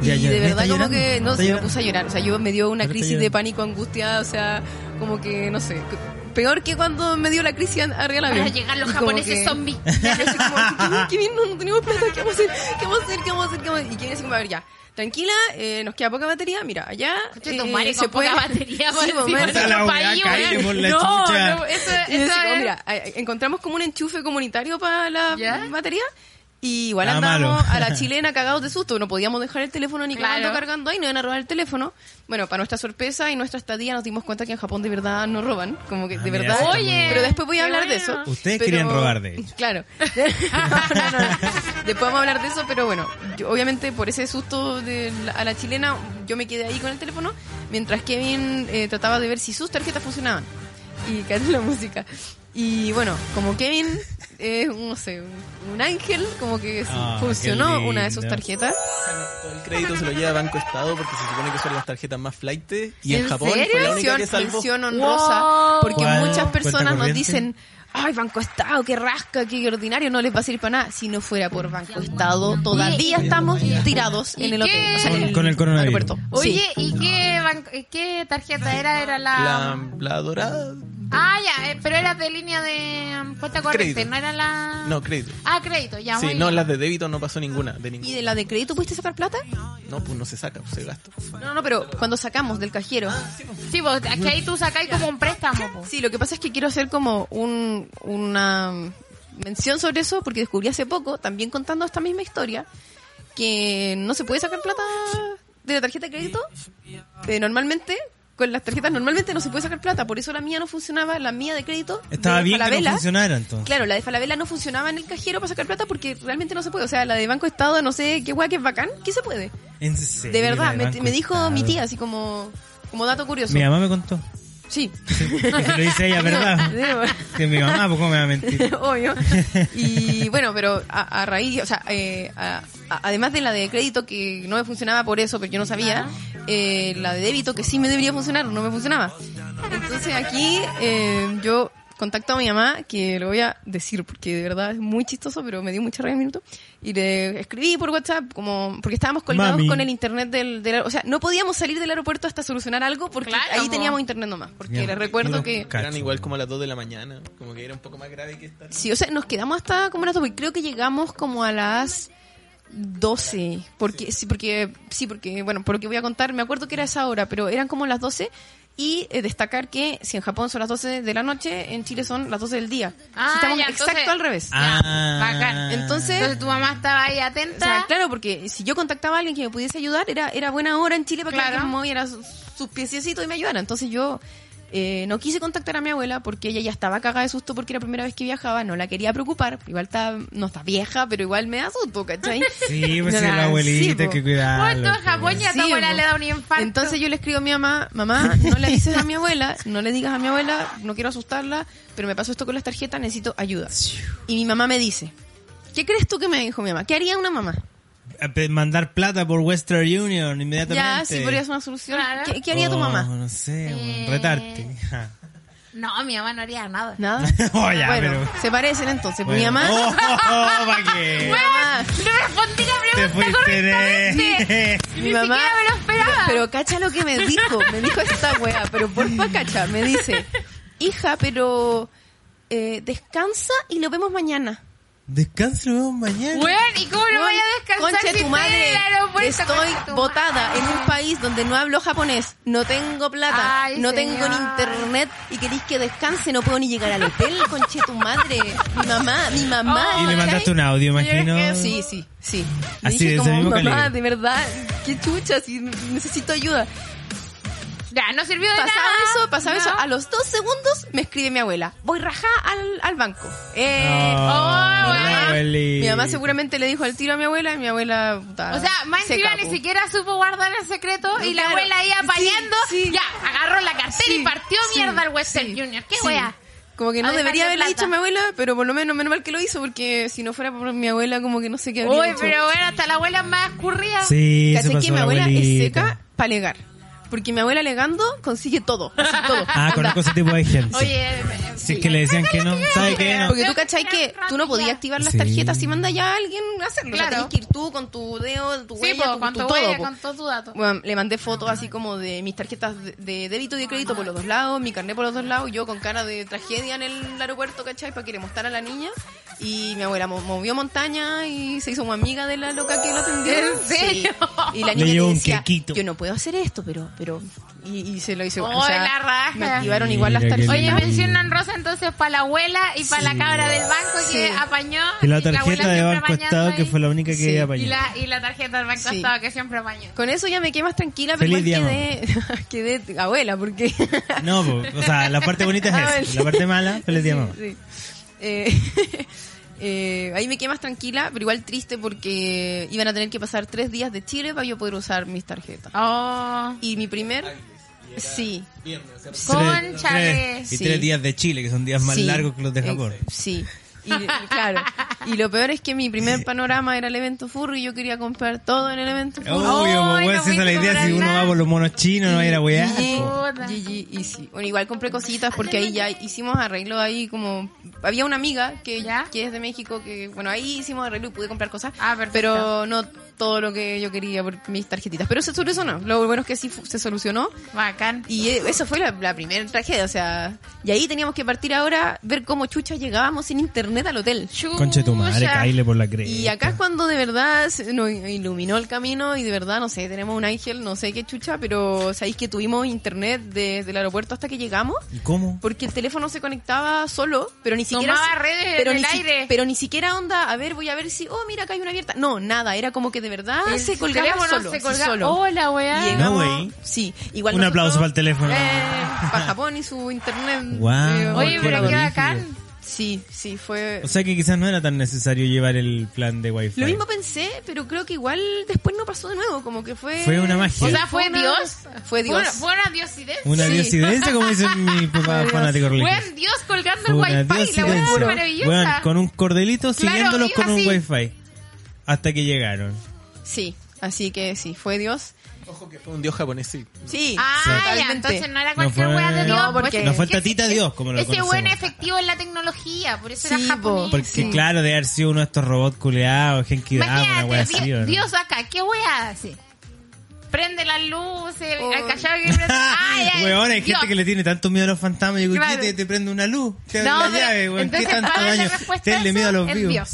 Speaker 1: Ya,
Speaker 4: Y
Speaker 1: ya,
Speaker 4: de
Speaker 1: ya
Speaker 4: verdad
Speaker 1: está
Speaker 4: como
Speaker 1: llorando,
Speaker 4: que no
Speaker 1: está
Speaker 4: sé, me
Speaker 1: llorando.
Speaker 4: puse a llorar, o sea, yo me dio
Speaker 1: Pero
Speaker 4: una
Speaker 1: está
Speaker 4: crisis de
Speaker 1: llorando.
Speaker 4: pánico angustiada, o sea, como que no sé, que- peor que cuando me dio la crisis an- arriba del
Speaker 3: Van
Speaker 4: avión.
Speaker 3: a llegar los
Speaker 4: Y como
Speaker 3: japoneses
Speaker 4: que-
Speaker 3: zombies.
Speaker 4: Claro, así como, qué bien, no, no tenemos plata, ¿qué vamos a hacer? ¿Qué vamos a hacer? ¿Qué vamos a hacer? ¿Qué vamos a hacer? Y Kevin así como, a ver, ya, tranquila, eh, nos queda poca batería, mira, allá
Speaker 3: Concha tu
Speaker 4: eh,
Speaker 3: madre, con poca batería,
Speaker 4: Sí, pues,
Speaker 3: por
Speaker 4: po,
Speaker 3: encima
Speaker 4: man.
Speaker 3: de
Speaker 1: Puta la
Speaker 3: otro
Speaker 1: weá,
Speaker 3: país,
Speaker 1: Kyle,
Speaker 3: weón.
Speaker 1: por la
Speaker 3: no,
Speaker 1: chucha.
Speaker 3: no, eso,
Speaker 4: Y yo
Speaker 3: eso
Speaker 4: así como,
Speaker 3: es-
Speaker 4: mira, eh, encontramos como un enchufe comunitario para la
Speaker 3: ¿Ya?
Speaker 4: batería y igual
Speaker 1: Nada
Speaker 4: andábamos
Speaker 1: malo.
Speaker 4: a la chilena cagados de susto, no podíamos dejar el teléfono ni
Speaker 3: Claro.
Speaker 4: cagando cargando ahí, nos iban a robar el teléfono. Bueno, para nuestra sorpresa y nuestra estadía nos dimos cuenta que en Japón de verdad no roban, como que
Speaker 1: Ah,
Speaker 4: de
Speaker 1: mira,
Speaker 4: verdad.
Speaker 1: eso está
Speaker 3: muy bien.
Speaker 4: pero después voy a
Speaker 3: Qué
Speaker 4: hablar de
Speaker 3: bueno.
Speaker 4: eso.
Speaker 1: Ustedes
Speaker 4: pero-
Speaker 1: querían robar, de hecho.
Speaker 4: Claro. No, no, no. Después vamos a hablar de eso, pero bueno, yo, obviamente por ese susto de la- a la chilena, yo me quedé ahí con el teléfono, mientras Kevin eh, trataba de ver si sus tarjetas funcionaban. Y cantó la música. Y bueno, como Kevin es, no sé, un, un ángel, como que sí,
Speaker 1: Ah,
Speaker 4: funcionó
Speaker 1: qué
Speaker 4: una de sus
Speaker 1: lindo.
Speaker 4: tarjetas.
Speaker 5: todo el crédito se lo lleva Banco Estado porque se supone que son las tarjetas más flight y en,
Speaker 3: ¿En
Speaker 5: Japón fue la
Speaker 4: Mención,
Speaker 5: única que salvó.
Speaker 4: mención
Speaker 3: Wow.
Speaker 4: honrosa, porque
Speaker 1: ¿Cuál?
Speaker 4: muchas personas
Speaker 1: ¿Cuenta
Speaker 4: nos
Speaker 1: corriente?
Speaker 4: dicen, ay, Banco Estado, qué rasca, qué ordinario, no les va a servir para nada. Si no fuera por Banco Estado, todavía estamos tirados en el
Speaker 3: ¿Y
Speaker 4: hotel.
Speaker 3: qué?
Speaker 4: o sea, en
Speaker 1: Con- con el coronavirus.
Speaker 4: aeropuerto.
Speaker 3: Oye,
Speaker 4: Sí.
Speaker 3: ¿y qué, banco- eh, qué tarjeta era? Era la...
Speaker 5: La, la dorada.
Speaker 3: Ah, ya, eh, pero era de línea de um, cuenta corriente,
Speaker 5: Crédito.
Speaker 3: no era la...
Speaker 5: No, crédito.
Speaker 3: Ah, crédito, ya,
Speaker 5: Sí,
Speaker 3: muy
Speaker 5: no,
Speaker 3: bien.
Speaker 5: las de débito no pasó ninguna, de
Speaker 4: ¿Y
Speaker 5: ninguna.
Speaker 4: de la de crédito pudiste sacar plata?
Speaker 5: No, pues no se saca, pues se gasta.
Speaker 4: No, no, pero cuando sacamos del cajero.
Speaker 3: Sí, vos, aquí ahí tú sacáis como un préstamo, po.
Speaker 4: Sí, lo que pasa es que quiero hacer como un, una mención sobre eso porque descubrí hace poco, también contando esta misma historia, que no se puede sacar plata de la tarjeta de crédito. Eh, normalmente, con las tarjetas normalmente no se puede sacar plata, por eso la mía no funcionaba, la mía de crédito. de
Speaker 1: Estaba bien que
Speaker 4: Falabella.
Speaker 1: no funcionara entonces.
Speaker 4: Claro, la de Falabella no funcionaba en el cajero para sacar plata porque realmente no se puede. O sea, la de Banco Estado, no sé qué guay, que es bacán, que se puede.
Speaker 1: En serio,
Speaker 4: de verdad,
Speaker 1: la
Speaker 4: me,
Speaker 1: Banco
Speaker 4: me dijo
Speaker 1: Estado.
Speaker 4: mi tía, así como, como dato curioso.
Speaker 1: Mi mamá me contó.
Speaker 4: Sí.
Speaker 1: Que se lo dice ella, ¿verdad?
Speaker 4: Sí,
Speaker 1: Que mi mamá, ¿por ¿cómo me va a mentir?
Speaker 4: obvio. Y bueno, pero a, a raíz, o sea, eh, a- a- además de la de crédito que no me funcionaba por eso, pero yo no sabía, eh, la de débito que sí me debería funcionar, no me funcionaba. Entonces aquí eh, yo contacto a mi mamá, que lo voy a decir porque de verdad es muy chistoso, pero me dio mucha rabia el minuto, y le escribí por WhatsApp, como porque estábamos colgados
Speaker 1: Mami.
Speaker 4: con el internet del, del... O sea, no podíamos salir del aeropuerto hasta solucionar algo porque
Speaker 3: Claro,
Speaker 4: ahí
Speaker 3: po.
Speaker 4: teníamos internet nomás, porque
Speaker 1: Ya.
Speaker 4: les recuerdo
Speaker 1: Puro
Speaker 4: que...
Speaker 1: Cacho.
Speaker 5: Eran igual como a las 2 de la mañana, como que era un poco más grave que esta.
Speaker 4: Sí, o sea, nos quedamos hasta como una tope. Creo que llegamos como a las 12. Porque, sí, porque, sí, porque, bueno, por lo que voy a contar, me acuerdo que era esa hora, pero eran como las 12. Y eh, destacar que si en Japón son las 12 de la noche, en Chile son las 12 del día.
Speaker 3: Ah,
Speaker 4: Sí, estamos
Speaker 3: ya,
Speaker 4: exacto
Speaker 3: entonces-
Speaker 4: al revés.
Speaker 3: Ya,
Speaker 1: Ah.
Speaker 3: bacán.
Speaker 4: Entonces-
Speaker 3: Entonces tu mamá estaba ahí
Speaker 4: O
Speaker 3: atenta.
Speaker 4: sea, claro, porque si yo contactaba a alguien que me pudiese ayudar, era, era buena hora en Chile para que
Speaker 3: Claro.
Speaker 4: alguien moviera sus, sus pieciecitos y me ayudara. Entonces yo Eh, no quise contactar a mi abuela porque ella ya estaba cagada de susto porque era la primera vez que viajaba, no la quería preocupar. Igual está, no está vieja, pero igual me da susto, ¿cachai?
Speaker 1: Sí, pues
Speaker 4: No,
Speaker 1: si la
Speaker 4: no, sí, pues.
Speaker 1: abuelita,
Speaker 4: po.
Speaker 1: hay que cuidarlo.
Speaker 5: Ah,
Speaker 1: pues.
Speaker 3: Cuando en Japón ya tu
Speaker 4: Sí,
Speaker 3: abuela
Speaker 4: po.
Speaker 3: le da un infarto.
Speaker 4: Entonces yo le escribo a mi mamá, mamá, no le dices a mi abuela, no le digas a mi abuela, no quiero asustarla, pero me pasó esto con las tarjetas, necesito ayuda. Y mi mamá me dice, ¿qué crees tú que me dijo mi mamá? ¿Qué haría una mamá?
Speaker 1: A pe- Mandar plata por Western Union inmediatamente.
Speaker 4: Ya, sí, podría ser una solución.
Speaker 3: Claro.
Speaker 4: ¿Qué, qué haría tu
Speaker 1: Oh,
Speaker 4: mamá?
Speaker 1: No sé,
Speaker 3: Eh.
Speaker 1: retarte. Ja.
Speaker 3: No, mi mamá no haría nada.
Speaker 4: Nada.
Speaker 1: Oh, ya,
Speaker 4: bueno,
Speaker 1: pero-
Speaker 4: se parecen entonces.
Speaker 1: Bueno.
Speaker 4: Mi mamá...
Speaker 1: Oh, oh, oh, ¿pa' qué?
Speaker 4: Ah,
Speaker 3: No respondí la
Speaker 1: Te
Speaker 3: pregunta
Speaker 1: fuiste
Speaker 3: correctamente.
Speaker 1: de...
Speaker 3: Ni siquiera me lo esperaba.
Speaker 4: Pero, pero cacha lo que me dijo, me dijo esta wea, pero porfa cacha, me dice, hija, pero eh, descansa y lo vemos mañana.
Speaker 1: Descanso, vemos mañana.
Speaker 3: Weón, ¿y cómo no voy a descansar
Speaker 4: Concha
Speaker 3: si
Speaker 4: tu
Speaker 3: estoy en
Speaker 4: madre,
Speaker 3: el aeropuerto?
Speaker 4: estoy
Speaker 3: Concha tu
Speaker 4: botada
Speaker 3: madre.
Speaker 4: en un país donde no hablo japonés, no tengo plata,
Speaker 3: Ay,
Speaker 4: no
Speaker 3: señor.
Speaker 4: tengo ni internet y queréis que descanse, no puedo ni llegar al hotel, conche tu madre, mi mamá, mi mamá.
Speaker 3: Oh.
Speaker 1: Y le
Speaker 4: ¿cachai?
Speaker 1: mandaste un audio, imagino.
Speaker 4: Sí, sí, sí. Le
Speaker 1: Así,
Speaker 4: dije
Speaker 1: de ese
Speaker 4: como,
Speaker 1: mismo
Speaker 4: mamá,
Speaker 1: calibre".
Speaker 4: de verdad, qué chucha, si necesito ayuda.
Speaker 3: Ya, no sirvió de
Speaker 4: Pasaba
Speaker 3: nada.
Speaker 4: eso, pasaba
Speaker 3: No.
Speaker 4: eso. Ah, A los dos segundos me escribe mi abuela. Voy rajá al, al banco. Eh,
Speaker 1: Ah,
Speaker 3: oh,
Speaker 1: Oh, la
Speaker 3: bueno.
Speaker 1: abuelita.
Speaker 4: Mi mamá seguramente le dijo al tiro a mi abuela y mi abuela. puta,
Speaker 3: O sea, más
Speaker 4: se
Speaker 3: encima
Speaker 4: capó.
Speaker 3: ni siquiera supo guardar el secreto y la
Speaker 4: Claro.
Speaker 3: abuela ahí
Speaker 4: Sí,
Speaker 3: apañando.
Speaker 4: sí.
Speaker 3: Ya, agarró la cartera
Speaker 4: Sí,
Speaker 3: y partió
Speaker 4: sí,
Speaker 3: mierda al Western
Speaker 4: sí,
Speaker 3: Junior. ¿Qué
Speaker 4: sí.
Speaker 3: wea?
Speaker 4: Como que no
Speaker 3: A ver,
Speaker 4: debería
Speaker 3: dale
Speaker 4: haberle
Speaker 3: plata.
Speaker 4: dicho a mi abuela, pero por lo menos, menos mal que lo hizo, porque si no fuera por mi abuela, como que no sé qué habría
Speaker 3: Uy,
Speaker 4: hecho.
Speaker 3: pero bueno, hasta la abuela más currida.
Speaker 1: Sí, se
Speaker 4: Caché
Speaker 1: pasó
Speaker 4: que mi
Speaker 1: la
Speaker 4: abuela es
Speaker 1: abuelita.
Speaker 4: seca para legar. Porque mi abuela legando consigue todo, así todo.
Speaker 1: Ah, conozco ese tipo de gente.
Speaker 3: Oye, eh,
Speaker 1: Si es que le decían que no, ¿sabe qué? No.
Speaker 4: Porque tú cachai que tú no podías activar las
Speaker 1: Sí.
Speaker 4: tarjetas si manda ya a alguien a hacerlo.
Speaker 3: Claro.
Speaker 4: O sea, tenés que ir tú con tu dedo, tu
Speaker 3: sí,
Speaker 4: huella,
Speaker 3: po,
Speaker 4: tu-
Speaker 3: con
Speaker 4: tu
Speaker 3: tu
Speaker 4: todo.
Speaker 3: huella,
Speaker 4: po.
Speaker 3: con todo tu dato.
Speaker 4: Bueno, le mandé fotos así como de mis tarjetas de, de débito y de crédito por los dos lados, mi carnet por los dos lados, yo con cara de tragedia en el aeropuerto, ¿cachai? Para que le mostrara a la niña. Y mi abuela mo- movió montaña y se hizo muy amiga de la loca que lo atendió.
Speaker 3: ¿En serio?
Speaker 4: Sí. Y
Speaker 1: Le
Speaker 4: la niña
Speaker 1: llevó
Speaker 4: le
Speaker 1: un
Speaker 4: decía,
Speaker 1: quequito.
Speaker 4: yo no puedo hacer esto, pero... pero y, y se lo hizo. igual.
Speaker 3: ¡Oh, la raja!
Speaker 4: Me activaron igual las
Speaker 1: Mira qué
Speaker 4: tarjetas.
Speaker 3: Oye,
Speaker 1: Sí.
Speaker 3: mencionan Rosa entonces para la abuela y para la
Speaker 1: Sí.
Speaker 3: cabra del banco que
Speaker 4: Sí.
Speaker 3: apañó.
Speaker 1: Y la
Speaker 3: abuela
Speaker 1: tarjeta de
Speaker 3: siempre
Speaker 1: Banco
Speaker 3: apañando
Speaker 1: Estado,
Speaker 3: ahí.
Speaker 1: que fue la única que
Speaker 4: Sí. Y
Speaker 1: apañó.
Speaker 3: Y la, y la tarjeta del Banco
Speaker 4: Sí.
Speaker 3: Estado que siempre apañó.
Speaker 4: Con eso ya me quedé más tranquila, pero
Speaker 1: Feliz
Speaker 4: igual
Speaker 1: día,
Speaker 4: quedé, quedé abuela, porque...
Speaker 1: No, po, o sea, la parte bonita
Speaker 4: Ah,
Speaker 1: es
Speaker 4: bueno.
Speaker 1: esa. La parte mala, pues, feliz día,
Speaker 4: Sí,
Speaker 1: mamá.
Speaker 4: sí. Eh, eh, ahí me quedé más tranquila, pero igual triste porque iban a tener que pasar tres días de Chile para yo poder usar mis tarjetas.
Speaker 3: Oh,
Speaker 4: Y mi primer... Sí,
Speaker 3: Cónchale.
Speaker 1: Y
Speaker 4: Sí.
Speaker 1: tres días de Chile, que son días más
Speaker 4: sí.
Speaker 1: largos que los de
Speaker 4: Eh,
Speaker 1: Japón.
Speaker 4: sí. Y, eh, claro. Y lo peor es que mi primer panorama era el evento furry y yo quería comprar todo en el evento furry.
Speaker 1: Obvio,
Speaker 3: Ay,
Speaker 1: pues,
Speaker 3: no
Speaker 1: weón, si esa es la
Speaker 3: fuiste
Speaker 1: idea, si
Speaker 3: con
Speaker 1: uno
Speaker 3: nada.
Speaker 1: va por los monos chinos, no va a ir a weá.
Speaker 4: Gigi,
Speaker 1: po.
Speaker 3: Puta.
Speaker 4: Gigi, y sí. Bueno, igual compré cositas porque ahí ya hicimos arreglo ahí como... Había una amiga que,
Speaker 3: ¿Ya?
Speaker 4: que es de México que, bueno, ahí hicimos arreglo y pude comprar cosas.
Speaker 3: Ah, perfecto.
Speaker 4: Pero no todo lo que yo quería por mis tarjetitas. Pero se solucionó. Lo bueno es que sí fu- se solucionó.
Speaker 3: bacán.
Speaker 4: Y eh, eso fue la, la primera tragedia, o sea... Y ahí teníamos que partir ahora, ver cómo chuchas llegábamos sin internet al hotel.
Speaker 1: Conche tu madre,
Speaker 3: Chucha.
Speaker 1: caíle por la cresta.
Speaker 4: Y acá es cuando de verdad se nos iluminó el camino y de verdad, no sé, tenemos un ángel, no sé qué chucha, pero sabéis que tuvimos internet desde el aeropuerto hasta que llegamos.
Speaker 1: ¿Cómo?
Speaker 4: Porque el teléfono se conectaba solo, pero ni siquiera...
Speaker 3: Tomaba redes
Speaker 4: pero
Speaker 3: del
Speaker 4: ni si-
Speaker 3: aire.
Speaker 4: Pero ni siquiera onda, a ver, voy a ver si... Oh, mira, acá hay una abierta. No, nada, era como que de verdad
Speaker 3: El
Speaker 4: Ah, se colgaba
Speaker 3: teléfono
Speaker 4: solo.
Speaker 3: se
Speaker 4: sí,
Speaker 3: colgaba.
Speaker 4: solo.
Speaker 3: Hola, weá.
Speaker 4: Y llegamos-
Speaker 1: No, güey.
Speaker 4: sí, igual
Speaker 1: Un
Speaker 4: nosotros-
Speaker 1: aplauso para el teléfono.
Speaker 4: Eh, para Japón y su internet.
Speaker 1: Guau,
Speaker 4: eh,
Speaker 3: Oye,
Speaker 1: qué
Speaker 3: pero qué
Speaker 1: brígido.
Speaker 3: bacán.
Speaker 4: Sí, sí, fue...
Speaker 1: O sea que quizás no era tan necesario llevar el plan de Wi-Fi.
Speaker 4: Lo mismo pensé, pero creo que igual después no pasó de nuevo, como que fue...
Speaker 1: Fue una magia.
Speaker 3: O sea, fue
Speaker 4: una-
Speaker 3: Dios.
Speaker 4: Fue Dios.
Speaker 3: Fue- Fue una diosidencia.
Speaker 1: Una
Speaker 4: Sí.
Speaker 1: diosidencia, como dice mi papá
Speaker 4: Dios.
Speaker 1: fanático religioso.
Speaker 3: Buen Dios colgando el
Speaker 1: Una
Speaker 3: wifi. La weá
Speaker 1: diosidencia.
Speaker 3: maravillosa.
Speaker 1: Weón, con un cordelito
Speaker 3: Claro,
Speaker 1: siguiéndolos
Speaker 3: iba
Speaker 1: con un
Speaker 3: así.
Speaker 1: wifi. Hasta que llegaron.
Speaker 4: Sí, así que sí, fue Dios.
Speaker 5: Ojo que fue un dios japonés, sí.
Speaker 4: Sí,
Speaker 3: Ah, ya,
Speaker 4: totalmente.
Speaker 3: entonces no era cualquier
Speaker 1: No fue-
Speaker 3: weá de Dios. pues.
Speaker 4: No, porque-
Speaker 1: No fue
Speaker 3: que ese-
Speaker 1: tatita Dios, como lo
Speaker 3: Ese buen
Speaker 1: conocemos.
Speaker 3: efectivo en la tecnología, por eso
Speaker 4: Sí,
Speaker 3: era
Speaker 4: po.
Speaker 3: japonés.
Speaker 1: Porque
Speaker 4: Sí.
Speaker 1: claro, de haber sido uno de estos robots culeados, Genkidama, ah, una wea
Speaker 3: Imagínate,
Speaker 1: así.
Speaker 3: Di-
Speaker 1: ¿o no?
Speaker 3: Dios acá, ¿qué weá hace? Prende las luces,
Speaker 4: Oh.
Speaker 3: al callado que prende- Ay, ay,
Speaker 1: Weón, hay
Speaker 3: Dios.
Speaker 1: gente que le tiene tanto miedo a los fantasmas. Yo digo,
Speaker 3: Claro.
Speaker 1: ¿qué te, te prende una luz? Te abre
Speaker 3: No,
Speaker 1: la
Speaker 3: pero-
Speaker 1: llave, weón. ¿Qué
Speaker 3: entonces,
Speaker 1: tanto
Speaker 3: para la
Speaker 1: daño?
Speaker 3: respuesta a
Speaker 1: Tenle miedo a
Speaker 3: eso
Speaker 1: los
Speaker 3: es
Speaker 1: vivos.
Speaker 3: Dios.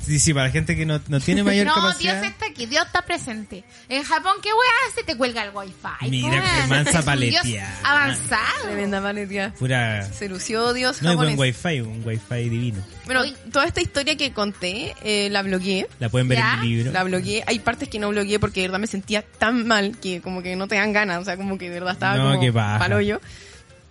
Speaker 1: Sí, sí, para la gente que no, no tiene mayor
Speaker 3: No,
Speaker 1: capacidad.
Speaker 3: Dios está aquí, Dios está presente. En Japón, ¿qué weá hace? Te cuelga el wifi.
Speaker 1: Mira,
Speaker 3: weón.
Speaker 1: qué mansa
Speaker 3: Es un Dios
Speaker 1: paleteada.
Speaker 3: Avanzado.
Speaker 4: Tremenda manetía.
Speaker 1: Pura...
Speaker 4: Se lució Dios
Speaker 1: No hay
Speaker 4: japonés.
Speaker 1: buen wifi, un wifi divino.
Speaker 4: bueno, toda esta historia que conté, eh, la bloqueé.
Speaker 1: La pueden ver
Speaker 3: ¿Ya?
Speaker 1: en mi libro.
Speaker 4: La bloqueé. Hay partes que no bloqueé porque de verdad me sentía tan mal que como que no te dan ganas. O sea, como que de verdad estaba
Speaker 1: No,
Speaker 4: como
Speaker 1: qué paja.
Speaker 4: pa'l hoyo.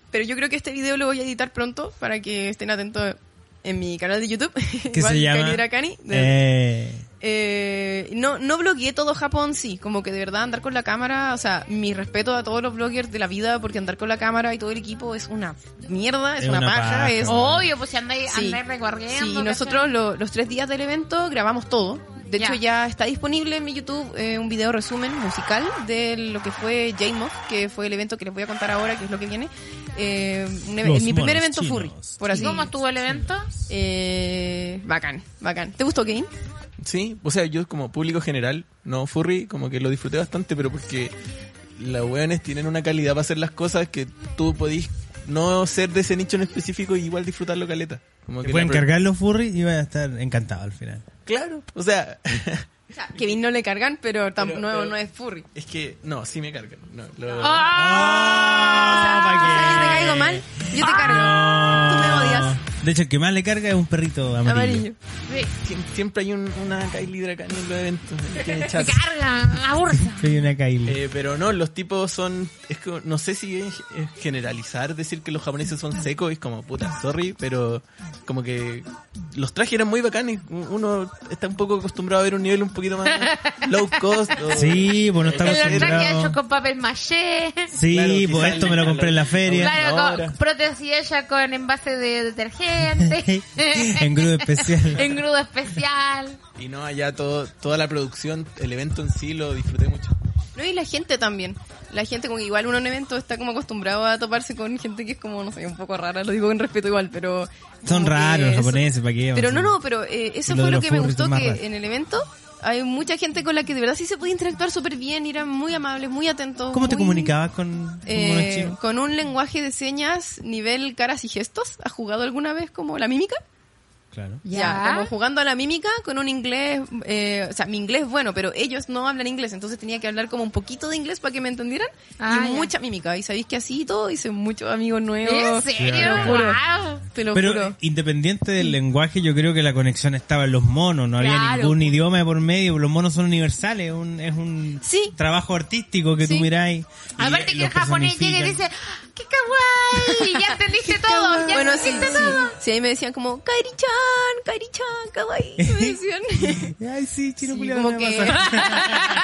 Speaker 4: Pero yo creo que este video lo voy a editar pronto para que estén atentos en mi canal de YouTube.
Speaker 1: ¿Qué se llama?
Speaker 4: Kylie Dracani. De-
Speaker 1: Eh,
Speaker 4: Eh, no, no blogueé todo Japón, sí. Como que de verdad andar con la cámara, o sea, mi respeto a todos los bloggers de la vida, porque andar con la cámara y todo el equipo es una mierda, es,
Speaker 1: Es
Speaker 4: una,
Speaker 1: una
Speaker 4: paja,
Speaker 1: paja.
Speaker 4: es...
Speaker 3: Obvio, pues si andáis,
Speaker 4: Sí.
Speaker 3: andáis recorriendo.
Speaker 4: Sí,
Speaker 3: ¿cachai?
Speaker 4: nosotros lo- los tres días del evento grabamos todo. De
Speaker 3: Ya.
Speaker 4: hecho, ya está disponible en mi YouTube eh, un video resumen musical de lo que fue JMOC, que fue el evento que les voy a contar ahora, que es lo que viene. Eh, un eve-
Speaker 1: Los
Speaker 4: mi primer
Speaker 1: monos
Speaker 4: evento
Speaker 1: chinos.
Speaker 4: furry, por
Speaker 3: ¿Y
Speaker 4: así
Speaker 3: cómo estuvo el evento?
Speaker 4: Eh, Bacán, bacán. ¿Te gustó, Game?
Speaker 5: Sí, o sea, yo como público general, no furry, como que lo disfruté bastante, pero porque los weones tienen una calidad para hacer las cosas que tú podís no ser de ese nicho en específico y igual disfrutarlo caleta. Como
Speaker 1: te
Speaker 5: que
Speaker 1: pueden
Speaker 5: la pro-
Speaker 1: cargar los furry y vas a estar encantado al final.
Speaker 5: Claro, o sea,
Speaker 4: Kevin no le cargan, pero, tam-
Speaker 5: Pero-
Speaker 4: no,
Speaker 5: pero-
Speaker 4: no es furry.
Speaker 5: es que no, sí me cargan. No, lo-
Speaker 3: Ah.
Speaker 4: Yo te
Speaker 1: Ah,
Speaker 4: caigo mal, yo te cargo. Tú me odias.
Speaker 1: De hecho, el que más le carga es un perrito amarillo.
Speaker 4: Amarillo.
Speaker 5: siem- siempre hay un- una Kylie Dracani en los eventos. que
Speaker 3: Me
Speaker 5: echarse.
Speaker 3: carga, abursa.
Speaker 1: Soy una Kylie.
Speaker 5: Eh, pero no, los tipos son. Es que, no sé si es, es generalizar decir que los japoneses son secos, es como puta, sorry, pero como que los trajes eran muy bacanes. u- Uno está un poco acostumbrado a ver un nivel un poquito más low cost. o- Eh,
Speaker 1: sí, bueno, estaba
Speaker 3: El otro día
Speaker 1: acostumbrado.
Speaker 3: hecho con papel maché.
Speaker 1: Sí,
Speaker 5: Claro,
Speaker 1: pues
Speaker 5: quizá
Speaker 1: esto
Speaker 5: el-
Speaker 1: me lo compré en la feria.
Speaker 3: Claro,
Speaker 5: ahora.
Speaker 3: con prótesis ella con envase de detergente.
Speaker 1: en grupo especial.
Speaker 3: Engrudo especial.
Speaker 5: Y no, allá todo, toda la producción, el evento en sí lo disfruté mucho.
Speaker 4: No, y la gente también. La gente, como que igual uno en evento está como acostumbrado a toparse con gente que es como, no sé, un poco rara, lo digo con respeto igual, pero... como
Speaker 1: Son
Speaker 4: que
Speaker 1: raros los
Speaker 4: eso-
Speaker 1: japoneses, ¿para qué?
Speaker 4: Pero no, no, pero eh, eso
Speaker 1: Y lo de
Speaker 4: fue lo
Speaker 1: los
Speaker 4: que me
Speaker 1: furries
Speaker 4: gustó,
Speaker 1: es más
Speaker 4: que
Speaker 1: raro.
Speaker 4: en el evento hay mucha gente con la que de verdad sí se podía interactuar súper bien, y eran muy amables, muy atentos.
Speaker 1: ¿Cómo te
Speaker 4: muy-
Speaker 1: comunicabas con, con
Speaker 4: eh,
Speaker 1: monos chinos?
Speaker 4: con un lenguaje de señas, nivel caras y gestos. ¿Has jugado alguna vez como la mímica?
Speaker 1: Claro.
Speaker 4: Ya, como jugando a la mímica con un inglés, eh, o sea, mi inglés es bueno, pero ellos no hablan inglés, entonces tenía que hablar como un poquito de inglés para que me entendieran
Speaker 3: Ah,
Speaker 4: y
Speaker 3: ya.
Speaker 4: mucha mímica. Y sabéis que así y todo hice muchos amigos
Speaker 3: ¿En
Speaker 4: nuevos.
Speaker 3: serio?
Speaker 1: Claro.
Speaker 3: ¡Wow!
Speaker 4: Te lo
Speaker 1: Pero eh,
Speaker 4: juro.
Speaker 1: independiente del lenguaje, yo creo que la conexión estaba en los monos, no había
Speaker 3: Claro.
Speaker 1: ningún idioma de por medio, los monos son universales, un- es un
Speaker 4: Sí.
Speaker 1: trabajo artístico que
Speaker 4: Sí.
Speaker 1: tú miráis. y
Speaker 3: Aparte que
Speaker 1: lo
Speaker 3: el japonés llega y
Speaker 1: personifican.
Speaker 3: dice, ¡qué kawaii! Ya entendiste todo, ya
Speaker 4: bueno, sí,
Speaker 3: entendiste
Speaker 4: sí.
Speaker 3: todo.
Speaker 4: Sí, ahí me decían como, Kairi-chan, Kairi-chan, kawaii, me decían.
Speaker 1: Ay, sí, chino
Speaker 4: Sí,
Speaker 1: culiao,
Speaker 4: como
Speaker 1: me
Speaker 4: que-
Speaker 1: pasa.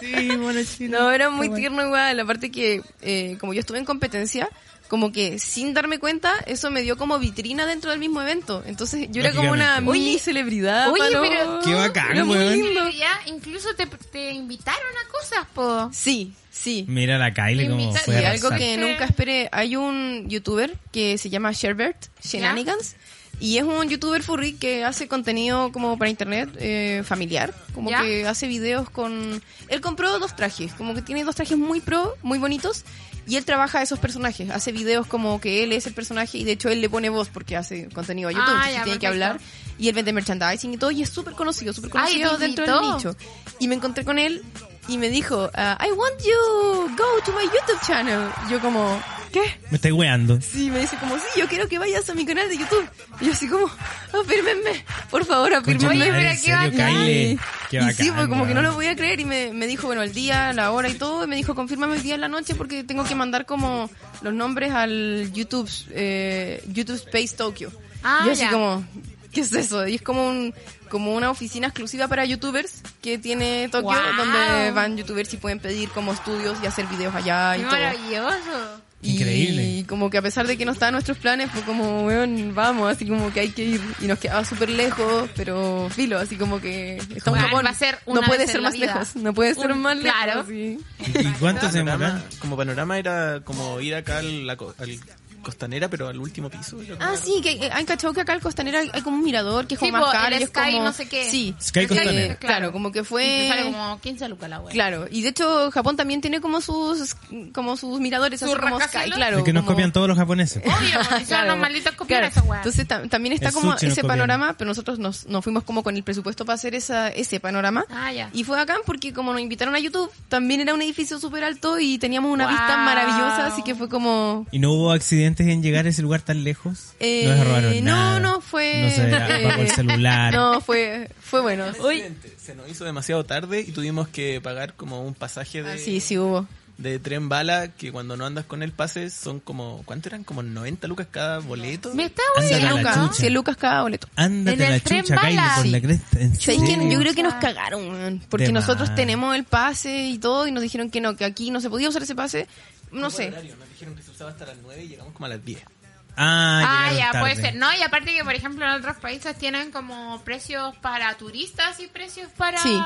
Speaker 1: sí, mono chino.
Speaker 4: No, era muy tierno igual. Aparte que, eh, como yo estuve en competencia, como que sin darme cuenta, eso me dio como vitrina dentro del mismo evento. Entonces yo era como una
Speaker 1: Lógicamente.
Speaker 4: mini celebridad.
Speaker 3: Oye,
Speaker 4: palo.
Speaker 3: pero-
Speaker 1: Qué bacán,
Speaker 4: Era muy
Speaker 1: weón.
Speaker 4: lindo.
Speaker 3: Ya incluso te, te invitaron a cosas, po.
Speaker 4: Sí, sí.
Speaker 1: Mira la Kylie como
Speaker 3: Invita-
Speaker 1: fue
Speaker 3: y
Speaker 4: Y
Speaker 1: a
Speaker 4: algo
Speaker 1: arrasar.
Speaker 4: que nunca esperé. Hay un youtuber que se llama Sherbert Shenanigans. Y es un youtuber furry que hace contenido como para internet eh, familiar. Como
Speaker 3: ¿Ya?
Speaker 4: que hace videos con... Él compró dos trajes. Como que tiene dos trajes muy pro, muy bonitos. Y él trabaja esos personajes. Hace videos como que él es el personaje. Y de hecho él le pone voz porque hace contenido a YouTube.
Speaker 3: Ah,
Speaker 4: entonces
Speaker 3: ya,
Speaker 4: tiene que
Speaker 3: perfecto.
Speaker 4: hablar. Y él vende merchandising y todo. Y es súper conocido, súper
Speaker 3: Ay,
Speaker 4: conocido
Speaker 3: te
Speaker 4: dentro del
Speaker 3: invitó.
Speaker 4: nicho. Y me encontré con él y me dijo, ah, I want you, go to my YouTube channel. Y yo como, ¿qué?
Speaker 1: Me estoy weando.
Speaker 4: Sí, me dice como, sí, yo quiero que vayas a mi canal de YouTube. Y yo así como, afírmenme, por favor,
Speaker 1: Concha
Speaker 4: afírmenme.
Speaker 1: tu madre,
Speaker 3: mira
Speaker 1: en
Speaker 3: qué
Speaker 1: serio,
Speaker 3: bacán.
Speaker 1: Kylie. Qué
Speaker 4: Y sí,
Speaker 1: bacán,
Speaker 4: pues como que no
Speaker 1: weón.
Speaker 4: lo podía creer y me, me dijo, bueno, el día, la hora y todo, y me dijo, confírmame el día en la noche porque tengo que mandar como los nombres al YouTube, eh, YouTube Space Tokyo.
Speaker 3: Ah,
Speaker 4: yo así
Speaker 3: ya.
Speaker 4: como, ¿qué es eso? Y es como un como una oficina exclusiva para youtubers que tiene Tokio,
Speaker 3: Guau.
Speaker 4: donde van youtubers y pueden pedir como estudios y hacer videos allá y
Speaker 3: Qué
Speaker 4: todo.
Speaker 3: maravilloso.
Speaker 1: Increíble.
Speaker 4: Y como que a pesar de que no estaban nuestros planes, fue como, weón, vamos, así como que hay que ir. Y nos quedaba súper lejos, pero filo, así como que estamos en
Speaker 3: Weón,
Speaker 4: Japón.
Speaker 3: va a ser
Speaker 4: no
Speaker 3: una
Speaker 4: puede
Speaker 3: vez en
Speaker 4: ser
Speaker 3: la
Speaker 4: más
Speaker 3: vida.
Speaker 4: lejos, no puede ser
Speaker 3: Un-
Speaker 4: más lejos.
Speaker 3: claro.
Speaker 4: sí.
Speaker 1: ¿Y y cuánto se
Speaker 5: Panorama,
Speaker 1: demora?
Speaker 5: como panorama era como ir acá al, la co- al costanera, pero al último piso. era como-
Speaker 4: Ah, sí, que eh, han cachado que acá al costanera hay, hay como un mirador que es como
Speaker 3: Tipo,
Speaker 4: más caro.
Speaker 3: el
Speaker 4: y es
Speaker 3: Sky
Speaker 4: como-
Speaker 3: no sé qué.
Speaker 4: Sí.
Speaker 1: Sky
Speaker 4: Eh,
Speaker 1: Costanera.
Speaker 4: Claro, como que
Speaker 3: Y te
Speaker 4: fue...
Speaker 3: sale como 15 lucas la wea.
Speaker 4: Claro, y de hecho Japón también tiene como sus como sus miradores,
Speaker 3: Sus
Speaker 4: así como Sky,
Speaker 3: rascacielos.
Speaker 4: claro.
Speaker 1: El que nos
Speaker 4: como-
Speaker 1: copian todos los japoneses.
Speaker 3: Obvio, porque son
Speaker 4: Claro,
Speaker 3: los malditos copiar
Speaker 4: claro.
Speaker 3: esa wea.
Speaker 4: Entonces ta- también está
Speaker 1: El
Speaker 4: como
Speaker 1: sushi no
Speaker 4: ese
Speaker 1: copiaron.
Speaker 4: panorama, pero nosotros nos, nos fuimos como con el presupuesto para hacer esa, ese panorama.
Speaker 3: Ah, ya.
Speaker 4: Y fue acá porque como nos invitaron a YouTube, también era un edificio súper alto y teníamos una
Speaker 3: Wow.
Speaker 4: vista maravillosa, así que fue como...
Speaker 1: ¿Y no hubo accidentes en llegar a ese lugar tan lejos?
Speaker 4: eh,
Speaker 1: no les robaron
Speaker 4: no,
Speaker 1: nada.
Speaker 4: no, fue...
Speaker 1: No se apagó el
Speaker 4: eh,
Speaker 1: celular.
Speaker 4: No, fue, fue bueno.
Speaker 5: Accidente. Se nos hizo demasiado tarde y tuvimos que pagar como un pasaje de...
Speaker 4: Ah, sí, sí hubo.
Speaker 5: de tren bala que cuando no andas con el pase son como, ¿cuánto eran? Como 90 lucas cada boleto.
Speaker 3: Me está
Speaker 1: Anda
Speaker 3: bueno.
Speaker 1: la
Speaker 4: lucas,
Speaker 1: chucha.
Speaker 4: 100 lucas cada boleto.
Speaker 1: Ándate
Speaker 3: En el
Speaker 1: la
Speaker 3: tren
Speaker 1: chucha, Kylie,
Speaker 3: bala.
Speaker 1: por la cresta. ¿En
Speaker 4: ¿Sabes
Speaker 1: serio?
Speaker 4: quién? Yo creo que nos cagaron, weón, porque
Speaker 1: De
Speaker 4: nosotros
Speaker 1: más.
Speaker 4: tenemos el pase y todo y nos dijeron que no, que aquí no se podía usar ese pase. No sé.
Speaker 5: Nos dijeron que se usaba hasta las 9 y llegamos como a las 10.
Speaker 1: Ah,
Speaker 3: Ah,
Speaker 1: llegaron
Speaker 3: ya, puede
Speaker 1: tarde.
Speaker 3: ser. No, y aparte que, por ejemplo, en otros países tienen como precios para turistas y precios para,
Speaker 4: Sí.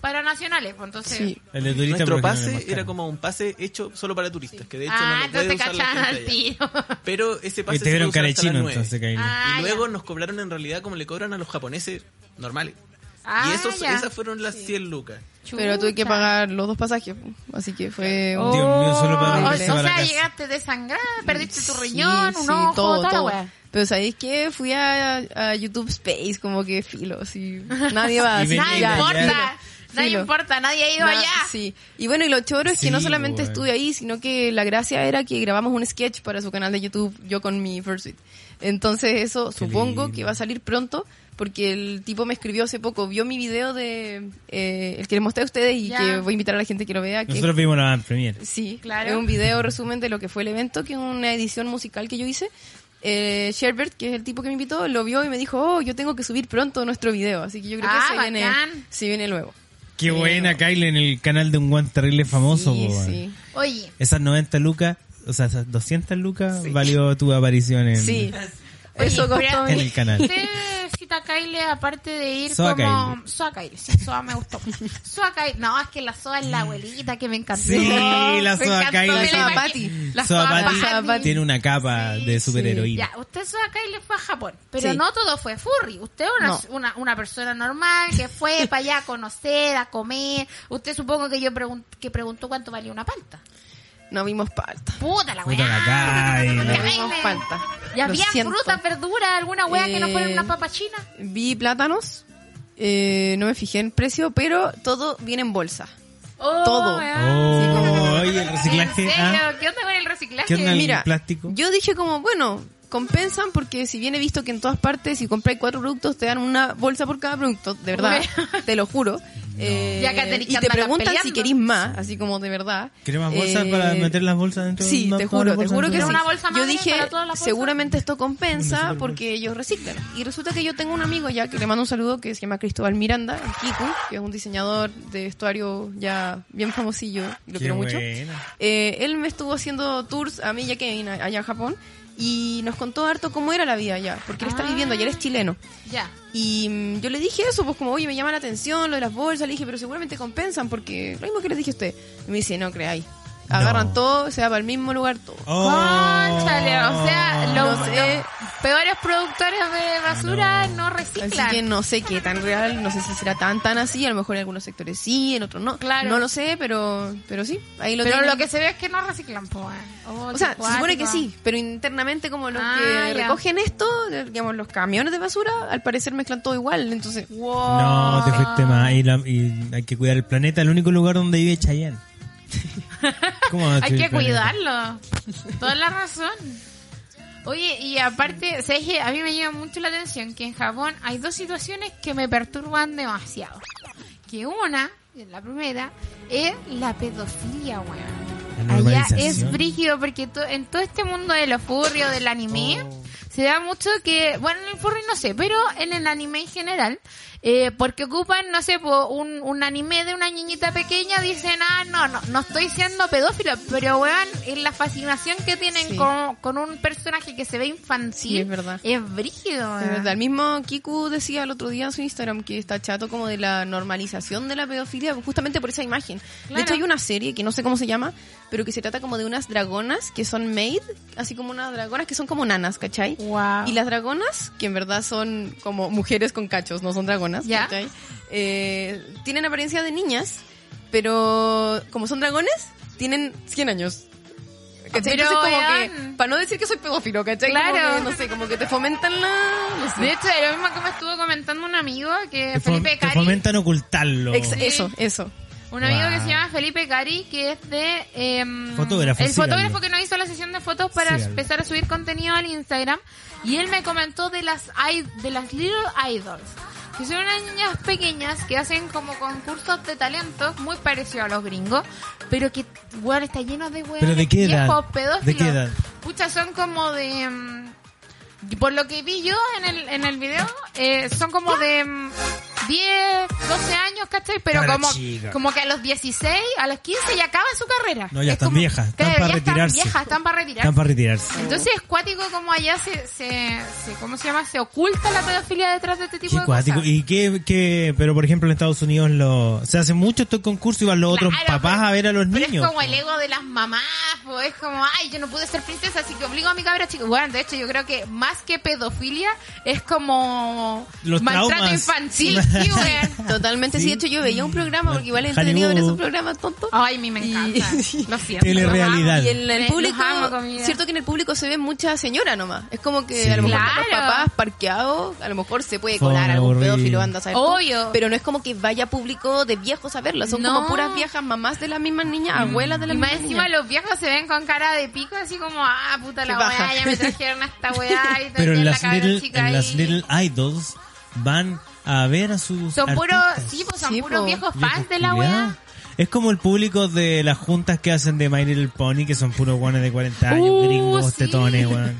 Speaker 3: para nacionales. pues, Entonces,
Speaker 4: Sí.
Speaker 1: El de turista
Speaker 5: Nuestro
Speaker 1: porque no le
Speaker 5: pase
Speaker 1: mostraron.
Speaker 5: era como un pase hecho solo para turistas, que de hecho
Speaker 3: ah,
Speaker 5: no lo puede
Speaker 3: entonces
Speaker 5: usar la
Speaker 3: cachaban
Speaker 5: gente
Speaker 3: al
Speaker 5: allá.
Speaker 3: tiro.
Speaker 5: Pero ese pase
Speaker 1: Y te
Speaker 5: se
Speaker 1: vieron
Speaker 5: puede usar
Speaker 1: cara de
Speaker 5: hasta las
Speaker 1: chino,
Speaker 5: 9.
Speaker 1: entonces, Kylie.
Speaker 3: Ah,
Speaker 5: y
Speaker 3: ya.
Speaker 5: luego nos cobraron en realidad como le cobran a los japoneses normales.
Speaker 3: Ah,
Speaker 5: y esos,
Speaker 3: ya.
Speaker 5: esas fueron las 100 lucas.
Speaker 4: Pero tuve que
Speaker 3: Chuta.
Speaker 4: pagar los dos pasajes, así que fue...
Speaker 3: Oh,
Speaker 1: Dios mío, solo para
Speaker 3: o, o
Speaker 1: regresar a la
Speaker 3: sea,
Speaker 1: casa.
Speaker 3: llegaste desangrada, perdiste tu
Speaker 4: Sí,
Speaker 3: riñón, un
Speaker 4: sí,
Speaker 3: ojo, toda la
Speaker 4: todo.
Speaker 3: wea.
Speaker 4: Pero ¿sabéis qué? Fui a, a YouTube Space como que filo, así. Nadie va.
Speaker 1: Y
Speaker 4: así,
Speaker 1: venía
Speaker 3: Nadie
Speaker 4: ya,
Speaker 3: importa,
Speaker 4: filo,
Speaker 3: nadie
Speaker 4: filo.
Speaker 3: importa, nadie ha ido
Speaker 4: Na-
Speaker 3: allá.
Speaker 4: Sí. Y bueno, y lo choro es
Speaker 1: Sí, pues,
Speaker 4: que no solamente
Speaker 1: bueno.
Speaker 4: estuve ahí, sino que la gracia era que grabamos un sketch para su canal de YouTube, yo con mi Fursuit. Entonces eso supongo
Speaker 1: lindo.
Speaker 4: que va a salir pronto, porque el tipo me escribió hace poco, vio mi video de eh, el que les mostré a ustedes y
Speaker 3: Ya.
Speaker 4: que voy a invitar a la gente que lo vea. Que es
Speaker 1: Nosotros vimos la premier.
Speaker 4: Sí,
Speaker 3: Claro.
Speaker 4: claro. Es un video resumen de lo que fue el evento, que es una edición musical que yo hice. Eh, Sherbert, que es el tipo que me invitó, lo vio y me dijo, oh, yo tengo que subir pronto nuestro video, así que yo creo
Speaker 3: Ah,
Speaker 4: que se viene,
Speaker 3: bacán.
Speaker 4: se viene luego.
Speaker 1: Qué buena, Kylie, en el canal de un guan terrible famoso.
Speaker 4: Sí,
Speaker 1: po, weón.
Speaker 4: sí.
Speaker 3: Oye,
Speaker 1: Esas 90 lucas, o sea, esas 200 lucas valió tu aparición en,
Speaker 4: Sí.
Speaker 3: Oye,
Speaker 4: Eso
Speaker 3: pero-
Speaker 4: costó
Speaker 1: en el canal.
Speaker 3: usted, Cita Kyle, aparte de ir
Speaker 1: Soa
Speaker 3: como...
Speaker 1: Kyle.
Speaker 3: Soa Kyle, sí, Soa me gustó. Soa Kyle, no, es que la Soa es la abuelita que me encantó.
Speaker 1: Sí, la
Speaker 3: Me
Speaker 1: Soa
Speaker 3: encantó,
Speaker 1: Kyle.
Speaker 3: me
Speaker 4: La Soa
Speaker 3: imagi-
Speaker 4: Patty.
Speaker 3: La
Speaker 1: Soa
Speaker 3: Soa
Speaker 1: Patty
Speaker 3: Patty.
Speaker 1: tiene una capa de superheroína.
Speaker 3: Ya, usted Soa Kyle fue a Japón, pero
Speaker 4: Sí.
Speaker 3: no todo fue furry. Usted es una,
Speaker 4: No.
Speaker 3: una, una persona normal que fue para allá a conocer, a comer. Usted supongo que yo pregun- que preguntó cuánto valía una palta.
Speaker 4: No vimos palta.
Speaker 3: Puta la
Speaker 1: Puta la
Speaker 3: weá.
Speaker 1: Kyle.
Speaker 4: No
Speaker 1: Ay,
Speaker 4: vimos
Speaker 3: Kyle.
Speaker 4: palta.
Speaker 3: Y
Speaker 4: Lo
Speaker 3: había
Speaker 4: siento.
Speaker 3: frutas, verduras, alguna weá que no fueran
Speaker 4: Eh,
Speaker 3: unas papas chinas.
Speaker 4: Vi plátanos. eh, no me fijé en precio, pero todo viene en bolsa.
Speaker 3: Oh,
Speaker 4: todo.
Speaker 3: weá.
Speaker 1: Oh, oye, el
Speaker 3: ¿En
Speaker 1: reciclaje.
Speaker 3: serio?
Speaker 1: ah.
Speaker 3: ¿Qué onda con el reciclaje?
Speaker 1: ¿Qué onda el
Speaker 4: Mira,
Speaker 1: plástico?
Speaker 4: Yo dije como, bueno, compensan porque si bien he visto que en todas partes si compras cuatro productos te dan una bolsa por cada producto, de verdad, te lo juro. Eh,
Speaker 3: Ya que tenés que
Speaker 4: y te
Speaker 3: andar
Speaker 4: preguntan si
Speaker 3: peleando.
Speaker 4: querís más, así como de verdad. Eh,
Speaker 1: ¿Querés más bolsas para meter las bolsas dentro?
Speaker 4: Sí,
Speaker 1: ¿Más
Speaker 4: te
Speaker 1: todas las
Speaker 4: juro, te
Speaker 1: bolsas
Speaker 4: juro que
Speaker 1: dentro?
Speaker 4: sí.
Speaker 3: Una bolsa
Speaker 4: Yo
Speaker 3: madre
Speaker 4: dije,
Speaker 3: para todas las bolsas.
Speaker 4: seguramente esto
Speaker 1: Una
Speaker 4: compensa
Speaker 1: super
Speaker 4: porque ellos reciclan. Y resulta que yo tengo un amigo ya que le mando un saludo que se llama Cristóbal Miranda, el Kiku, que es un diseñador de vestuario ya bien famosillo, y lo
Speaker 1: Qué
Speaker 4: quiero mucho.
Speaker 1: buena.
Speaker 4: Eh, él me estuvo haciendo tours a mí ya que vine allá a Japón y nos contó harto cómo era la vida allá, porque él está
Speaker 3: Ah.
Speaker 4: viviendo allá, él es chileno.
Speaker 3: Ya.
Speaker 4: Y mm, yo le dije eso, pues como, oye, me llama la atención lo de las bolsas, le dije, pero seguramente compensan porque lo mismo que les dije a usted. Y me dice, no creáis, agarran
Speaker 1: No.
Speaker 4: todo, se va para el mismo lugar todo.
Speaker 1: Oh.
Speaker 3: Cónchale, o sea, los
Speaker 4: No sé.
Speaker 3: peores productores de
Speaker 1: Ah,
Speaker 3: basura no,
Speaker 4: Así
Speaker 3: reciclan.
Speaker 4: que no sé qué tan real, no sé si será tan tan así, a lo mejor en algunos sectores sí, en otros no.
Speaker 3: Claro.
Speaker 4: No lo sé, pero pero sí, ahí lo
Speaker 3: Pero
Speaker 4: tienen.
Speaker 3: lo que se ve es que no reciclan, po. eh. Oh,
Speaker 4: O sea,
Speaker 3: qué
Speaker 4: se supone que
Speaker 3: cuático.
Speaker 4: sí, pero internamente como los
Speaker 3: Ah,
Speaker 4: que
Speaker 3: ya.
Speaker 4: recogen esto, digamos, los camiones de basura, al parecer mezclan todo igual, entonces...
Speaker 3: Wow.
Speaker 1: No, te fuiste más. Y, la- y hay que cuidar el planeta. El único lugar donde vive Chayanne. ¿Cómo va a
Speaker 3: Hay
Speaker 1: destruir
Speaker 3: que
Speaker 1: el planeta?
Speaker 3: cuidarlo. Toda la razón. Oye, y aparte, ¿sabes qué? A mí me llama mucho la atención que en Japón hay dos situaciones que me perturban demasiado. Que una, la primera, es la pedofilia, weón.
Speaker 1: La
Speaker 3: Allá
Speaker 1: normalización.
Speaker 3: es brígido porque to- en todo este mundo de los furry o del anime se da mucho que, bueno, en el furry no sé, pero en el anime en general, eh, porque ocupan, no sé, po, un, un anime de una niñita pequeña, dicen, ah, no, no, no estoy siendo pedófilo, pero weón, es la fascinación que tienen
Speaker 4: Sí.
Speaker 3: con, con un personaje que se ve infantil.
Speaker 4: Sí, es verdad.
Speaker 3: Es brígido,
Speaker 4: Es
Speaker 3: weón.
Speaker 4: verdad, el mismo Kiku decía el otro día en su Instagram que está chato como de la normalización de la pedofilia, justamente por esa imagen.
Speaker 3: Claro.
Speaker 4: De hecho, hay una serie que no sé cómo se llama, pero que se trata como de unas dragonas que son maid, así como unas dragonas que son como nanas, ¿cachai?
Speaker 3: Wow.
Speaker 4: Y las dragonas, que en verdad son como mujeres con cachos, no son dragonas,
Speaker 3: Ya.
Speaker 4: ¿cachai? Eh, tienen apariencia de niñas, pero como son dragones, tienen 100 años. ¿Cachai?
Speaker 3: Pero,
Speaker 4: Entonces, como
Speaker 3: weón.
Speaker 4: que, para no decir que soy pedófilo, ¿cachai? Como
Speaker 3: Claro.
Speaker 4: que, no sé, como que te fomentan la... no sé.
Speaker 3: De hecho, es lo mismo que me estuvo comentando un amigo, que
Speaker 1: Te, fom-
Speaker 3: Felipe
Speaker 1: te
Speaker 3: Cari.
Speaker 1: fomentan ocultarlo.
Speaker 4: Ex- Eso, eso.
Speaker 3: Un amigo
Speaker 1: Wow.
Speaker 3: que se llama Felipe Cari, que es de... em,
Speaker 1: Fotógrafo,
Speaker 3: El
Speaker 1: síganlo.
Speaker 3: fotógrafo que nos hizo la sesión de fotos para
Speaker 1: Síganlo.
Speaker 3: empezar a subir contenido al Instagram. Y él me comentó de las, i- de las Little Idols. que son unas niñas pequeñas que hacen como concursos de talentos muy parecidos a los gringos, pero que, weón, está lleno de weón.
Speaker 1: ¿Pero de qué edad?
Speaker 3: pedófilos.
Speaker 1: ¿De qué edad?
Speaker 3: Pucha, son como de... mm, por lo que vi yo en el, en el video, eh, son como de mm, 10, 12 años, ¿cachai? Pero
Speaker 1: Cabra
Speaker 3: como,
Speaker 1: chica.
Speaker 3: como que a los 16, a los 15 ya acaba su carrera.
Speaker 1: No, ya están
Speaker 3: como-
Speaker 1: viejas, están
Speaker 3: claro,
Speaker 1: para
Speaker 3: ya
Speaker 1: retirarse.
Speaker 3: Están viejas, están para retirarse.
Speaker 1: Están para retirarse.
Speaker 3: Entonces es cuático como allá se, se, se- ¿cómo se llama? Se oculta la pedofilia detrás de este tipo
Speaker 1: Qué
Speaker 3: de
Speaker 1: cuático.
Speaker 3: cosas.
Speaker 1: ¿Y qué, qué- Pero por ejemplo en Estados Unidos lo... se hace mucho estos concursos y van los otros
Speaker 3: Claro,
Speaker 1: papás
Speaker 3: pero-
Speaker 1: a ver a los
Speaker 3: Pero
Speaker 1: niños.
Speaker 3: es como el ego de las mamás, po, es como, ay, yo no pude ser princesa, así que obligo a mi cabra chica. Bueno, de hecho, yo creo que más que pedofilia es como
Speaker 1: Los
Speaker 3: maltrato
Speaker 1: traumas.
Speaker 3: infantil. sí, weón.
Speaker 4: Totalmente, sí. De hecho, yo veía un programa, porque igual he
Speaker 1: Hollywood.
Speaker 4: entretenido ver esos programas tontos.
Speaker 3: Ay, mi me encanta. Lo siento.
Speaker 1: Telerealidad.
Speaker 4: Y en el
Speaker 3: Los
Speaker 4: público,
Speaker 3: amo con mi vida.
Speaker 4: cierto que en el público se ve mucha señora nomás. Es como que
Speaker 1: Sí.
Speaker 4: a lo mejor
Speaker 3: Claro.
Speaker 4: los papás parqueados, a lo mejor se puede
Speaker 1: Fue
Speaker 4: colar algún
Speaker 1: aburrido.
Speaker 4: pedófilo, anda a saber tú.
Speaker 3: Obvio.
Speaker 4: Pero no es como que vaya público de viejos a verla. Son
Speaker 3: No.
Speaker 4: como puras viejas mamás de las mismas niñas,
Speaker 1: Mm.
Speaker 4: abuelas de
Speaker 3: Y
Speaker 4: las
Speaker 3: más
Speaker 4: mismas
Speaker 3: encima
Speaker 4: niñas.
Speaker 3: los viejos se ven con cara de pico, así como, ah, puta la
Speaker 4: Qué baja.
Speaker 3: weá, ya me trajeron a esta weá. Y
Speaker 1: Pero
Speaker 3: tenían
Speaker 1: en
Speaker 3: la
Speaker 1: las,
Speaker 3: cabra
Speaker 1: little,
Speaker 3: chica
Speaker 1: en
Speaker 3: ahí.
Speaker 1: las Little Idols van a ver a sus
Speaker 3: Son puros,
Speaker 1: artistas.
Speaker 3: sí, pues son
Speaker 4: Sí,
Speaker 3: puros
Speaker 4: po.
Speaker 3: viejos
Speaker 1: Viejos
Speaker 3: fans de la
Speaker 1: culiados.
Speaker 3: weá.
Speaker 1: Es como el público de las juntas que hacen de My Little Pony, que son puros guanes de 40 años,
Speaker 3: Uh,
Speaker 1: gringos,
Speaker 3: sí.
Speaker 1: tetones, weón.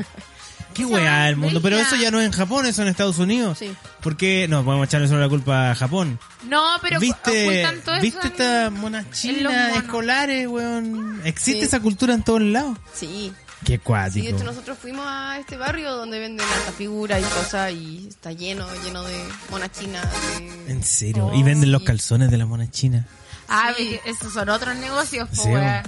Speaker 1: Qué
Speaker 3: Esa
Speaker 1: weá el mundo. Pero
Speaker 3: bella.
Speaker 1: eso ya no es en Japón, eso en Estados Unidos.
Speaker 4: Sí.
Speaker 1: ¿Por qué? No, podemos echarle solo la culpa a Japón.
Speaker 3: No, pero
Speaker 1: ¿Viste,
Speaker 3: ocultan todo
Speaker 1: ¿viste
Speaker 3: eso en-
Speaker 1: estas monas
Speaker 3: los
Speaker 1: chinas
Speaker 3: monos.
Speaker 1: escolares, weón? Existe
Speaker 4: Sí.
Speaker 1: esa cultura en todos lados.
Speaker 4: Sí.
Speaker 1: Qué
Speaker 4: Sí, de
Speaker 1: cuático.
Speaker 4: hecho nosotros fuimos a este barrio donde venden alta figura y cosas y está lleno, lleno de monas chinas. de-
Speaker 1: En serio.
Speaker 4: Oh,
Speaker 1: y venden los
Speaker 4: sí.
Speaker 1: calzones de las monas chinas.
Speaker 3: Ah,
Speaker 4: Sí.
Speaker 3: ve que esos son otros negocios, po,
Speaker 1: Sí,
Speaker 3: Oh, weá.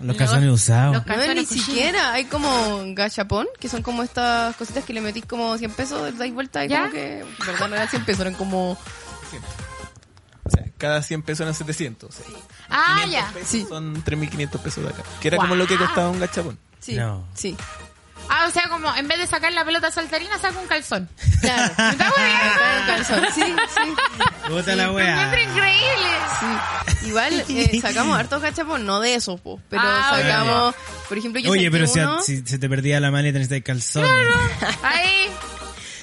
Speaker 1: Los calzones usados.
Speaker 3: Los
Speaker 4: No,
Speaker 3: calzones
Speaker 4: ni
Speaker 3: cuchillos.
Speaker 4: siquiera. Hay como gachapón, que son como estas cositas que le metís como 100 pesos, dais vuelta y
Speaker 3: ¿Ya?
Speaker 4: como que... en verdad no eran 100 pesos, eran como...
Speaker 5: O sea, cada 100 pesos eran 700. O sea,
Speaker 3: Ah,
Speaker 5: 500
Speaker 3: ya.
Speaker 5: pesos
Speaker 4: Sí.
Speaker 5: Son 3.500 pesos de acá. Que era
Speaker 3: Wow.
Speaker 5: como lo que costaba un gachapón.
Speaker 4: Sí,
Speaker 1: No.
Speaker 4: sí.
Speaker 3: Ah, o sea, como en vez de sacar la pelota saltarina, saca un calzón.
Speaker 4: Claro.
Speaker 3: Me está
Speaker 4: Está en
Speaker 3: weando.
Speaker 4: calzón. Sí, sí,
Speaker 1: Puta la
Speaker 3: Lo encuentro
Speaker 1: weá.
Speaker 3: increíble.
Speaker 4: sí. Igual eh, sacamos hartos gachapón, no de esos, po, pero
Speaker 3: Ah, bueno.
Speaker 4: sacamos... Por ejemplo, yo
Speaker 1: Oye,
Speaker 4: saqué
Speaker 1: pero si, a-
Speaker 4: uno-
Speaker 1: si se te perdía la maleta necesitas calzones.
Speaker 3: Ahí.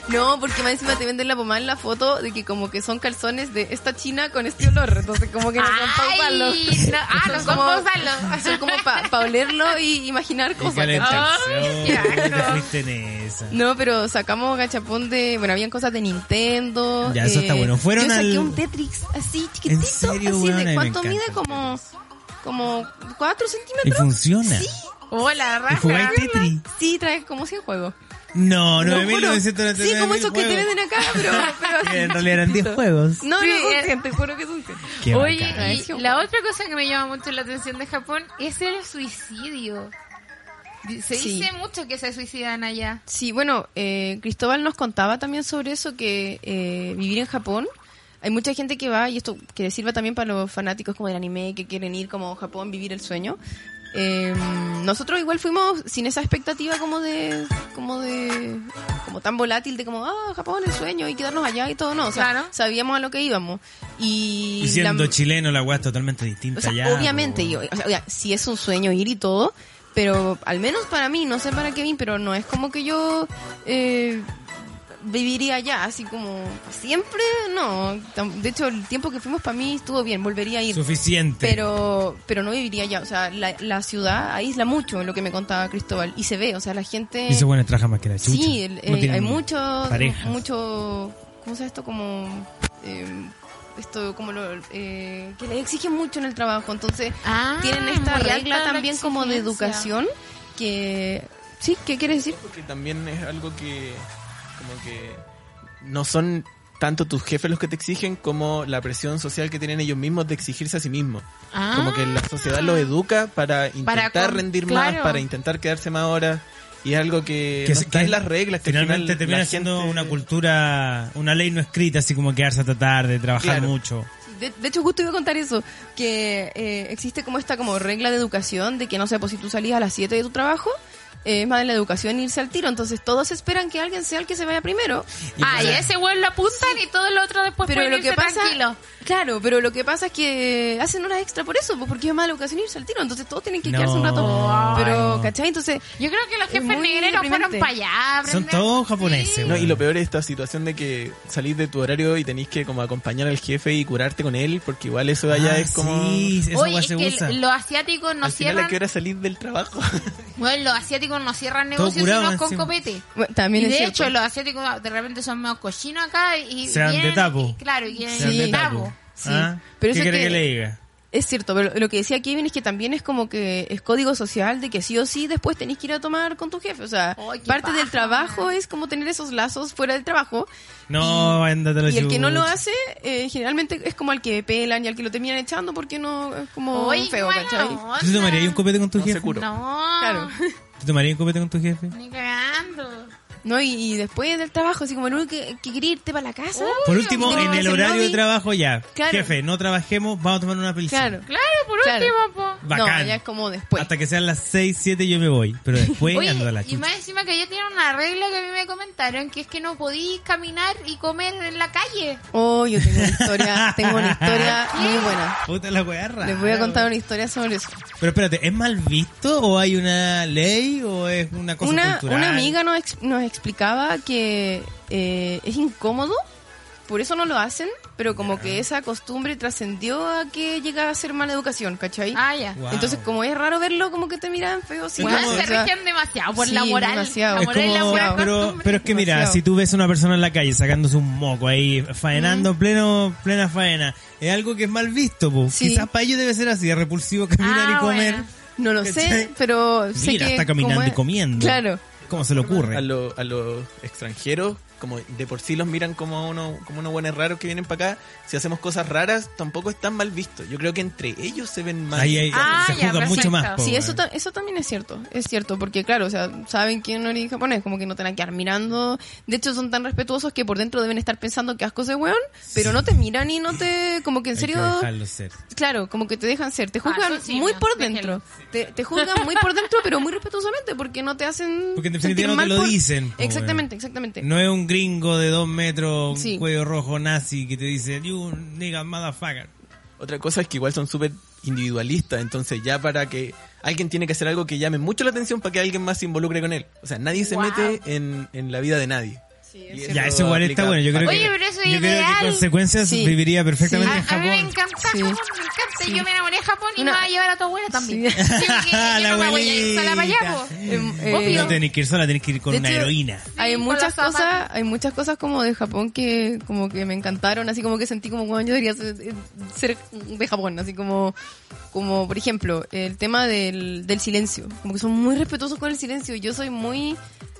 Speaker 4: No, porque más encima te venden la pomada en la foto de que como que son calzones de esta china con este olor. Entonces como que no son pa' usarlo.
Speaker 3: Ay, no, ah,
Speaker 4: Son
Speaker 3: no son
Speaker 4: como-
Speaker 3: pa' usarlo.
Speaker 4: Son como para olerlo y imaginar
Speaker 1: Y
Speaker 4: cosas. ¿cachai?
Speaker 1: calentarse.
Speaker 3: Ay,
Speaker 1: Oh,
Speaker 3: claro.
Speaker 1: te fuiste en esa.
Speaker 4: No, pero sacamos gachapón de... Bueno, habían cosas de Nintendo. eh,
Speaker 1: Ya, eso está bueno. Fueron
Speaker 4: yo saqué
Speaker 1: al-
Speaker 4: un Tetris así, chiquitito.
Speaker 1: ¿En serio,
Speaker 4: así
Speaker 1: weón? Ay, me
Speaker 4: de, ¿Cuánto
Speaker 1: encanta
Speaker 4: mide?
Speaker 1: el
Speaker 4: Como... Como 4
Speaker 1: Y
Speaker 4: centímetros.
Speaker 1: funciona.
Speaker 3: Hola,
Speaker 1: ¿Y
Speaker 3: Oh, raja.
Speaker 1: jugáis Tetri?
Speaker 4: Sí, trae como 100 juegos.
Speaker 1: No,
Speaker 4: Lo juro.
Speaker 1: 9.999
Speaker 4: Sí, como esos que te
Speaker 1: juegos.
Speaker 4: venden acá, pero... pero así,
Speaker 1: En realidad eran 10 juegos.
Speaker 4: No,
Speaker 3: Sí,
Speaker 4: no, son
Speaker 3: eh.
Speaker 4: 100, te juro que son 100.
Speaker 1: Qué bacán.
Speaker 3: Oye,
Speaker 4: es que
Speaker 3: y
Speaker 4: un-
Speaker 3: la otra cosa que me llama mucho la atención de Japón es el suicidio. Di- Se
Speaker 4: Sí.
Speaker 3: dice mucho que se suicidan allá.
Speaker 4: Sí, bueno, eh, Cristóbal nos contaba también sobre eso, que eh, vivir en Japón, hay mucha gente que va, y esto que les sirva también para los fanáticos como del anime, que quieren ir como a Japón, vivir el sueño. Eh, nosotros igual fuimos sin esa expectativa como de, como de, como tan volátil de como, ah, Japón, el sueño, y quedarnos allá y todo, no, o sea,
Speaker 3: Claro.
Speaker 4: sabíamos a lo que íbamos. Y,
Speaker 1: Y siendo
Speaker 4: la-
Speaker 1: chileno la weá es totalmente distinta
Speaker 4: o sea,
Speaker 1: ya.
Speaker 4: obviamente, yo, o sea, oiga, sí es un sueño ir y todo, pero al menos para mí, no sé para Kevin, pero no es como que yo eh, viviría allá, así como siempre, no. Tam- De hecho, el tiempo que fuimos para mí estuvo bien, volvería a ir.
Speaker 1: Suficiente.
Speaker 4: Pero, pero no viviría allá, o sea, la, la ciudad aísla mucho lo que me contaba Cristóbal, y se ve, o sea, la gente...
Speaker 1: Y se bueno traja más que la chucha.
Speaker 4: eh, Sí, el-
Speaker 1: No
Speaker 4: eh,
Speaker 1: tienen
Speaker 4: hay mucho,
Speaker 1: parejas.
Speaker 4: mucho, ¿cómo se llama esto? Como, eh, esto, como lo, eh, que les exigen mucho en el trabajo, entonces
Speaker 3: Ah,
Speaker 4: tienen esta
Speaker 3: muy
Speaker 4: regla
Speaker 3: alta la
Speaker 4: también como de
Speaker 3: exigencia.
Speaker 4: educación que, sí, ¿qué quiere decir?
Speaker 5: Porque también es algo que como que no son tanto tus jefes los que te exigen como la presión social que tienen ellos mismos de exigirse a sí mismos.
Speaker 3: Ah.
Speaker 5: Como que la sociedad los educa para intentar
Speaker 3: con-
Speaker 5: rendir
Speaker 3: claro.
Speaker 5: más, para intentar quedarse más horas. Y es algo que,
Speaker 1: Que
Speaker 5: Eh, no
Speaker 1: se-
Speaker 5: está
Speaker 1: que
Speaker 5: en las reglas. Que al
Speaker 1: Finalmente
Speaker 5: final
Speaker 1: termina
Speaker 5: la
Speaker 1: siendo
Speaker 5: gente-
Speaker 1: una cultura, una ley no escrita, así como quedarse hasta tarde, trabajar
Speaker 5: Claro.
Speaker 1: mucho.
Speaker 4: De, de hecho, justo iba a contar eso, que eh, existe como esta como regla de educación de que, no sé, pues si tú salías a las 7 de tu trabajo, eh, es más de la educación irse al tiro. Entonces todos esperan que alguien sea el que se vaya primero.
Speaker 3: Ah, y ese weón lo apuntan y todo lo otro después
Speaker 4: pero
Speaker 3: Pues pueden
Speaker 4: lo que
Speaker 3: irse
Speaker 4: pasa
Speaker 3: tranquilo.
Speaker 4: claro pero lo que pasa es que hacen horas extra por eso pues, porque es mala ocasión irse al tiro entonces todos tienen que
Speaker 1: No.
Speaker 4: quedarse un rato pero
Speaker 1: Ay.
Speaker 4: ¿cachai? entonces
Speaker 3: Yo creo que los
Speaker 4: Es
Speaker 3: jefes
Speaker 4: muy
Speaker 3: negreros fueron
Speaker 4: deprimente.
Speaker 3: para allá.
Speaker 1: Son
Speaker 3: aprender-
Speaker 1: todos japoneses.
Speaker 5: No, y lo
Speaker 1: weón.
Speaker 5: peor es esta situación de que salís de tu horario y tenés que como acompañar al jefe y curarte con él, porque igual eso de allá
Speaker 1: Ah,
Speaker 5: es como...
Speaker 1: Sí, esa
Speaker 3: Oye,
Speaker 1: weá
Speaker 3: es
Speaker 1: se
Speaker 3: que
Speaker 1: usa.
Speaker 3: los asiáticos no
Speaker 5: Al final
Speaker 3: cierran.
Speaker 5: a qué hora salís del trabajo.
Speaker 3: Bueno, los asiáticos no cierran
Speaker 1: Todo
Speaker 3: negocios
Speaker 1: curado
Speaker 3: sino con
Speaker 1: encima.
Speaker 3: copete.
Speaker 4: bueno,
Speaker 3: Y
Speaker 4: también es
Speaker 3: de
Speaker 4: cierto.
Speaker 3: hecho, los asiáticos de repente son medio cochinos acá y.
Speaker 1: Se dan de
Speaker 3: vienen-
Speaker 1: tapo.
Speaker 3: Claro, y
Speaker 1: Se dan
Speaker 4: Sí.
Speaker 1: de
Speaker 3: de tapo.
Speaker 4: sí.
Speaker 1: Ah,
Speaker 4: Pero
Speaker 1: ¿Qué
Speaker 4: eso
Speaker 1: quiere que...
Speaker 4: que-
Speaker 1: le diga?
Speaker 4: Es cierto, pero lo que decía Kevin es que también es como que es código social de que sí o sí después tenés que ir a tomar con tu jefe. O sea,
Speaker 3: Ay, qué
Speaker 4: parte del
Speaker 3: paja.
Speaker 4: trabajo es como tener esos lazos fuera del trabajo.
Speaker 1: No, ándate a la
Speaker 4: Y el que no lo
Speaker 1: chucha.
Speaker 4: hace, eh, generalmente es como al que pelan y al que lo terminan echando porque no es como
Speaker 3: Oye,
Speaker 4: feo,
Speaker 3: mala
Speaker 4: ¿cachai?
Speaker 3: onda.
Speaker 1: ¿Tú te tomarías un copete con tu
Speaker 5: No se
Speaker 1: jefe?
Speaker 5: cura.
Speaker 3: No.
Speaker 4: Claro.
Speaker 1: ¿Tú tomarías un copete con tu jefe?
Speaker 3: Ni cagando.
Speaker 4: No, y, y después del trabajo, así como no, que, que quería irte para la casa.
Speaker 1: Por último,
Speaker 4: tenemos
Speaker 1: en
Speaker 4: que
Speaker 1: el
Speaker 4: hacer
Speaker 1: horario de
Speaker 4: lobby.
Speaker 1: trabajo ya.
Speaker 4: Claro.
Speaker 1: Jefe, no trabajemos, vamos a tomar una película.
Speaker 4: Claro.
Speaker 3: Claro, por
Speaker 4: Claro.
Speaker 3: último, po.
Speaker 1: Bacán.
Speaker 4: No, ya es como después.
Speaker 1: Hasta que sean las 6, 7 yo me voy. Pero después ando a la
Speaker 3: Oye, y
Speaker 1: chucha.
Speaker 3: más encima que yo tiene una regla que a mí me comentaron, que es que no podís caminar y comer en la calle.
Speaker 4: Oh, yo tengo una historia, tengo una historia muy buena.
Speaker 1: Puta la weá rara,
Speaker 4: Les voy a contar
Speaker 1: weón.
Speaker 4: una historia sobre eso.
Speaker 1: Pero espérate, ¿es mal visto o hay una ley o es una cosa
Speaker 4: Una,
Speaker 1: cultural?
Speaker 4: una amiga nos, ex- nos explicaba que eh, es incómodo, por eso no lo hacen, pero como que esa costumbre trascendió a que llega a ser mala educación, ¿cachai?
Speaker 3: Ah, ya.
Speaker 1: Guau.
Speaker 4: Entonces, como es raro verlo, como que te miran feo. Sí,
Speaker 3: Weón,
Speaker 4: o
Speaker 3: se
Speaker 4: sea,
Speaker 3: rigen demasiado por
Speaker 4: sí,
Speaker 3: la moral.
Speaker 4: demasiado.
Speaker 3: La
Speaker 1: Es
Speaker 3: moral y la
Speaker 1: como-
Speaker 3: buena
Speaker 1: pero,
Speaker 3: costumbre.
Speaker 1: pero es que mira,
Speaker 4: Demasiado.
Speaker 1: si tú ves a una persona en la calle sacándose un moco ahí, faenando, pleno, plena faena, es algo que es mal visto, po.
Speaker 4: Sí.
Speaker 1: quizás para ellos debe ser así, es repulsivo caminar
Speaker 3: Ah,
Speaker 1: y comer.
Speaker 3: bueno.
Speaker 4: no lo sé,
Speaker 1: ¿Cachai?
Speaker 4: pero sé
Speaker 1: Mira,
Speaker 4: que
Speaker 1: está
Speaker 4: como
Speaker 1: caminando
Speaker 4: es-
Speaker 1: y comiendo.
Speaker 4: Claro.
Speaker 1: ¿Cómo se le
Speaker 5: A,
Speaker 1: ocurre?
Speaker 5: lo- a los extranjeros, como de por sí los miran como uno, como unos buenos raros que vienen para acá, si hacemos cosas raras, tampoco están mal vistos. Yo creo que entre ellos se ven mal.
Speaker 1: Ahí, ahí,
Speaker 3: Ah,
Speaker 1: se
Speaker 3: ya,
Speaker 1: juzga mucho
Speaker 3: perfecto.
Speaker 1: más. po,
Speaker 4: Sí, eso,
Speaker 1: weón.
Speaker 4: ta- eso también es cierto, es cierto, porque claro, o sea, saben que no eres japonés, como que no te van a quedar mirando, de hecho son tan respetuosos que por dentro deben estar pensando que asco ese weón, pero no te miran y no te, como que en
Speaker 1: Hay
Speaker 4: serio,
Speaker 1: que dejarlo ser.
Speaker 4: claro, como que te dejan ser, te juzgan
Speaker 3: Ah, eso sí,
Speaker 4: muy
Speaker 3: no,
Speaker 4: por dentro, te, te juzgan muy por dentro, pero muy respetuosamente, porque no te hacen...
Speaker 1: Porque en definitiva
Speaker 4: sentir
Speaker 1: no te
Speaker 4: mal
Speaker 1: lo
Speaker 4: por-
Speaker 1: dicen, po,
Speaker 4: Exactamente, exactamente.
Speaker 1: No es un gringo de dos metros, un
Speaker 4: Sí.
Speaker 1: cuello rojo nazi que te dice, you nigga motherfucker.
Speaker 5: Otra cosa es que igual son súper individualistas, entonces ya para que alguien tiene que hacer algo que llame mucho la atención para que alguien más se involucre con él. O sea, nadie se
Speaker 3: Wow.
Speaker 5: mete en, en la vida de nadie. Y
Speaker 1: Ya, eso igual está
Speaker 5: aplica-
Speaker 1: bueno. Yo creo
Speaker 3: Oye,
Speaker 1: que,
Speaker 3: pero eso es
Speaker 1: yo creo
Speaker 3: ideal.
Speaker 1: que consecuencias
Speaker 4: Sí.
Speaker 1: viviría perfectamente
Speaker 4: Sí.
Speaker 1: en
Speaker 3: A, a mí me
Speaker 1: Japón.
Speaker 3: encanta
Speaker 4: Sí.
Speaker 3: Japón, me encanta. Yo me enamoré de Japón y
Speaker 4: Una-
Speaker 3: me va a llevar a tu abuela también.
Speaker 4: Sí.
Speaker 3: Así que yo
Speaker 1: La Eh,
Speaker 3: no me voy a ir sola pues. para allá, po.
Speaker 4: Em,
Speaker 3: Obvio.
Speaker 1: No tenés que ir sola, tenés que ir con
Speaker 4: De
Speaker 1: una
Speaker 4: hecho,
Speaker 1: heroína.
Speaker 4: hay
Speaker 3: con
Speaker 4: muchas
Speaker 3: los zapatos.
Speaker 4: cosas, hay muchas cosas como de Japón que como que me encantaron, así como que sentí como cuando yo debería ser, eh, ser de Japón, así como como por ejemplo, el tema del, del silencio, como que son muy respetuosos con el silencio y yo soy muy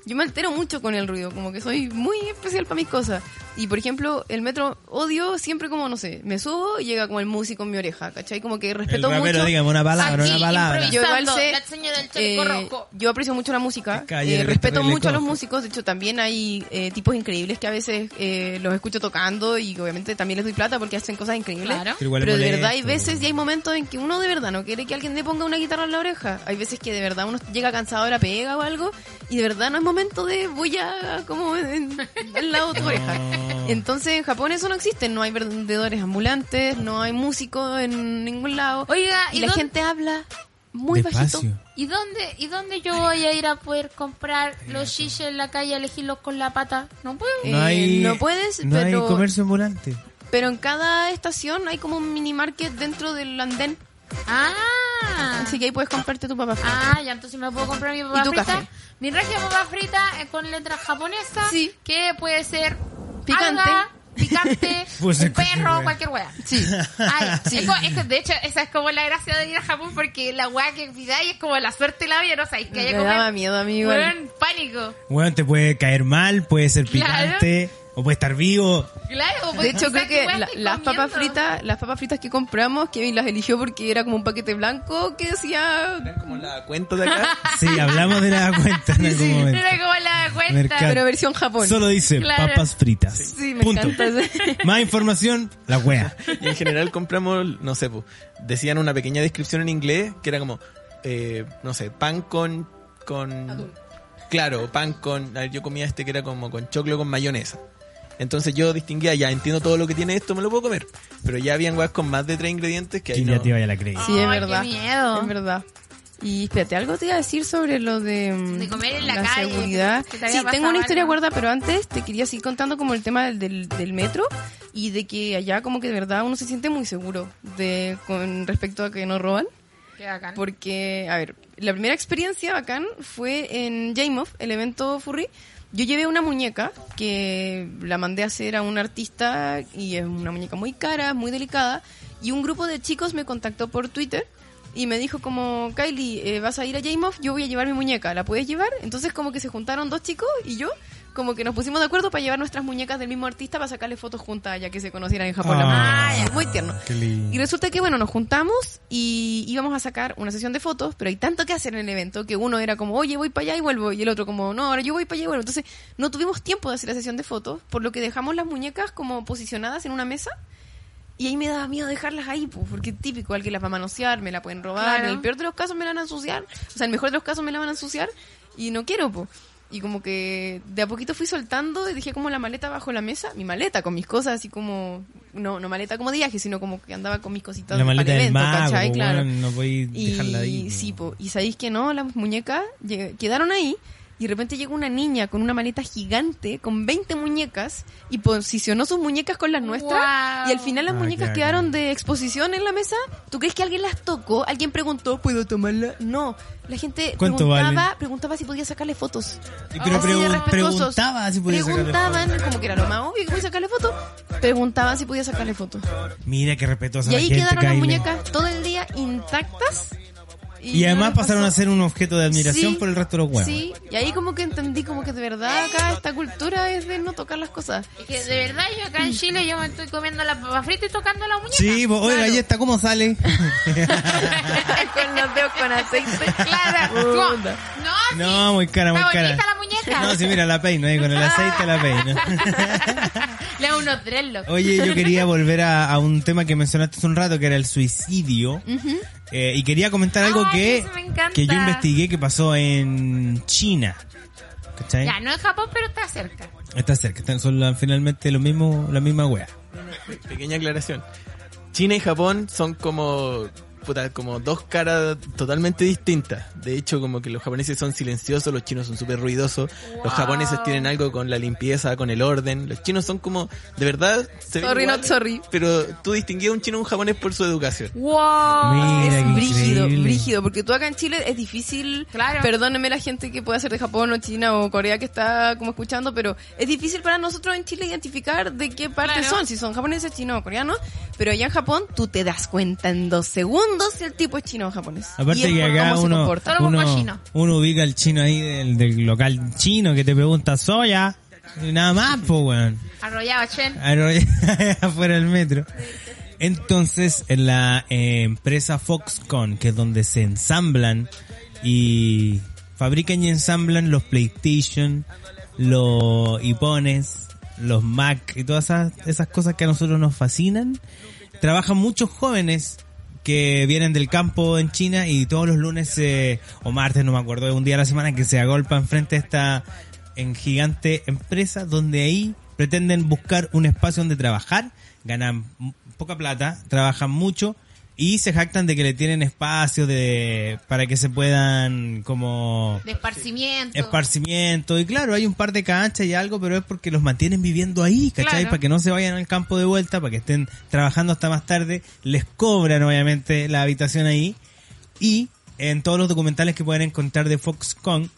Speaker 4: yo me altero mucho con el ruido, como que soy muy especial para mis cosas. Y por ejemplo, el metro odio siempre como, no sé, me subo y llega como el músico en mi oreja, ¿cachai? Como que
Speaker 1: El
Speaker 4: respeto
Speaker 1: rapero,
Speaker 4: mucho.
Speaker 1: dígame una palabra,
Speaker 3: Aquí,
Speaker 1: una palabra.
Speaker 3: improvisando,
Speaker 4: Yo igual sé,
Speaker 3: La señora del chaleco
Speaker 4: eh,
Speaker 3: rojo.
Speaker 4: yo aprecio mucho la música,
Speaker 1: Es que ayer
Speaker 4: eh,
Speaker 1: el
Speaker 4: respeto
Speaker 1: terrible
Speaker 4: mucho a los
Speaker 1: cojo.
Speaker 4: músicos, de hecho también hay eh, tipos increíbles que a veces eh, los escucho tocando y obviamente también les doy plata porque hacen cosas increíbles.
Speaker 3: Claro.
Speaker 1: Pero igual
Speaker 4: Pero
Speaker 1: es
Speaker 4: de verdad hay
Speaker 1: molesto.
Speaker 4: veces y hay momentos en que uno de verdad no quiere que alguien le ponga una guitarra en la oreja. Hay veces que de verdad uno llega cansado de la pega o algo y de verdad no es momento de voy a como en- al lado de tu oreja. Entonces en Japón eso no existe, no hay vendedores ambulantes, no hay músicos en ningún lado.
Speaker 3: Oiga,
Speaker 4: y,
Speaker 3: ¿y
Speaker 4: la
Speaker 3: dónde-
Speaker 4: gente habla muy
Speaker 1: Despacio.
Speaker 4: bajito.
Speaker 3: ¿Y dónde, ¿Y dónde yo voy a ir a poder comprar los shish en la calle, elegirlos con la pata? No puedo.
Speaker 4: Eh, no puedes,
Speaker 1: no
Speaker 4: pero-
Speaker 1: hay comercio ambulante.
Speaker 4: Pero en cada estación hay como un mini market dentro del andén.
Speaker 3: Ah.
Speaker 4: Así que ahí puedes comprarte tu papá. frita.
Speaker 3: Ah, ya entonces me puedo comprar mi papa
Speaker 4: ¿Y tu
Speaker 3: frita.
Speaker 4: café?
Speaker 3: Mi regia papa frita eh, con letras japonesas.
Speaker 4: Sí.
Speaker 3: Que puede ser
Speaker 4: Picante.
Speaker 3: alga, picante,
Speaker 1: Puede ser
Speaker 3: un
Speaker 1: cualquier
Speaker 3: perro,
Speaker 1: wea.
Speaker 3: cualquier wea.
Speaker 4: Sí.
Speaker 3: Ay, es como- es que, de hecho, esa es como la gracia de ir a Japón porque la wea que pidáis es como la suerte la vida, no sabéis que
Speaker 4: Me
Speaker 3: haya
Speaker 4: daba
Speaker 3: comer.
Speaker 4: miedo amigo.
Speaker 3: Weón, pánico.
Speaker 1: Bueno, te puede caer mal, puede ser
Speaker 3: Claro.
Speaker 1: picante, o puede estar vivo.
Speaker 3: Claro,
Speaker 4: De hecho, creo que la- las papas fritas, las papas fritas que compramos, Kevin las eligió porque era como un paquete blanco que decía,
Speaker 5: Como la cuenta de acá.
Speaker 1: Sí, hablamos de la cuenta en algún momento.
Speaker 3: Era como la cuenta.
Speaker 1: Mercado.
Speaker 4: pero versión Japón.
Speaker 1: Solo dice
Speaker 3: Claro.
Speaker 1: papas fritas.
Speaker 4: Sí, me
Speaker 1: Punto.
Speaker 4: encanta ese.
Speaker 1: Más información, la wea.
Speaker 5: Y en general compramos, no sé, po, decían una pequeña descripción en inglés que era como, eh, no sé, pan con con... Claro, pan con... a ver, yo comía este que era como con choclo con mayonesa. Entonces yo distinguía, ya entiendo todo lo que tiene esto, me lo puedo comer. Pero ya habían guas con más de tres ingredientes que ahí
Speaker 1: Y ya
Speaker 5: no...
Speaker 1: te vaya la creí.
Speaker 4: Sí, es
Speaker 3: Ay, qué
Speaker 4: verdad.
Speaker 3: miedo.
Speaker 4: Es verdad. Y espérate, algo te iba a decir sobre lo de, mm,
Speaker 3: De comer en la calle,
Speaker 4: seguridad.
Speaker 3: que te había
Speaker 4: sí,
Speaker 3: pasado
Speaker 4: tengo una historia
Speaker 3: algo.
Speaker 4: guardada, pero antes te quería seguir contando como el tema del, del, del metro y de que allá como que de verdad uno se siente muy seguro de con respecto a que no roban.
Speaker 3: Qué bacán.
Speaker 4: Porque, a ver, la primera experiencia bacán fue en Jamoff, el evento furry. Yo llevé una muñeca que la mandé a hacer a un artista y es una muñeca muy cara, muy delicada. Y un grupo de chicos me contactó por Twitter y me dijo como, Kylie, eh, vas a ir a Jamoff, yo voy a llevar mi muñeca, ¿la puedes llevar? Entonces como que se juntaron dos chicos y yo como que nos pusimos de acuerdo para llevar nuestras muñecas del mismo artista para sacarle fotos juntas ya que se conocieran en Japón. la
Speaker 1: Ah.
Speaker 4: muñeca. muy tierno.
Speaker 1: Qué lindo.
Speaker 4: Y resulta que, bueno, nos juntamos y íbamos a sacar una sesión de fotos, pero hay tanto que hacer en el evento que uno era como, oye, voy para allá y vuelvo, y el otro como, no, ahora yo voy para allá y vuelvo. Entonces, no tuvimos tiempo de hacer la sesión de fotos, por lo que dejamos las muñecas como posicionadas en una mesa. Y ahí me daba miedo dejarlas ahí, pues, porque es típico, alguien las va a manosear, me la pueden robar,
Speaker 3: Claro.
Speaker 4: en el peor de los casos me la van a ensuciar, o sea, en el mejor de los casos me la van a ensuciar y no quiero, pues. Y como que de a poquito fui soltando y dejé como la maleta bajo la mesa, mi maleta con mis cosas, así como, no, no maleta como de viaje, sino como que andaba con mis cositas
Speaker 1: La
Speaker 4: para el
Speaker 1: maleta del
Speaker 4: evento,
Speaker 1: mago,
Speaker 4: ¿cachai? Claro.
Speaker 1: weón, no voy a
Speaker 4: Y
Speaker 1: dejarla ahí.
Speaker 4: sí,
Speaker 1: po.
Speaker 4: po. y sabéis que no, las muñecas lle- quedaron ahí y de repente llegó una niña con una maleta gigante con 20 muñecas y posicionó sus muñecas con las nuestras
Speaker 3: Guau.
Speaker 4: y al final las
Speaker 1: Ah,
Speaker 4: muñecas
Speaker 1: claro.
Speaker 4: quedaron de exposición en la mesa. ¿Tú crees que alguien las tocó? ¿Alguien preguntó, ¿puedo tomarla? No, la gente
Speaker 1: ¿Cuánto
Speaker 4: preguntaba,
Speaker 1: valen?
Speaker 4: preguntaba si podía sacarle fotos.
Speaker 1: Y Pero
Speaker 4: Así de
Speaker 1: pregun-
Speaker 4: oh, respetuosos.
Speaker 1: preguntaba si podía sacarle
Speaker 4: Preguntaban, como que era lo más obvio que podía sacarle fotos, preguntaban si podía sacarle fotos.
Speaker 1: foto. Mira qué respetuosa
Speaker 4: Y
Speaker 1: la
Speaker 4: ahí
Speaker 1: gente,
Speaker 4: quedaron las
Speaker 1: Kylie.
Speaker 4: muñecas todo el día intactas.
Speaker 1: Y, además
Speaker 4: no les
Speaker 1: pasaron a
Speaker 4: pasó.
Speaker 1: ser un objeto de admiración
Speaker 4: Sí,
Speaker 1: por el resto de los huevos.
Speaker 4: Sí, y ahí como que entendí como que de verdad acá esta cultura es de no tocar las cosas.
Speaker 3: Es que de verdad yo acá en Chile yo me estoy comiendo la papa frita y tocando la muñeca.
Speaker 1: Sí, po, oye, galleta, ¿cómo sale?
Speaker 4: con los dedos con aceite.
Speaker 3: Claro.
Speaker 4: Puta.
Speaker 3: Como, no,
Speaker 1: No, muy cara, muy
Speaker 3: Está
Speaker 1: cara.
Speaker 3: bonita la muñeca.
Speaker 1: No, sí, mira, la peino ahí, con el aceite la peino.
Speaker 3: Le hago unos dreadlocks.
Speaker 1: Oye, yo quería volver a, a un tema que mencionaste hace un rato, que era el suicidio. Eh, y quería comentar algo
Speaker 3: Ay,
Speaker 1: que,
Speaker 3: eso me encanta.
Speaker 1: que yo investigué que pasó en China. ¿Cachai?
Speaker 3: Ya, no es Japón, pero está cerca.
Speaker 1: Está cerca, están, son la- finalmente lo mismo, la misma wea.
Speaker 5: Pequeña aclaración. China y Japón son como puta, como dos caras totalmente distintas. De hecho, como que los japoneses son silenciosos, los chinos son súper ruidosos, los japoneses tienen algo con la limpieza, con el orden. Los chinos son como, de verdad, se ven
Speaker 4: Sorry,
Speaker 5: igual,
Speaker 4: not sorry.
Speaker 5: Pero tú distinguías a un chino y un japonés por su educación.
Speaker 3: ¡Wow!
Speaker 1: Mira, qué
Speaker 4: Es brígido,
Speaker 1: increíble.
Speaker 4: brígido, porque tú acá en Chile es difícil,
Speaker 3: Claro.
Speaker 4: perdónenme la gente que pueda ser de Japón o China o Corea que está como escuchando, pero es difícil para nosotros en Chile identificar de qué parte
Speaker 3: Claro.
Speaker 4: son, si son japoneses, chinos o coreanos, pero allá en Japón tú te das cuenta en dos segundos si el tipo es chino o japonés.
Speaker 1: Aparte
Speaker 4: Y es
Speaker 1: que
Speaker 4: por
Speaker 1: acá
Speaker 4: cómo se
Speaker 1: uno,
Speaker 4: comporta.
Speaker 3: Solo
Speaker 1: uno,
Speaker 3: como chino.
Speaker 1: uno ubica al chino ahí del, del local chino que te pregunta soya. Y nada más, po, weón.
Speaker 3: Arrollado, Chen.
Speaker 1: Arroy- afuera del metro. Entonces, en la eh, empresa Foxconn, que es donde se ensamblan y fabrican y ensamblan los PlayStation, los iPones, los Mac y todas esas, esas cosas que a nosotros nos fascinan, trabajan muchos jóvenes que vienen del campo en China y todos los lunes eh, o martes, no me acuerdo, un día a la semana que se agolpan frente a esta en gigante empresa donde ahí pretenden buscar un espacio donde trabajar, ganan m- poca plata, trabajan mucho y se jactan de que le tienen espacio de para que se puedan como
Speaker 3: De esparcimiento.
Speaker 1: esparcimiento y claro hay un par de canchas y algo pero es porque los mantienen viviendo ahí ¿cachai?
Speaker 3: Claro.
Speaker 1: para que no se vayan al campo de vuelta para que estén trabajando hasta más tarde les cobran obviamente la habitación ahí y en todos los documentales que pueden encontrar de Foxconn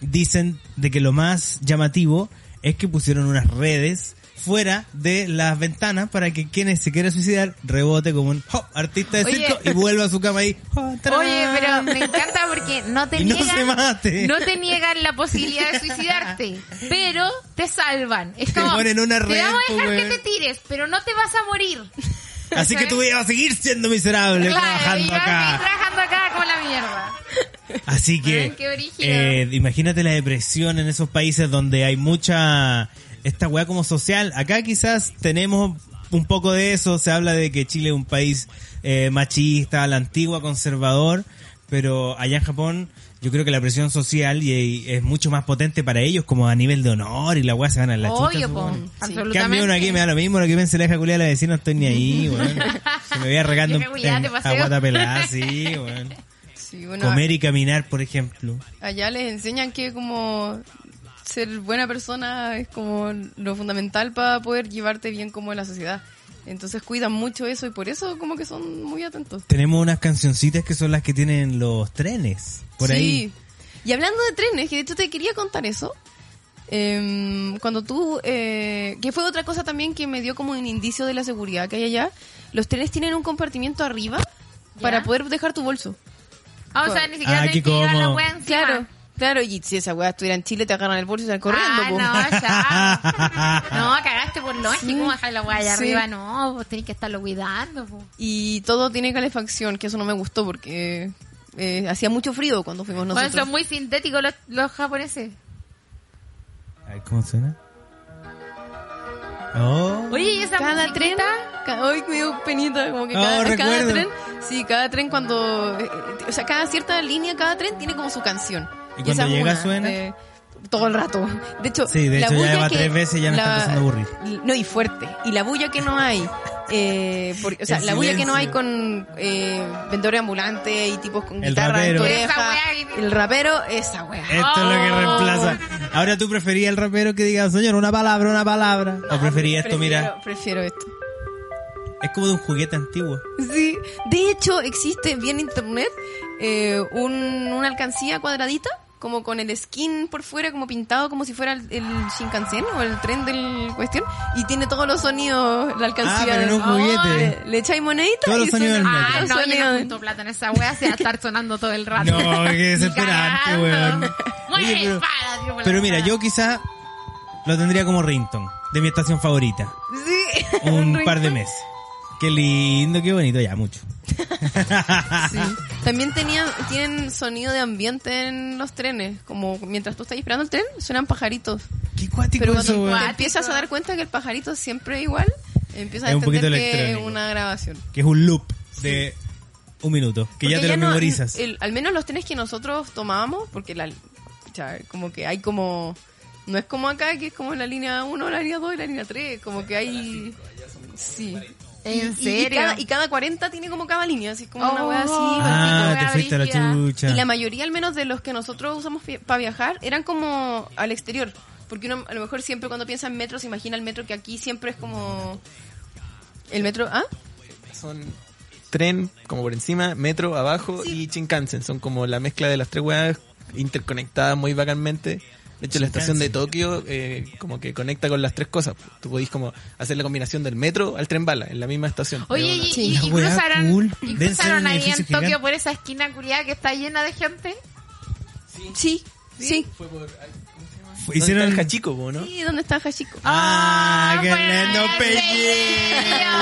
Speaker 1: dicen de que lo más llamativo es que pusieron unas redes fuera de las ventanas para que quienes se quieran suicidar rebote como un ¡hop! artista de
Speaker 3: Oye.
Speaker 1: circo y vuelva a su cama ahí ¡oh, tarán!
Speaker 3: Oye, pero me encanta porque no te
Speaker 1: Y no
Speaker 3: niegan,
Speaker 1: se mate.
Speaker 3: no te niegan la posibilidad de suicidarte, pero te salvan. Es
Speaker 1: Te
Speaker 3: como,
Speaker 1: ponen una
Speaker 3: te
Speaker 1: red,
Speaker 3: vamos a
Speaker 1: po,
Speaker 3: dejar
Speaker 1: weón.
Speaker 3: que te tires, pero no te vas a morir.
Speaker 1: Así que tú ibas a seguir siendo miserable
Speaker 3: Claro, y
Speaker 1: trabajando
Speaker 3: vas a seguir
Speaker 1: acá.
Speaker 3: trabajando acá como la mierda.
Speaker 1: Así que,
Speaker 3: Ay, qué brígido.
Speaker 1: eh, imagínate la depresión en esos países donde hay mucha esta weá como social. Acá quizás tenemos un poco de eso. Se habla de que Chile es un país eh, machista, a la antigua, conservador, pero allá en Japón yo creo que la presión social y, y es mucho más potente para ellos como a nivel de honor y la weá se van a la chucha.
Speaker 3: Obvio,
Speaker 1: esos
Speaker 3: po,
Speaker 1: weones.
Speaker 3: absolutamente.
Speaker 1: Cambio uno aquí me da lo mismo, lo que piense la hija culiada de la vecina, no estoy ni ahí, weón. Se me voy arreglando
Speaker 3: Vieja culiada, te paseo.
Speaker 1: aguata pelada, sí, weón.
Speaker 4: Sí, bueno,
Speaker 1: Comer y caminar, por ejemplo.
Speaker 4: allá les enseñan que como ser buena persona es como lo fundamental para poder llevarte bien como en la sociedad. Entonces cuidan mucho eso y por eso como que son muy atentos.
Speaker 1: Tenemos unas cancioncitas que son las que tienen los trenes, por
Speaker 4: sí.
Speaker 1: ahí.
Speaker 4: Y hablando de trenes, que de hecho te quería contar eso. em, cuando tú, eh, que fue otra cosa también que me dio como un indicio de la seguridad que hay allá, los trenes tienen un compartimiento arriba para poder dejar tu bolso.
Speaker 3: Ah, o sea, ni siquiera
Speaker 1: Ah,
Speaker 3: tenés
Speaker 1: qué
Speaker 3: que llevar la
Speaker 1: cómodo.
Speaker 3: wea encima.
Speaker 4: Claro, claro, y si esa weá estuviera en Chile te agarran el bolso y salen corriendo.
Speaker 3: Ah,
Speaker 4: po.
Speaker 3: no, ya. No, cagaste por lógico.
Speaker 4: Sí,
Speaker 3: ¿Cómo dejar la weá allá
Speaker 4: sí.
Speaker 3: arriba? No, vos tenés que estarlo cuidando. po.
Speaker 4: Y todo tiene calefacción, que eso no me gustó porque eh, hacía mucho frío cuando fuimos
Speaker 3: Bueno,
Speaker 4: nosotros.
Speaker 3: son muy sintéticos los, los japoneses.
Speaker 1: A ver, ¿cómo suena? Oh.
Speaker 3: Oye, ¿y esa
Speaker 4: cada tren,
Speaker 3: musiquita?
Speaker 4: ca- ay, me dio penita, como que
Speaker 1: Oh,
Speaker 4: cada, cada
Speaker 1: recuerdo.
Speaker 4: tren, sí, cada tren cuando, eh, eh, o sea, cada cierta línea, cada tren tiene como su canción.
Speaker 1: ¿Y cuando
Speaker 4: esa es
Speaker 1: llega
Speaker 4: una,
Speaker 1: suena?
Speaker 4: eh, todo el rato. De hecho,
Speaker 1: Sí, de
Speaker 4: la
Speaker 1: hecho, ya
Speaker 4: bulla
Speaker 1: va
Speaker 4: que-
Speaker 1: tres veces y ya me está
Speaker 4: la-
Speaker 1: empezando a aburrir.
Speaker 4: No, y fuerte. Y la bulla que no hay. eh, porque, o sea,
Speaker 1: El
Speaker 4: la bulla que no hay
Speaker 1: silencio.
Speaker 4: con eh, vendedores ambulantes y tipos con
Speaker 1: El
Speaker 4: guitarra en tu
Speaker 1: rapero. Eh,
Speaker 4: oreja.
Speaker 3: Esa weá.
Speaker 4: El rapero, esa wea.
Speaker 1: Esto es lo que reemplaza. Ahora tú preferías el rapero que diga, señor, una palabra, una palabra.
Speaker 3: Ah,
Speaker 1: o preferías esto, mira.
Speaker 4: Prefiero esto.
Speaker 1: Es como de un juguete antiguo.
Speaker 4: Sí, de hecho existe bien internet eh, un- una alcancía cuadradita, como con el skin por fuera, como pintado como si fuera el, el Shinkansen o el tren del cuestión, y tiene todos los sonidos, la alcancía.
Speaker 1: Ah, pero no un
Speaker 4: de-
Speaker 1: juguete.
Speaker 4: le, le echáis monedita
Speaker 1: Todos los
Speaker 4: y
Speaker 1: sonidos
Speaker 4: suena-
Speaker 1: del metro.
Speaker 3: Ah,
Speaker 4: los
Speaker 3: no, yo
Speaker 4: sonidos
Speaker 3: no
Speaker 4: del-
Speaker 3: junto plata en esa wea, se va a estar sonando todo el rato.
Speaker 1: No, qué desesperante, weón. Oye,
Speaker 3: Muy
Speaker 1: pero-
Speaker 3: espada, tío, por
Speaker 1: Pero
Speaker 3: la
Speaker 1: mira,
Speaker 3: cara.
Speaker 1: yo quizá lo tendría como Rington, de mi estación favorita.
Speaker 4: Sí.
Speaker 1: Un par de meses. Qué lindo, qué bonito, ya, mucho.
Speaker 4: Sí. También tenían, tienen sonido de ambiente en los trenes, como mientras tú estás esperando el tren, suenan pajaritos.
Speaker 1: Qué cuático
Speaker 4: Pero
Speaker 1: eso,
Speaker 4: cuando
Speaker 1: weón.
Speaker 4: te empiezas a dar cuenta que el pajarito siempre es igual, empiezas a
Speaker 1: Es un poquito
Speaker 4: entender que es
Speaker 1: electrónico.
Speaker 4: una grabación.
Speaker 1: Que es un loop de un minuto, que ya
Speaker 4: Porque
Speaker 1: te lo
Speaker 4: no-
Speaker 1: memorizas.
Speaker 4: el- al menos los trenes que nosotros tomábamos, porque la, o sea, como que hay como... No es como acá, que es como la línea 1, la línea 2 y la línea 3, como que hay... Sí.
Speaker 3: ¿En
Speaker 4: Y- Y,
Speaker 3: serio?
Speaker 4: cada, y cada 40 tiene como cada línea, así como una
Speaker 3: Oh.
Speaker 4: wea así.
Speaker 3: Pico,
Speaker 1: Ah,
Speaker 3: wea
Speaker 1: te fuiste a la
Speaker 3: brígida.
Speaker 1: chucha.
Speaker 4: Y la mayoría, al menos de los que nosotros usamos para viajar, eran como al exterior. Porque uno a lo mejor siempre cuando piensa en metro se imagina el metro que aquí siempre es como... El metro... ¿Ah?
Speaker 5: Son tren como por encima, metro abajo y Shinkansen. Son como la mezcla de las tres weas interconectadas muy vagamente. De hecho, la estación de Tokio eh, como que conecta con las tres cosas. Tú podís como hacer la combinación del metro al tren bala en la misma estación.
Speaker 3: Oye,
Speaker 5: Es una-
Speaker 3: y,
Speaker 4: Sí.
Speaker 3: y- y
Speaker 1: La weá
Speaker 3: cruzaron,
Speaker 1: cool.
Speaker 3: y
Speaker 1: Deben ser
Speaker 3: cruzaron
Speaker 1: un
Speaker 3: ahí en
Speaker 1: edificio
Speaker 3: Tokio
Speaker 1: gigante.
Speaker 3: por esa esquina curiada que está llena de gente.
Speaker 4: Sí, sí.
Speaker 5: Fue por-
Speaker 1: Fue-
Speaker 5: ¿Dónde está
Speaker 1: Hicieron
Speaker 5: el Hachiko, po, ¿no?
Speaker 4: Sí, ¿dónde está Hachiko?
Speaker 1: Ah, qué
Speaker 3: bueno,
Speaker 1: lindo
Speaker 3: el
Speaker 1: pellejo.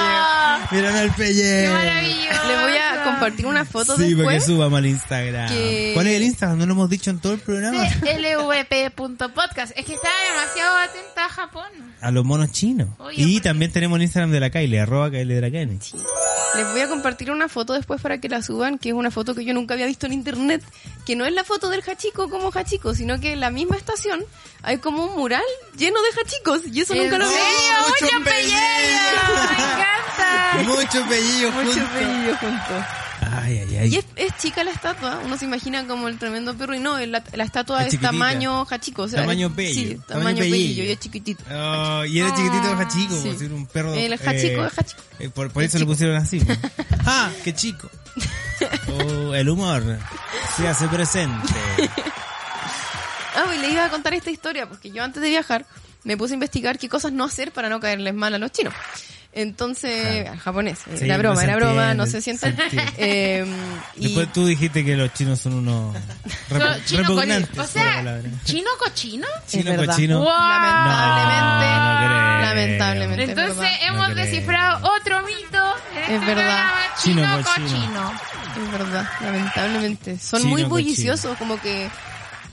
Speaker 1: Miren el
Speaker 3: ¡Qué
Speaker 1: pellejo.
Speaker 3: maravilloso!
Speaker 4: Les voy a compartir una foto
Speaker 1: Sí, para que
Speaker 4: después.
Speaker 1: suba al Instagram.
Speaker 4: que-
Speaker 1: ¿Cuál es el Instagram? No lo hemos dicho en todo el programa.
Speaker 3: lvp.podcast. Es que estaba demasiado atenta a Japón.
Speaker 1: A los monos chinos. Y
Speaker 3: Oye, ¿por qué?
Speaker 1: también tenemos el Instagram de la Kyle, arroba Kyle Dracani.
Speaker 4: Les voy a compartir una foto después para que la suban, que es una foto que yo nunca había visto en internet, que no es la foto del Hachiko como Hachiko, sino que en la misma estación hay como un mural lleno de Hachicos y eso
Speaker 3: ¿En
Speaker 4: nunca lo había
Speaker 3: serio?
Speaker 4: visto.
Speaker 3: ¡Mucho pellejo! ¡Me
Speaker 4: Ah,
Speaker 3: encanta!
Speaker 1: Mucho pellejo
Speaker 4: Muchos
Speaker 1: junto.
Speaker 4: bellos juntos.
Speaker 1: Ay, ay,
Speaker 4: Y
Speaker 1: ay.
Speaker 4: es, es chica la estatua, uno se imagina como el tremendo perro y no, la, la estatua
Speaker 1: Es
Speaker 4: es,
Speaker 1: chiquitita.
Speaker 4: tamaño Hachiko. o sea,
Speaker 1: Tamaño
Speaker 4: es-
Speaker 1: bello,
Speaker 4: Sí,
Speaker 1: tamaño
Speaker 4: tamaño bello
Speaker 1: bellillo.
Speaker 4: y es chiquitito. Ah,
Speaker 1: Oh, y era chiquitito el Hachico,
Speaker 4: Sí.
Speaker 1: por ser un perro.
Speaker 4: El Hachiko, el Hachiko.
Speaker 1: eh, por, por eso lo pusieron así. po. ¡Ah! ¡Qué chico! Oh, el humor se hace presente.
Speaker 4: Ah, y le iba a contar esta historia, porque yo antes de viajar me puse a investigar qué cosas no hacer para no caerles mal a los chinos. Entonces,
Speaker 1: Claro.
Speaker 4: al japonés, eh,
Speaker 1: Sí,
Speaker 4: era
Speaker 1: no
Speaker 4: broma,
Speaker 1: se
Speaker 4: era broma,
Speaker 1: entiende,
Speaker 4: no se sientan.
Speaker 1: se entiende.
Speaker 4: Eh, y
Speaker 1: Después tú dijiste que los chinos son unos
Speaker 3: Pero
Speaker 1: repu-
Speaker 3: chino
Speaker 1: repugnantes.
Speaker 3: cochino. O
Speaker 1: fue la
Speaker 3: sea,
Speaker 1: palabra.
Speaker 3: ¿chino cochino?
Speaker 1: chino
Speaker 4: verdad.
Speaker 1: cochino.
Speaker 3: Wow.
Speaker 1: No,
Speaker 4: lamentablemente,
Speaker 1: no creo.
Speaker 4: lamentablemente. es
Speaker 3: Entonces
Speaker 4: verdad,
Speaker 3: hemos
Speaker 1: No creo.
Speaker 3: descifrado otro mito. En este
Speaker 4: verdad.
Speaker 3: programa,
Speaker 1: Chino
Speaker 3: Chino
Speaker 1: cochino.
Speaker 3: cochino.
Speaker 4: es verdad, lamentablemente. Son
Speaker 1: Chino
Speaker 4: muy
Speaker 1: cochino.
Speaker 4: bulliciosos, como que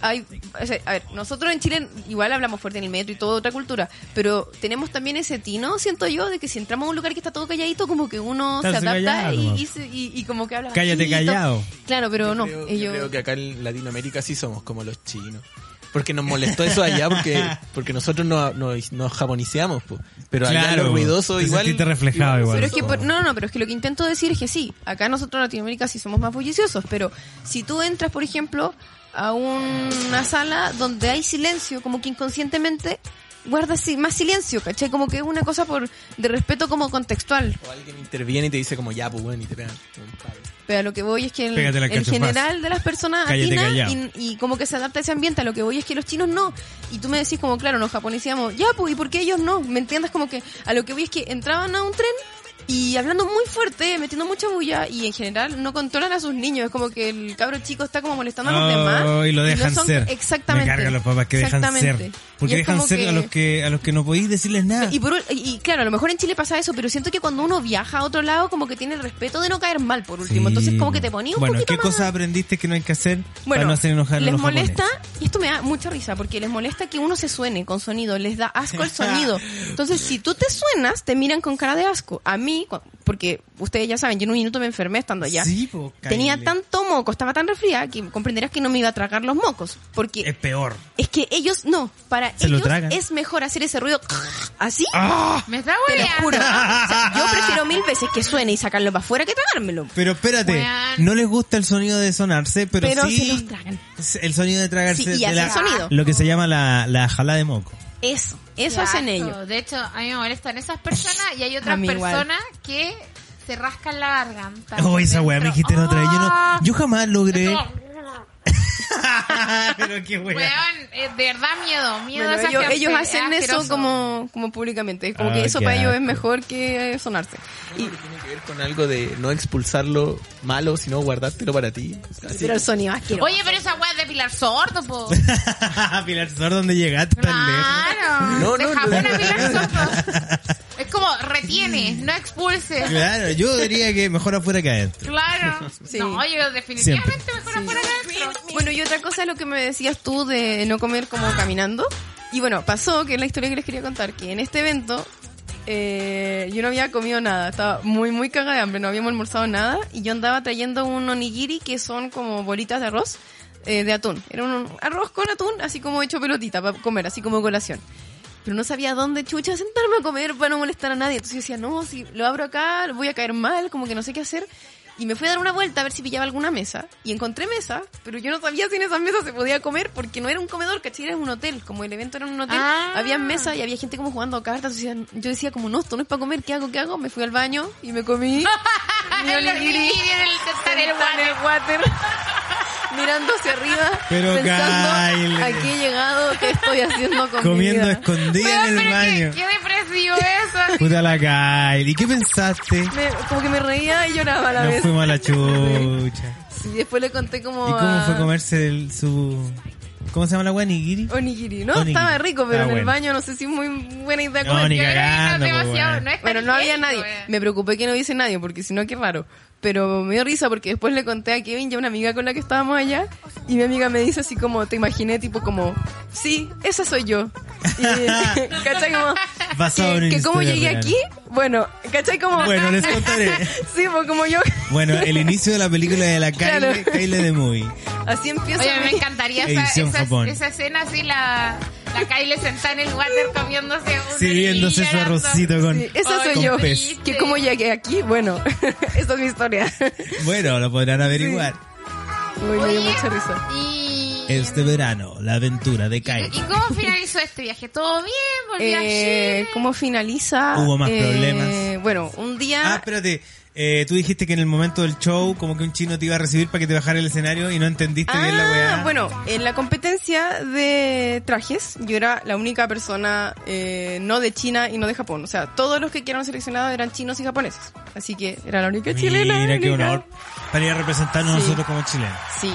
Speaker 4: hay, o sea, a ver, nosotros en Chile igual hablamos fuerte en el metro y toda otra cultura, pero tenemos también ese tino, siento yo, de que si entramos a un lugar que está todo calladito, como que uno se
Speaker 1: Estás
Speaker 4: adapta
Speaker 1: callado,
Speaker 4: y,
Speaker 1: nomás.
Speaker 4: y se- y- y como que habla
Speaker 1: Cállate
Speaker 4: bajito.
Speaker 1: callado.
Speaker 4: Claro, pero
Speaker 5: Yo
Speaker 4: no,
Speaker 5: creo- yo
Speaker 4: ellos...
Speaker 5: creo que acá en Latinoamérica sí somos como los chinos. Porque nos molestó eso allá, porque, porque nosotros nos, nos, nos japoniseamos, po. pero allá
Speaker 1: Claro,
Speaker 5: lo
Speaker 1: po.
Speaker 5: ruidoso
Speaker 1: Te
Speaker 5: igual.
Speaker 1: sentiste reflejado igual.
Speaker 4: Pero es que, por- no, no, pero es que lo que intento decir es que sí, acá nosotros en Latinoamérica sí somos más bulliciosos, pero si tú entras, por ejemplo, a una sala donde hay silencio, como que inconscientemente guardas sí, más silencio, ¿cachai? Como que es una cosa por de respeto como contextual.
Speaker 5: O alguien interviene y te dice como ya, pues bueno, y te pegan. un palo.
Speaker 4: Pero a lo que voy es que el,
Speaker 1: Pégate la
Speaker 4: el
Speaker 1: cachufazo.
Speaker 4: general de las personas
Speaker 1: Cállate
Speaker 4: atina
Speaker 1: callado.
Speaker 4: y, y como que se adapta a ese ambiente. A lo que voy es que los chinos no. Y tú me decís como, claro, los japoneseamos, ya, pues, ¿y por qué ellos no? ¿Me entiendes? Como que a lo que voy es que entraban a un tren y hablando muy fuerte, metiendo mucha bulla y en general no controlan a sus niños. Es como que el cabro chico está como molestando a los
Speaker 1: Oh,
Speaker 4: demás.
Speaker 1: y lo dejan
Speaker 4: son-
Speaker 1: ser.
Speaker 4: Exactamente.
Speaker 1: Me cargan los papás que dejan ser.
Speaker 4: Exactamente.
Speaker 1: Porque
Speaker 4: Y es
Speaker 1: dejan
Speaker 4: como
Speaker 1: ser a
Speaker 4: que-
Speaker 1: los que a los que no podéis decirles nada.
Speaker 4: y, por, ul- y y claro, a lo mejor en Chile pasa eso, pero siento que cuando uno viaja a otro lado, como que tiene el respeto de no caer mal, por último. Entonces, como que te ponía un
Speaker 1: Bueno,
Speaker 4: poquito
Speaker 1: ¿qué
Speaker 4: más-
Speaker 1: cosas aprendiste que no hay que hacer
Speaker 4: Bueno,
Speaker 1: para no hacer enojar a
Speaker 4: les
Speaker 1: los
Speaker 4: molesta,
Speaker 1: japoneses?
Speaker 4: y esto me da mucha risa, porque les molesta que uno se suene con sonido, les da asco el sonido. Entonces, si tú te suenas, te miran con cara de asco. A mí, cu- porque ustedes ya saben, yo en un minuto me enfermé estando allá.
Speaker 1: Sí, po,
Speaker 4: Tenía
Speaker 1: Kyle.
Speaker 4: tanto moco, estaba tan resfriada que comprenderás que no me iba a tragar los mocos, porque
Speaker 1: Es peor.
Speaker 4: es que ellos no, para
Speaker 1: Eh. Se lo
Speaker 4: ellos
Speaker 1: tragan. Ah,
Speaker 4: es mejor hacer ese ruido así.
Speaker 3: Me está
Speaker 4: Ah, Te lo
Speaker 3: hueleando.
Speaker 4: juro. O sea, yo prefiero mil veces que suene y sacarlo para afuera que tragármelo.
Speaker 1: Pero espérate,
Speaker 3: Weón.
Speaker 1: no les gusta el sonido de sonarse, pero,
Speaker 4: Pero
Speaker 1: sí
Speaker 4: se los tragan.
Speaker 1: el sonido de tragarse
Speaker 4: Sí, y
Speaker 1: de
Speaker 4: hace
Speaker 1: la-
Speaker 4: el sonido.
Speaker 1: lo que se llama la, la jala de moco.
Speaker 4: Eso, eso
Speaker 3: Qué asco.
Speaker 4: hacen ellos.
Speaker 3: De hecho, a mí me molestan esas personas y hay
Speaker 4: A
Speaker 3: otras
Speaker 4: mí igual.
Speaker 3: personas que se rascan la garganta. Ah,
Speaker 1: Oh, esa weá me
Speaker 3: Dentro.
Speaker 1: dijiste la otra vez. Yo, no, yo jamás logré.
Speaker 3: Es como,
Speaker 1: pero qué weá.
Speaker 3: Weón, eh, de verdad miedo, miedo
Speaker 4: Bueno,
Speaker 3: a esa
Speaker 4: ellos,
Speaker 3: gente,
Speaker 4: ellos hacen
Speaker 3: es
Speaker 4: eso
Speaker 3: asqueroso.
Speaker 4: como, como públicamente. Es Como
Speaker 1: Ah,
Speaker 4: que eso
Speaker 1: qué
Speaker 4: para ellos es
Speaker 1: asco.
Speaker 4: mejor que sonarse.
Speaker 5: Yo creo que tiene que ver con algo de no expulsarlo malo, sino guardártelo para ti. Así.
Speaker 4: Pero el sonido es asqueroso.
Speaker 3: Oye, pero esa weá es de Pilar Sordo, po.
Speaker 1: Pilar Sor, ¿dónde llegaste tan lejos?
Speaker 3: Claro.
Speaker 5: No,
Speaker 3: de
Speaker 5: no,
Speaker 3: Japón
Speaker 5: no.
Speaker 3: a Pilar Sordo. Es como retiene, no expulse.
Speaker 1: Claro, yo diría que mejor afuera que adentro.
Speaker 3: Claro.
Speaker 4: Sí.
Speaker 3: No, yo definitivamente mejor afuera que adentro.
Speaker 4: Bueno, y otra cosa es lo que me decías tú de no comer como caminando. Y bueno, pasó que es la historia que les quería contar, que en este evento eh, yo no había comido nada, estaba muy, muy caga de hambre, no habíamos almorzado nada y yo andaba trayendo un onigiri que son como bolitas de arroz eh, de atún. Era un arroz con atún, así como hecho pelotita para comer, así como colación. Pero no sabía dónde chucha sentarme a comer para no molestar a nadie. Entonces yo decía, no, si lo abro acá, voy a caer mal, como que no sé qué hacer. Y me fui a dar una vuelta a ver si pillaba alguna mesa. Y encontré mesa, pero yo no sabía si en esas mesas se podía comer porque no era un comedor, ¿cachai? Era un hotel. Como el evento era en un hotel,
Speaker 3: Ah.
Speaker 4: había mesas y había gente como jugando cartas. Entonces yo decía, como, no, esto no es para comer, ¿qué hago? ¿Qué hago? Me fui al baño y me comí mi
Speaker 3: El
Speaker 4: onigiri
Speaker 3: onigiri en el
Speaker 4: en
Speaker 3: tercer
Speaker 4: el,
Speaker 3: lugar.
Speaker 4: water, mirando hacia arriba,
Speaker 1: Pero
Speaker 4: pensando,
Speaker 1: Kyle.
Speaker 4: aquí he llegado, ¿qué estoy haciendo con mi
Speaker 1: Comiendo este
Speaker 4: vida?"
Speaker 1: escondida en
Speaker 3: Weón,
Speaker 1: el
Speaker 3: pero qué-
Speaker 1: baño.
Speaker 3: Qué depresivo eso.
Speaker 1: Puta la Kyle. ¿Y qué pensaste?
Speaker 4: Me- como que me reía y lloraba a la
Speaker 1: Nos
Speaker 4: vez.
Speaker 1: fuimos a la chucha.
Speaker 4: Sí, después le conté como
Speaker 1: ¿Y cómo
Speaker 4: a-
Speaker 1: fue comerse el, su... ¿Cómo se llama la weá? ¿Nigiri?
Speaker 4: onigiri. No,
Speaker 1: Onigiri.
Speaker 4: estaba rico,
Speaker 1: Ah,
Speaker 4: pero en el
Speaker 1: bueno.
Speaker 4: baño no sé si es muy buena idea
Speaker 1: No,
Speaker 4: comer.
Speaker 1: ni
Speaker 3: Yo creo que no es
Speaker 1: cagando, pues,
Speaker 3: demasiado,
Speaker 1: weón.
Speaker 3: no es tan
Speaker 4: Bueno, no había
Speaker 3: higiénico,
Speaker 4: nadie.
Speaker 3: weón.
Speaker 4: Me preocupé que no hubiese nadie, porque si no, qué raro. Pero me dio risa porque después le conté a Kevin y a una amiga con la que estábamos allá. Y mi amiga me dice así como, te imaginé, tipo como, sí, esa soy yo. Y, ¿Cachai? Como,
Speaker 1: Basado en
Speaker 4: que,
Speaker 1: una
Speaker 4: que cómo
Speaker 1: historia
Speaker 4: llegué
Speaker 1: real.
Speaker 4: aquí, bueno, ¿cachai? Como,
Speaker 1: Bueno, les contaré.
Speaker 4: sí, pues como yo,
Speaker 1: Bueno, el inicio de la película de la
Speaker 4: Claro.
Speaker 1: Kyle, Kyle de Movie.
Speaker 4: así empieza
Speaker 3: Oye,
Speaker 4: mi-
Speaker 3: me encantaría esa,
Speaker 1: Edición
Speaker 3: esa-
Speaker 1: Japón.
Speaker 3: esa escena así, la, la Kylie sentada en el water comiéndose un
Speaker 1: Sirviéndose su arrocito con...
Speaker 4: Sí, esa
Speaker 3: Ay,
Speaker 4: soy
Speaker 1: con
Speaker 4: yo.
Speaker 1: pez.
Speaker 4: Que cómo llegué aquí, bueno, esa es mi historia.
Speaker 1: Bueno, lo podrán averiguar.
Speaker 4: Uy, me dio mucha risa.
Speaker 3: Y,
Speaker 1: Este verano, la aventura de Kyle.
Speaker 3: ¿Y cómo finalizó este viaje? ¿Todo bien? ¿Volví a
Speaker 4: Eh,
Speaker 3: Chile?
Speaker 4: ¿Cómo finaliza?
Speaker 1: Hubo más
Speaker 4: Eh,
Speaker 1: problemas.
Speaker 4: Bueno, un
Speaker 1: Ah,
Speaker 4: día...
Speaker 1: espérate. Eh, tú dijiste que en el momento del show como que un chino te iba a recibir para que te bajara el escenario y no entendiste bien la weá.
Speaker 4: Ah, bueno, en la competencia de trajes, yo era la única persona eh, no de China y no de Japón. O sea, todos los que quedaron seleccionados eran chinos y japoneses. Así que era la única chilena.
Speaker 1: Mira qué
Speaker 4: única.
Speaker 1: honor. Para ir a representarnos
Speaker 4: Sí.
Speaker 1: nosotros como chilenos.
Speaker 4: Sí.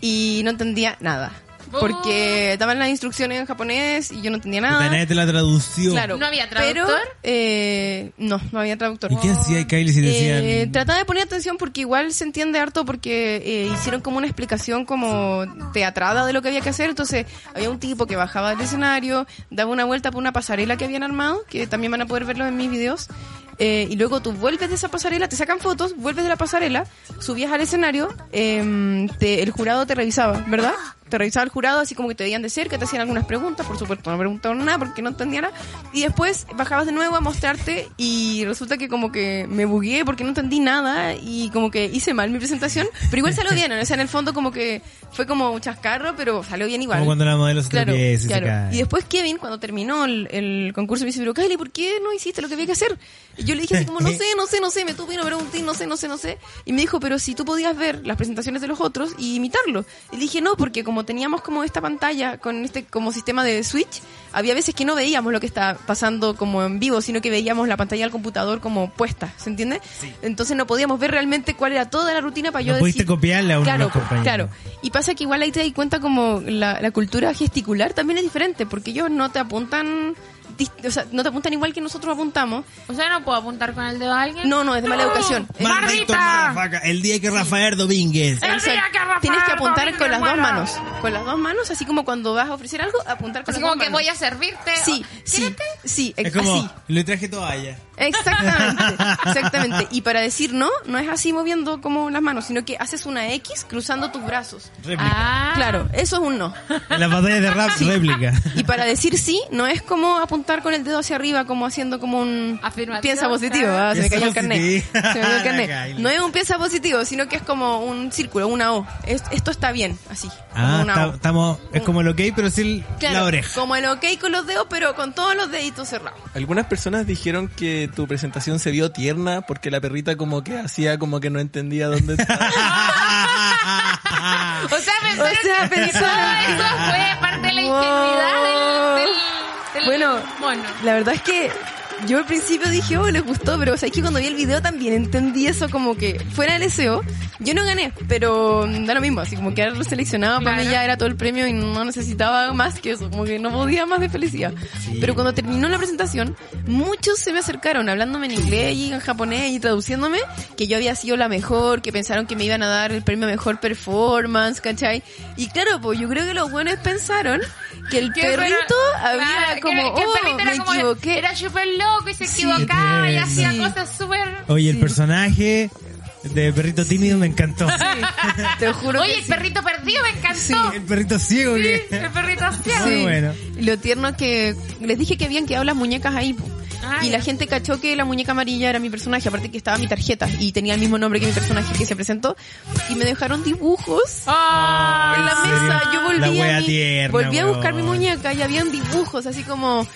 Speaker 4: Y no entendía nada. Porque estaban las instrucciones en japonés y yo no entendía
Speaker 1: Puta,
Speaker 4: nada.
Speaker 1: nadie te la traducción.
Speaker 4: Ah. Claro.
Speaker 3: ¿No había
Speaker 4: Pero,
Speaker 3: traductor?
Speaker 4: eh, no, no había traductor.
Speaker 1: ¿Y qué hacía Kylie si decían?
Speaker 4: Eh, trataba de poner atención porque igual se entiende harto porque eh, hicieron como una explicación como teatrada de lo que había que hacer. Entonces había un tipo que bajaba del escenario, daba una vuelta por una pasarela que habían armado, que también van a poder verlo en mis videos. eh, y luego tú vuelves de esa pasarela, te sacan fotos, vuelves de la pasarela, subías al escenario, em, te- el jurado te revisaba, ¿verdad? Te revisaba el jurado, así como que te veían de cerca, te hacían algunas preguntas, por supuesto, no preguntaron nada porque no entendía nada. Y después bajabas de nuevo a mostrarte y resulta que como que me bugueé porque no entendí nada y como que hice mal mi presentación, pero igual salió bien, o sea, en el fondo como que fue como un chascarro, pero salió bien igual.
Speaker 1: Como cuando la modelo se
Speaker 4: Claro,
Speaker 1: tropieza y se
Speaker 4: claro.
Speaker 1: cae.
Speaker 4: Y después Kevin, cuando terminó el, el concurso, me dice, pero Kylie, ¿por qué no hiciste lo que había que hacer? Y yo le dije así como, no sé, no sé, no sé, me tuve y no pregunté, no sé, no sé, no sé. Y me dijo, pero si tú podías ver las presentaciones de los otros y imitarlo. Y le dije, no, porque como teníamos como esta pantalla con este como sistema de switch, había veces que no veíamos lo que está pasando como en vivo, sino que veíamos la pantalla del computador como puesta, ¿se entiende? Entonces no podíamos ver realmente cuál era toda la rutina para
Speaker 1: No
Speaker 4: Ah, yo
Speaker 1: pudiste
Speaker 4: decir...
Speaker 1: copiarle a uno de
Speaker 4: Claro,
Speaker 1: los compañeros.
Speaker 4: claro. Y pasa que igual ahí te das cuenta como la, la cultura gesticular también es diferente, porque ellos no te apuntan, dis- o sea, no te apuntan igual que nosotros apuntamos.
Speaker 3: O sea, no puedo apuntar con el dedo a alguien.
Speaker 4: No, no, es de mala educación. Es-
Speaker 1: Maldito
Speaker 3: ¡Barrita!
Speaker 1: motherfucker, El día que Rafael Domínguez.
Speaker 3: El día que Rafael
Speaker 4: tienes que apuntar
Speaker 3: Domínguez
Speaker 4: con las dos
Speaker 3: muera.
Speaker 4: manos. Con las dos manos, así como cuando vas a ofrecer algo, apuntar con
Speaker 3: Así
Speaker 4: las
Speaker 3: como
Speaker 4: dos
Speaker 3: que
Speaker 4: manos.
Speaker 3: voy a servirte.
Speaker 4: Sí, sí,
Speaker 3: ¿Quieres té?
Speaker 4: sí,
Speaker 1: Es
Speaker 4: ex-
Speaker 1: como,
Speaker 4: así.
Speaker 1: le traje toalla.
Speaker 4: Exactamente, exactamente. Y para decir no, no es así moviendo como las manos, sino que haces una X cruzando tus brazos.
Speaker 1: Réplica.
Speaker 3: Ah,
Speaker 4: Claro, eso es un no.
Speaker 1: En las batallas de rap, réplica.
Speaker 4: Y para decir sí, no es como apuntar con el dedo hacia arriba, como haciendo como un
Speaker 3: Afirmativo,
Speaker 4: piensa positivo.
Speaker 3: claro.
Speaker 4: Ah, se me
Speaker 1: Piensa
Speaker 4: cayó el carnet.
Speaker 1: positivo.
Speaker 4: Se me cayó el carnet.
Speaker 1: La Kylie.
Speaker 4: No es un piensa positivo, sino que es como un círculo, una O. Es- esto está bien, así. como
Speaker 1: Ah,
Speaker 4: una
Speaker 1: está-
Speaker 4: O.
Speaker 1: estamos, es como el ok, pero sin
Speaker 4: Claro,
Speaker 1: la oreja.
Speaker 4: Como el ok con los dedos, pero con todos los deditos cerrados.
Speaker 5: Algunas personas dijeron que tu presentación se vio tierna porque la perrita como que hacía como que no entendía dónde estaba.
Speaker 3: O sea,
Speaker 4: O
Speaker 3: pensaron
Speaker 4: sea,
Speaker 3: que todo
Speaker 4: pensaron-
Speaker 3: eso fue parte de la
Speaker 4: Wow.
Speaker 3: ingenuidad del, del- del
Speaker 4: Bueno.
Speaker 3: mono.
Speaker 4: La verdad es que yo al principio dije, oh, les gustó, pero o sea, es que cuando vi el video también entendí eso como que fuera del SEO. Yo no gané, pero mm, da lo mismo, así como quedar seleccionado para mí
Speaker 3: Claro.
Speaker 4: ya era todo el premio y no necesitaba más que eso, como que no podía más de felicidad. Pero cuando terminó la presentación, muchos se me acercaron hablándome en inglés y en japonés y traduciéndome que yo había sido la mejor, que pensaron que me iban a dar el premio a mejor performance, ¿cachai? Y claro, pues yo creo que los buenos pensaron que el
Speaker 3: Que
Speaker 4: perrito
Speaker 3: fueron- claro,
Speaker 4: había como,
Speaker 3: que- que el
Speaker 4: oh,
Speaker 3: perrito era
Speaker 4: me
Speaker 3: como-
Speaker 4: equivoqué.
Speaker 3: Era súper loco y se equivocaba y
Speaker 1: Qué
Speaker 3: hacía
Speaker 4: tierno.
Speaker 3: cosas súper...
Speaker 1: Oye, el personaje de perrito tímido me encantó.
Speaker 4: Te juro
Speaker 3: Oye,
Speaker 4: que
Speaker 3: el
Speaker 4: sí.
Speaker 3: perrito perdido me encantó.
Speaker 4: Sí.
Speaker 1: El perrito ciego que...
Speaker 3: El perrito ciego.
Speaker 1: Muy
Speaker 4: Sí.
Speaker 1: bueno.
Speaker 4: Y Lo tierno que les dije que habían quedado las muñecas ahí. po.
Speaker 3: Ah,
Speaker 4: y
Speaker 3: ya.
Speaker 4: la gente cachó que la muñeca amarilla era mi personaje, aparte que estaba mi tarjeta y tenía el mismo nombre que mi personaje que se presentó. Y me dejaron dibujos
Speaker 3: Ay,
Speaker 4: en la
Speaker 1: ¿en serio?
Speaker 4: mesa. Yo
Speaker 1: La
Speaker 4: volví,
Speaker 1: wea
Speaker 4: a, mi-
Speaker 1: tierna,
Speaker 4: volví a buscar mi
Speaker 1: weón.
Speaker 4: muñeca y habían dibujos, así como...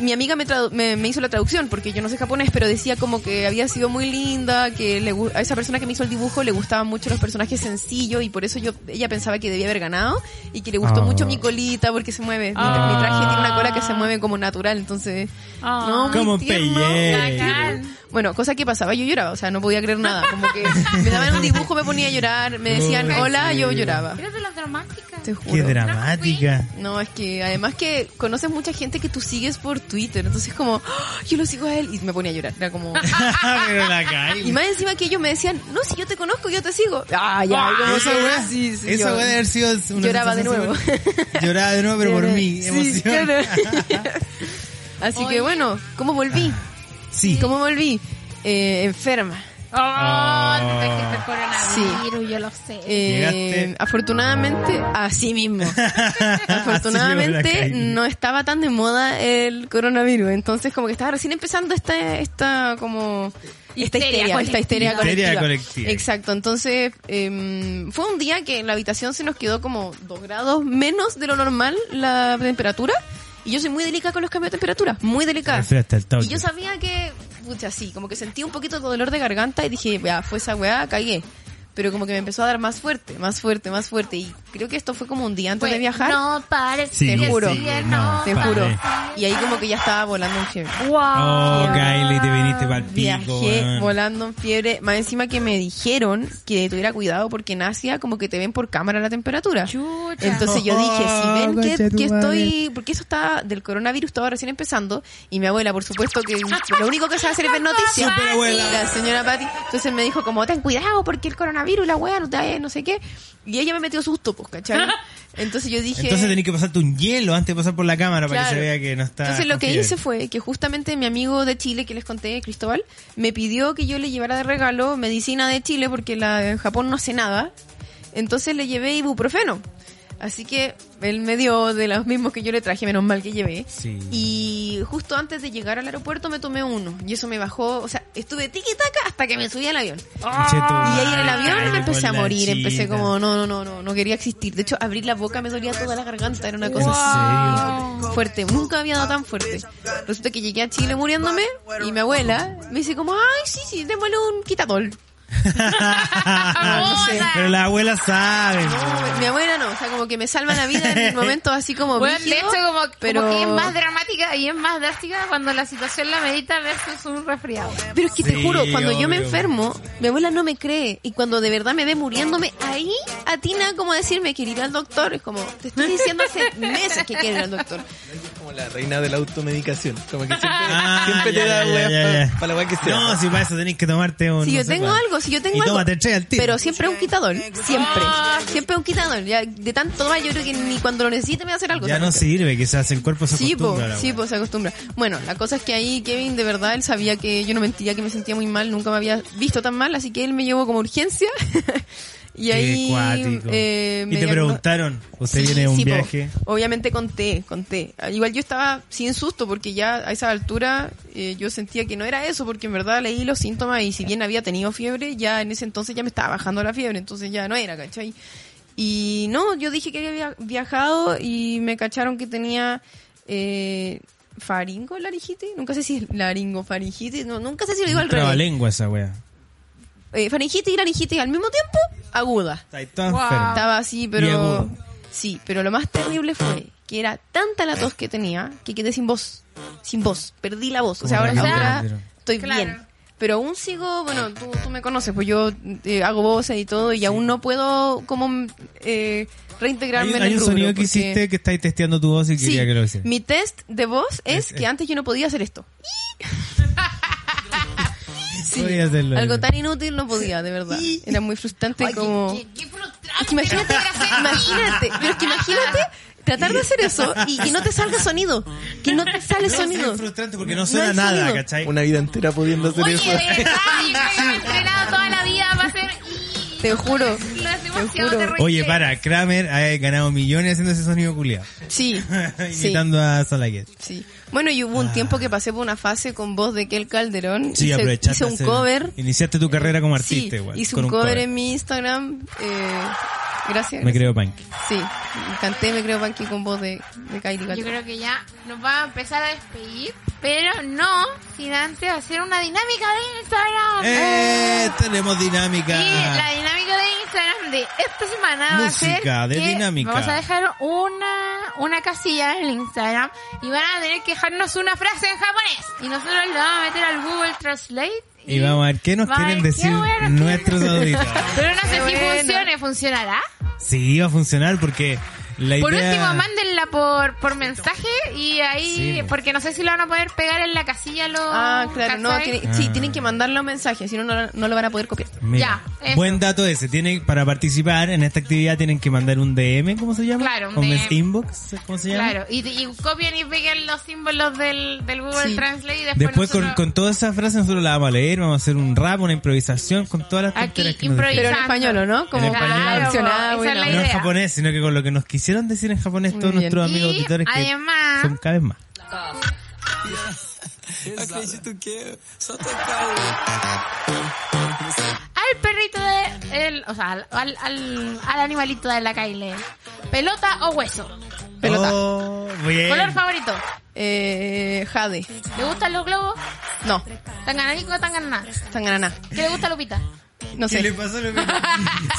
Speaker 4: Mi amiga me, tradu- me, me hizo la traducción, porque yo no sé japonés, pero decía como que había sido muy linda, que le gu- a esa persona que me hizo el dibujo le gustaban mucho los personajes sencillos y por eso yo ella pensaba que debía haber ganado y que le gustó
Speaker 1: Ah.
Speaker 4: mucho mi colita porque se mueve. Mi, tra- mi traje tiene una cola que se mueve como natural, entonces...
Speaker 3: Ah.
Speaker 4: No, muy
Speaker 1: Como
Speaker 4: tierno.
Speaker 1: Pelle.
Speaker 3: Bacán.
Speaker 4: Bueno, cosa que pasaba, yo lloraba, o sea, no podía creer nada. Como que me daban un dibujo, me ponía a llorar, me decían
Speaker 1: Ay,
Speaker 4: hola,
Speaker 1: sí.
Speaker 4: yo lloraba.
Speaker 3: Eres de las dramáticas.
Speaker 4: Te
Speaker 1: Qué
Speaker 4: juro.
Speaker 1: dramática.
Speaker 4: No, es que además que conoces mucha gente que tú sigues por Twitter, entonces como, "Ah, yo lo sigo a él y me ponía a llorar, era como...
Speaker 1: Pero la
Speaker 4: Y
Speaker 1: Kylie.
Speaker 4: más encima que ellos me decían, no, si yo te conozco, yo te sigo. Ah, ya, como
Speaker 1: Esa
Speaker 4: que-
Speaker 1: weá,
Speaker 4: sí, sí,
Speaker 1: esa
Speaker 4: yo-
Speaker 1: weá debe haber sido una
Speaker 4: Lloraba de
Speaker 1: sensación
Speaker 4: nuevo.
Speaker 1: súper- Lloraba de nuevo, pero por
Speaker 4: Lloré.
Speaker 1: mí.
Speaker 4: Sí,
Speaker 1: Emoción. Ah,
Speaker 4: claro. Así
Speaker 3: Oye.
Speaker 4: que bueno, ¿cómo volví?
Speaker 1: Sí.
Speaker 4: ¿Cómo volví? Eh, enferma.
Speaker 3: Oh,
Speaker 1: Oh.
Speaker 3: te trajiste el coronavirus, yo lo sé.
Speaker 4: Eh,
Speaker 1: Llegaste.
Speaker 4: afortunadamente, así mismo.
Speaker 1: Ah, Así llegó la
Speaker 4: Afortunadamente
Speaker 1: Kylie.
Speaker 4: no estaba tan de moda el coronavirus, entonces como que estaba recién empezando esta esta como esta
Speaker 3: Histeria
Speaker 4: histeria, esta histeria
Speaker 1: colectiva.
Speaker 4: colectiva.
Speaker 1: Histeria colectiva.
Speaker 4: Exacto, entonces em, fue un día que en la habitación se nos quedó como dos grados menos de lo normal la temperatura y yo soy muy delicada con los cambios de temperatura, muy delicada.
Speaker 1: Prefiero hasta el toque.
Speaker 4: Y yo sabía que, pucha, sí, como que sentí un poquito de dolor de garganta y dije, ya, fue esa weá, cagué. pero como que me empezó a dar más fuerte, más fuerte, más fuerte. Y creo que esto fue como un día antes de viajar.
Speaker 3: No pares.
Speaker 1: Sí,
Speaker 4: te juro,
Speaker 1: sí, no,
Speaker 4: te
Speaker 1: padre.
Speaker 4: juro. Y ahí como que ya estaba volando en fiebre.
Speaker 3: Wow.
Speaker 1: Oh, Kylie, te viniste para el pico.
Speaker 4: Viajé
Speaker 1: weón.
Speaker 4: volando en fiebre. Más encima que me dijeron que tuviera cuidado porque en Asia como que te ven por cámara la temperatura.
Speaker 3: Chucha.
Speaker 4: Entonces yo dije, si ven
Speaker 1: Oh,
Speaker 4: que,
Speaker 1: concha tu
Speaker 4: que
Speaker 1: madre.
Speaker 4: estoy... Porque eso está del coronavirus, estaba recién empezando. Y mi abuela, por supuesto, que lo único que sabe hacer es ver noticias.
Speaker 3: Super
Speaker 1: abuela.
Speaker 4: La señora Patti. Entonces me dijo como, ten cuidado porque el coronavirus, la wea, no te vayas, no sé qué. Y ella me metió susto, pues, ¿cachai? Entonces yo dije...
Speaker 1: Entonces tenés que pasarte un hielo antes de pasar por la cámara para que se
Speaker 4: Claro.
Speaker 1: vea que no está.
Speaker 4: Entonces lo
Speaker 1: con
Speaker 4: que
Speaker 1: fiebre.
Speaker 4: hice fue que justamente mi amigo de Chile que les conté, Cristóbal, me pidió que yo le llevara de regalo medicina de Chile porque la de Japón no hace nada. Entonces le llevé ibuprofeno. Así que él me dio de los mismos que yo le traje, menos mal que llevé.
Speaker 1: Sí.
Speaker 4: Y justo antes de llegar al aeropuerto me tomé uno. Y eso me bajó, o sea, estuve tiki taca hasta que me subí al avión.
Speaker 1: Conche tu
Speaker 4: Y ahí en el
Speaker 1: madre,
Speaker 4: avión
Speaker 1: Kylie,
Speaker 4: me empecé a
Speaker 1: por la
Speaker 4: morir, empecé
Speaker 1: chita.
Speaker 4: como, no, no, no, no, no quería existir. De hecho, abrir la boca me dolía toda la garganta, era una cosa
Speaker 1: Wow.
Speaker 4: fuerte, nunca había dado tan fuerte. Resulta que llegué a Chile muriéndome y mi abuela me dice como, ay, sí, sí, démosle un quitatol.
Speaker 3: No sé.
Speaker 1: Pero las abuelas saben.
Speaker 4: Mi abuela no, o sea, como que me salva la vida en momentos así como
Speaker 3: Bueno, de
Speaker 4: brígidos,
Speaker 3: hecho, como,
Speaker 4: pero...
Speaker 3: como que es más dramática y es más drástica cuando la situación la medita versus un resfriado.
Speaker 4: Pero es que te
Speaker 1: Sí,
Speaker 4: juro, cuando yo me
Speaker 1: obvio.
Speaker 4: enfermo, mi abuela no me cree. Y cuando de verdad me ve muriéndome, ahí atina como a decirme que ir al doctor. Es como, te estoy diciendo hace meses que quiero ir al doctor.
Speaker 5: Es como la reina de la automedicación. Como que siempre,
Speaker 1: Ah,
Speaker 5: siempre
Speaker 1: ya,
Speaker 5: te da
Speaker 1: ya,
Speaker 5: weas
Speaker 1: ya, ya.
Speaker 5: para la wea que sea.
Speaker 1: No, si para eso tenés que tomarte un.
Speaker 4: Si
Speaker 1: no
Speaker 4: yo
Speaker 1: sé
Speaker 4: tengo
Speaker 1: cuál.
Speaker 4: algo, si yo tengo
Speaker 1: Y
Speaker 4: algo.
Speaker 1: tómate el chai al tiro.
Speaker 4: Pero siempre un quitador, siempre. Siempre un quitador. Ya, de tanto tomar, yo creo que ni cuando lo necesite me va a hacer algo.
Speaker 1: Ya no
Speaker 4: ¿sabes?
Speaker 1: sirve, quizás el cuerpo se
Speaker 4: Sí, po,
Speaker 1: acostumbra. a la
Speaker 4: sí,
Speaker 1: wea.
Speaker 4: po, se acostumbra. Bueno, la cosa es que ahí Kevin, de verdad, él sabía que yo no mentía, que me sentía muy mal, nunca me había visto tan mal, así que él me llevó como urgencia. y
Speaker 1: Qué
Speaker 4: ahí.
Speaker 1: cuático.
Speaker 4: eh,
Speaker 1: y
Speaker 4: me
Speaker 1: te
Speaker 4: diagno-
Speaker 1: preguntaron, ¿usted viene de un
Speaker 4: sí, po.
Speaker 1: viaje?
Speaker 4: Obviamente conté, conté. Igual yo estaba sin susto porque ya a esa altura eh, yo sentía que no era eso porque en verdad leí los síntomas y si bien había tenido fiebre, ya en ese entonces ya me estaba bajando la fiebre, entonces ya no era, ¿cachai? Y no, yo dije que había via- viajado y me cacharon que tenía eh, faringo, laringitis, nunca sé si es laringo, faringitis, no, nunca sé si lo digo al
Speaker 1: Traba
Speaker 4: revés.
Speaker 1: lengua esa wea.
Speaker 4: Eh, faringitis y laringitis al mismo tiempo, aguda.
Speaker 1: Está ahí toda
Speaker 3: Wow.
Speaker 1: enferma.
Speaker 4: Estaba así,
Speaker 1: Y
Speaker 4: pero...
Speaker 1: agudo.
Speaker 4: Sí, pero lo más terrible fue que era tanta la tos que tenía que quedé sin voz. Sin voz. Perdí la voz. O sea,
Speaker 1: Como
Speaker 4: ahora,
Speaker 1: la
Speaker 4: ahora
Speaker 1: Alejandra.
Speaker 4: estoy
Speaker 3: Claro.
Speaker 4: bien. Pero aún sigo, bueno, tú, tú me conoces, pues yo eh, hago voces y todo y aún no puedo como eh,
Speaker 1: Hay,
Speaker 4: reintegrarme en
Speaker 1: hay
Speaker 4: el
Speaker 1: un
Speaker 4: rubro,
Speaker 1: sonido que
Speaker 4: porque-
Speaker 1: hiciste que estáis testeando tu voz y
Speaker 4: Sí,
Speaker 1: quería que lo hicieras.
Speaker 4: mi test de voz
Speaker 1: Es-
Speaker 4: es que antes yo no podía hacer esto. Sí,
Speaker 1: Podía hacerlo.
Speaker 4: algo tan inútil no podía, de verdad. Era muy frustrante
Speaker 3: Oye,
Speaker 4: como...
Speaker 3: qué, qué frustrante.
Speaker 4: Oh. Es Ah, que imagínate,
Speaker 3: no te grabé.
Speaker 4: imagínate, pero es que imagínate tratar de hacer eso y que no te salga sonido, que no te sale
Speaker 1: No,
Speaker 4: sonido.
Speaker 1: sí, es frustrante porque no
Speaker 4: No
Speaker 1: suena
Speaker 4: hay
Speaker 1: nada,
Speaker 4: sonido.
Speaker 1: ¿cachai?
Speaker 5: Una vida entera pudiendo hacer
Speaker 3: Oye,
Speaker 5: eso.
Speaker 3: de verdad, yo me he entrenado toda la vida para hacer y...
Speaker 4: Te juro,
Speaker 3: Lo es
Speaker 4: te
Speaker 3: demasiado
Speaker 4: juro.
Speaker 3: terrible.
Speaker 1: Oye, para, Kramer ha ganado millones haciendo ese sonido culiado.
Speaker 4: Sí, sí,
Speaker 1: Imitando a Salaguet.
Speaker 4: sí. Bueno, y hubo un tiempo que pasé por una fase con voz de Kel Calderón.
Speaker 1: Sí,
Speaker 4: hice,
Speaker 1: aprovechaste.
Speaker 4: hice un
Speaker 1: hacer-
Speaker 4: cover.
Speaker 1: Iniciaste tu carrera como artista
Speaker 4: sí,
Speaker 1: igual.
Speaker 4: hice
Speaker 1: con
Speaker 4: un cover, en mi Instagram. eh, gracias.
Speaker 1: Me creo punk.
Speaker 4: Sí, canté Me Creo Panqui con voz de, de Kylie
Speaker 3: Yo
Speaker 4: Calderón.
Speaker 3: creo que ya nos va a empezar a despedir, pero no sin antes hacer una dinámica de Instagram.
Speaker 1: ¡Eh! Tenemos
Speaker 3: Y la
Speaker 1: dinámica.
Speaker 3: dinámica de Instagram de esta semana va a ser
Speaker 1: Música de
Speaker 3: que
Speaker 1: dinámica.
Speaker 3: vamos a dejar una, una casilla en el Instagram y van a tener que dejarnos una frase en japonés y nosotros la vamos a meter al Google Translate
Speaker 1: Y vamos a ver qué nos
Speaker 3: vamos a
Speaker 1: quieren
Speaker 3: ver qué
Speaker 1: decir
Speaker 3: bueno que-
Speaker 1: nuestros auditores.
Speaker 3: pero no sé
Speaker 4: Qué
Speaker 3: si
Speaker 4: bueno.
Speaker 3: funcione, ¿funcionará?
Speaker 1: Sí, va a funcionar porque la
Speaker 3: Por
Speaker 1: idea...
Speaker 3: último, mándenla por, por mensaje y ahí,
Speaker 1: Sí, pues.
Speaker 3: porque no sé si la van a poder pegar en la casilla los...
Speaker 4: Ah, claro, no,
Speaker 3: ¿cachai?
Speaker 4: tiene-
Speaker 1: Ah.
Speaker 4: sí, tienen que mandarle un mensaje, si no, no, no lo van a poder copiar.
Speaker 1: Mira,
Speaker 3: Ya, eso.
Speaker 1: buen dato ese. Tiene, para participar en esta actividad tienen que mandar un DM, ¿cómo se llama?
Speaker 3: Claro, un
Speaker 1: un
Speaker 3: DM.
Speaker 1: inbox, ¿cómo se llama?
Speaker 3: Claro, y, y copian y pegan los símbolos del, del Google
Speaker 4: Sí.
Speaker 3: Translate y después,
Speaker 1: Después con,
Speaker 3: nosotros-
Speaker 1: con todas esas frases nosotros las vamos a leer, vamos a hacer un rap, una improvisación con todas las
Speaker 3: Aquí
Speaker 1: tonteras que nos
Speaker 3: improvisando.
Speaker 4: Pero
Speaker 1: dijeron.
Speaker 4: en español, ¿o no? Como
Speaker 1: En español.
Speaker 4: para
Speaker 3: Claro,
Speaker 4: funcionar,
Speaker 3: ah, esa es la
Speaker 1: No en
Speaker 3: idea.
Speaker 1: japonés, sino que con lo que nos quisieron decir en japonés
Speaker 4: Muy
Speaker 1: todos
Speaker 4: bien.
Speaker 1: nuestros amigos
Speaker 3: Y
Speaker 1: auditores que
Speaker 3: además-
Speaker 1: son cada vez más.
Speaker 3: al perrito de el, o sea, al, al, al- al animalito de la Kylie. Pelota o hueso.
Speaker 4: Pelota.
Speaker 1: Oh, bien.
Speaker 3: Color favorito.
Speaker 4: Eh, Jade.
Speaker 3: ¿Le gustan los globos?
Speaker 4: No,
Speaker 3: ¿Tan ganadico o tan ganada?
Speaker 4: Tanganana.
Speaker 3: ¿Qué le gusta Lupita?
Speaker 4: No sé.
Speaker 1: ¿Qué le pasa? Lo mismo?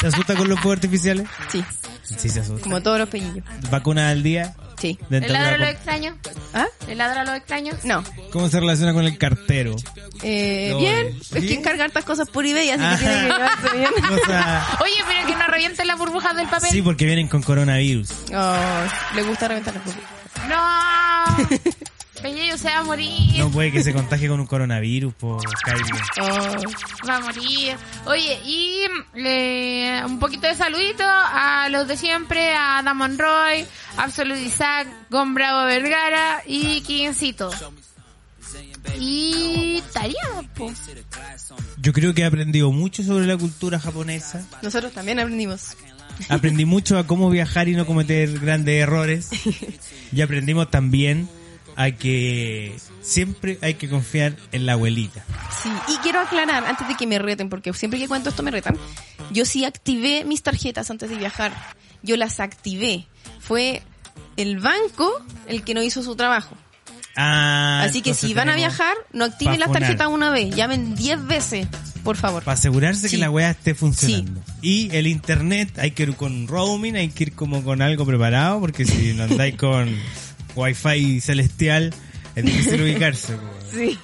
Speaker 1: ¿Se asusta con los fuegos artificiales?
Speaker 4: Sí,
Speaker 1: Sí, se asusta.
Speaker 4: como todos los pellillos.
Speaker 1: ¿Vacuna al día?
Speaker 4: Sí.
Speaker 3: ¿El ladra
Speaker 1: Dentadura
Speaker 3: a los
Speaker 1: con-
Speaker 3: extraños?
Speaker 4: ¿Ah?
Speaker 3: ¿El ladra a los extraños?
Speaker 4: No.
Speaker 1: ¿Cómo se relaciona con el cartero?
Speaker 4: Eh,
Speaker 1: No,
Speaker 4: bien,
Speaker 1: eh,
Speaker 4: es que
Speaker 1: bien. Ah.
Speaker 4: encargar estas cosas por eBay, así
Speaker 1: Ajá.
Speaker 4: que tiene que llevarse bien.
Speaker 1: O sea,
Speaker 3: Oye, pero que no revienten las burbujas del papel.
Speaker 1: sí, porque vienen con coronavirus.
Speaker 4: Oh, le gusta reventar los juegos.
Speaker 3: No. Peñello se va a morir.
Speaker 1: No puede que se contagie con un coronavirus, por
Speaker 4: Oh,
Speaker 3: Va a morir. Oye, y eh, un poquito de saludito a los de siempre, a Damon Roy, Absolute Isaac, Gon Bravo Vergara y Quincito. Y estaríamos, po.
Speaker 1: Yo creo que he aprendido mucho sobre la cultura japonesa.
Speaker 4: nosotros también aprendimos.
Speaker 1: Aprendí mucho a cómo viajar y no cometer grandes errores. Y aprendimos también a que siempre hay que confiar en la abuelita.
Speaker 4: Sí, y quiero aclarar, antes de que me reten, porque siempre que cuento esto me retan, yo sí activé mis tarjetas antes de viajar. Yo las activé. Fue el banco el que no hizo su trabajo.
Speaker 1: Ah,
Speaker 4: Así que si
Speaker 1: entonces
Speaker 4: van a
Speaker 1: tenemos-
Speaker 4: viajar, no activen
Speaker 1: pa'
Speaker 4: las
Speaker 1: funar.
Speaker 4: tarjetas una vez. Llamen 10 veces, por favor.
Speaker 1: Para asegurarse
Speaker 4: Sí.
Speaker 1: que la weá esté funcionando. Y el internet, hay que ir con roaming, hay que ir como con algo preparado, porque si no andáis con wifi celestial, es difícil ubicarse. po.
Speaker 4: Sí.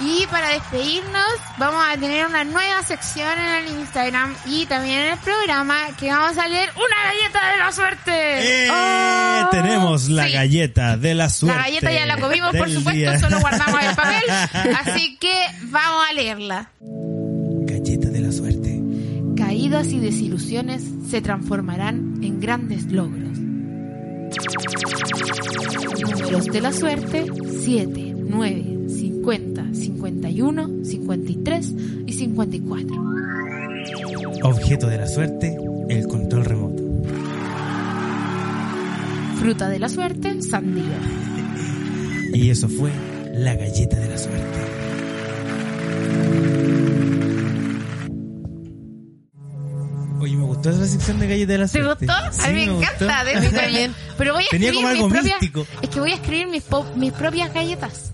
Speaker 3: Y para despedirnos, vamos a tener una nueva sección en el Instagram y también en el programa que vamos a leer una galleta de la suerte.
Speaker 1: ¡Eh!
Speaker 3: ¡Oh!
Speaker 1: Tenemos la
Speaker 3: Sí.
Speaker 1: galleta de la suerte.
Speaker 3: La galleta ya la comimos, por
Speaker 1: del
Speaker 3: supuesto,
Speaker 1: día.
Speaker 3: solo guardamos el papel. Así que vamos a leerla.
Speaker 1: Galleta de la suerte.
Speaker 3: Caídas y desilusiones se transformarán en grandes logros. Números de la suerte 7, 9, 50, 51, 53 y 54.
Speaker 1: Objeto de la suerte, el control remoto.
Speaker 3: Fruta de la suerte, sandía.
Speaker 1: Y eso fue la galleta de la suerte. Oye, me gustó esa sección de galleta de la
Speaker 3: ¿Te
Speaker 1: suerte.
Speaker 3: gustó? A mí
Speaker 1: Sí,
Speaker 3: me, encanta,
Speaker 1: gustó.
Speaker 3: de hecho también. Pero voy a
Speaker 1: Tenía
Speaker 3: escribir
Speaker 1: como algo
Speaker 3: mis propias,
Speaker 1: místico.
Speaker 3: Es que voy a escribir mis, po- mis propias galletas.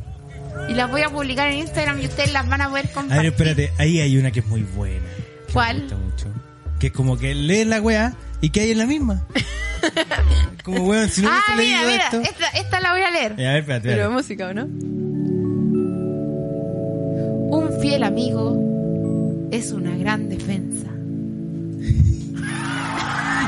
Speaker 3: Y las voy a publicar en Instagram y ustedes las van a poder
Speaker 1: A ver,
Speaker 3: compartir.
Speaker 1: espérate, ahí hay una que es muy buena. que
Speaker 3: ¿Cuál?
Speaker 1: Me gusta mucho. Que es como que lees la weá y que hay en la misma. como weón, si no
Speaker 3: ah,
Speaker 1: hubiese
Speaker 3: mira,
Speaker 1: leído
Speaker 3: mira,
Speaker 1: esto. Eh.
Speaker 3: esta, esta la voy a leer.
Speaker 1: Ya, a ver, espérate.
Speaker 4: Pero
Speaker 1: espérate.
Speaker 4: música, ¿o no?
Speaker 3: Un fiel amigo es una gran defensa.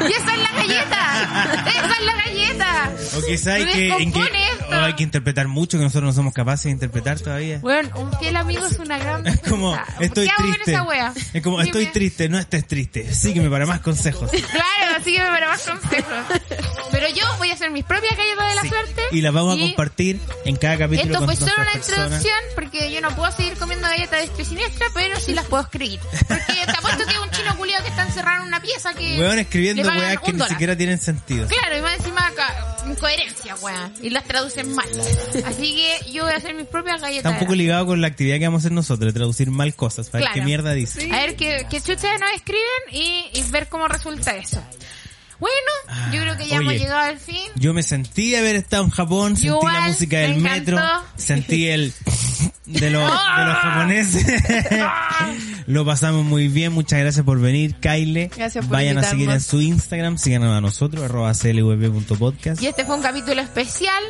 Speaker 3: ¡Y esa es la galleta! ¡Esa es la galleta!
Speaker 1: O quizá hay
Speaker 3: Me
Speaker 1: que, en que-
Speaker 3: descompone esto.
Speaker 1: o hay que interpretar mucho que nosotros no somos capaces de interpretar todavía.
Speaker 3: Bueno, un fiel amigo es una gran
Speaker 1: Es
Speaker 3: defensa.
Speaker 1: como, estoy
Speaker 3: ¿Qué hago con
Speaker 1: triste.
Speaker 3: esa wea?
Speaker 1: Es como,
Speaker 3: Sí,
Speaker 1: estoy
Speaker 3: me-
Speaker 1: triste, no estés triste. Sígueme para más consejos.
Speaker 3: Claro, así que me para más consejos. Pero yo voy a hacer mis propias galletas de la
Speaker 1: Sí.
Speaker 3: suerte.
Speaker 1: Y las vamos a
Speaker 3: y
Speaker 1: compartir en cada capítulo.
Speaker 3: Esto
Speaker 1: con
Speaker 3: fue solo
Speaker 1: otras
Speaker 3: una
Speaker 1: personas.
Speaker 3: introducción porque yo no puedo seguir comiendo galletas de este siniestra, pero sí las puedo escribir. Porque te apuesto que es un chino culiado que está encerrado en una pieza que.
Speaker 1: Weón escribiendo
Speaker 3: le pagan
Speaker 1: weas que
Speaker 3: un
Speaker 1: ni
Speaker 3: dólar.
Speaker 1: siquiera tienen sentido.
Speaker 3: Claro, y más encima acá, incoherencia, weón. Y las traducen mal. Así que yo voy a hacer mis propias galletas.
Speaker 1: Tampoco ligado con la actividad que vamos a hacer nosotros, de traducir mal cosas, para ver
Speaker 3: Claro.
Speaker 1: qué mierda dice.
Speaker 3: A ver qué, qué chuchas nos escriben y, y ver cómo resulta eso. Bueno, yo creo que ya
Speaker 1: Ah,
Speaker 3: hemos
Speaker 1: oye.
Speaker 3: llegado al fin.
Speaker 1: Yo me sentí haber estado en Japón, sentí la
Speaker 3: Igual,
Speaker 1: música del
Speaker 3: me
Speaker 1: metro,
Speaker 3: encantó. ¡Ah!
Speaker 1: sentí el de los, de los japoneses. Eh, Lo pasamos muy bien, muchas gracias por venir, Kyle.
Speaker 4: Gracias por
Speaker 1: Vayan a seguir en
Speaker 4: invitarnos.
Speaker 1: su Instagram, síganos a nosotros, arroba clvb.podcast.
Speaker 3: Y este fue un capítulo especial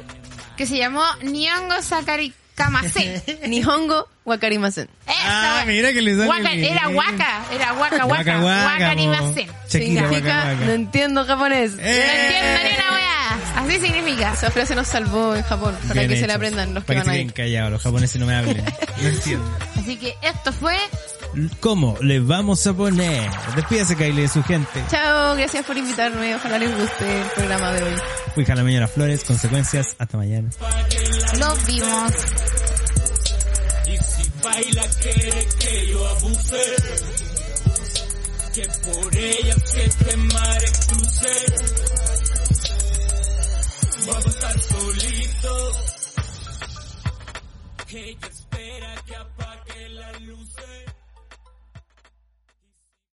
Speaker 3: que se llamó Niongo Sakari Kamase.
Speaker 4: Nihongo Wakarimasen.
Speaker 1: Ah, mira que le sale
Speaker 3: Waka,
Speaker 1: bien.
Speaker 3: Era Waka, era Waka,
Speaker 1: Waka,
Speaker 3: Waka,
Speaker 1: waka,
Speaker 3: Waka ni
Speaker 1: po.
Speaker 3: Masen.
Speaker 1: Shakira,
Speaker 4: significa,
Speaker 1: waka, waka.
Speaker 4: no entiendo japonés.
Speaker 3: No
Speaker 1: ¡Eh!
Speaker 3: entiendo ni una weá. Así significa.
Speaker 4: Esa frase nos salvó en Japón, para
Speaker 1: Bien
Speaker 4: que se
Speaker 1: hecho.
Speaker 4: la aprendan los que
Speaker 1: Para
Speaker 4: van
Speaker 1: se
Speaker 4: ahí.
Speaker 1: queden callados, los japoneses no me hablen. No entiendo.
Speaker 3: Así que esto fue
Speaker 1: ¿Cómo les vamos a poner? Despídase, Kyle, de su gente.
Speaker 4: Chao, gracias por invitarme. Ojalá les guste el programa de hoy.
Speaker 1: Fui Mañana Flores, consecuencias, hasta mañana.
Speaker 3: Los vimos.
Speaker 2: Ella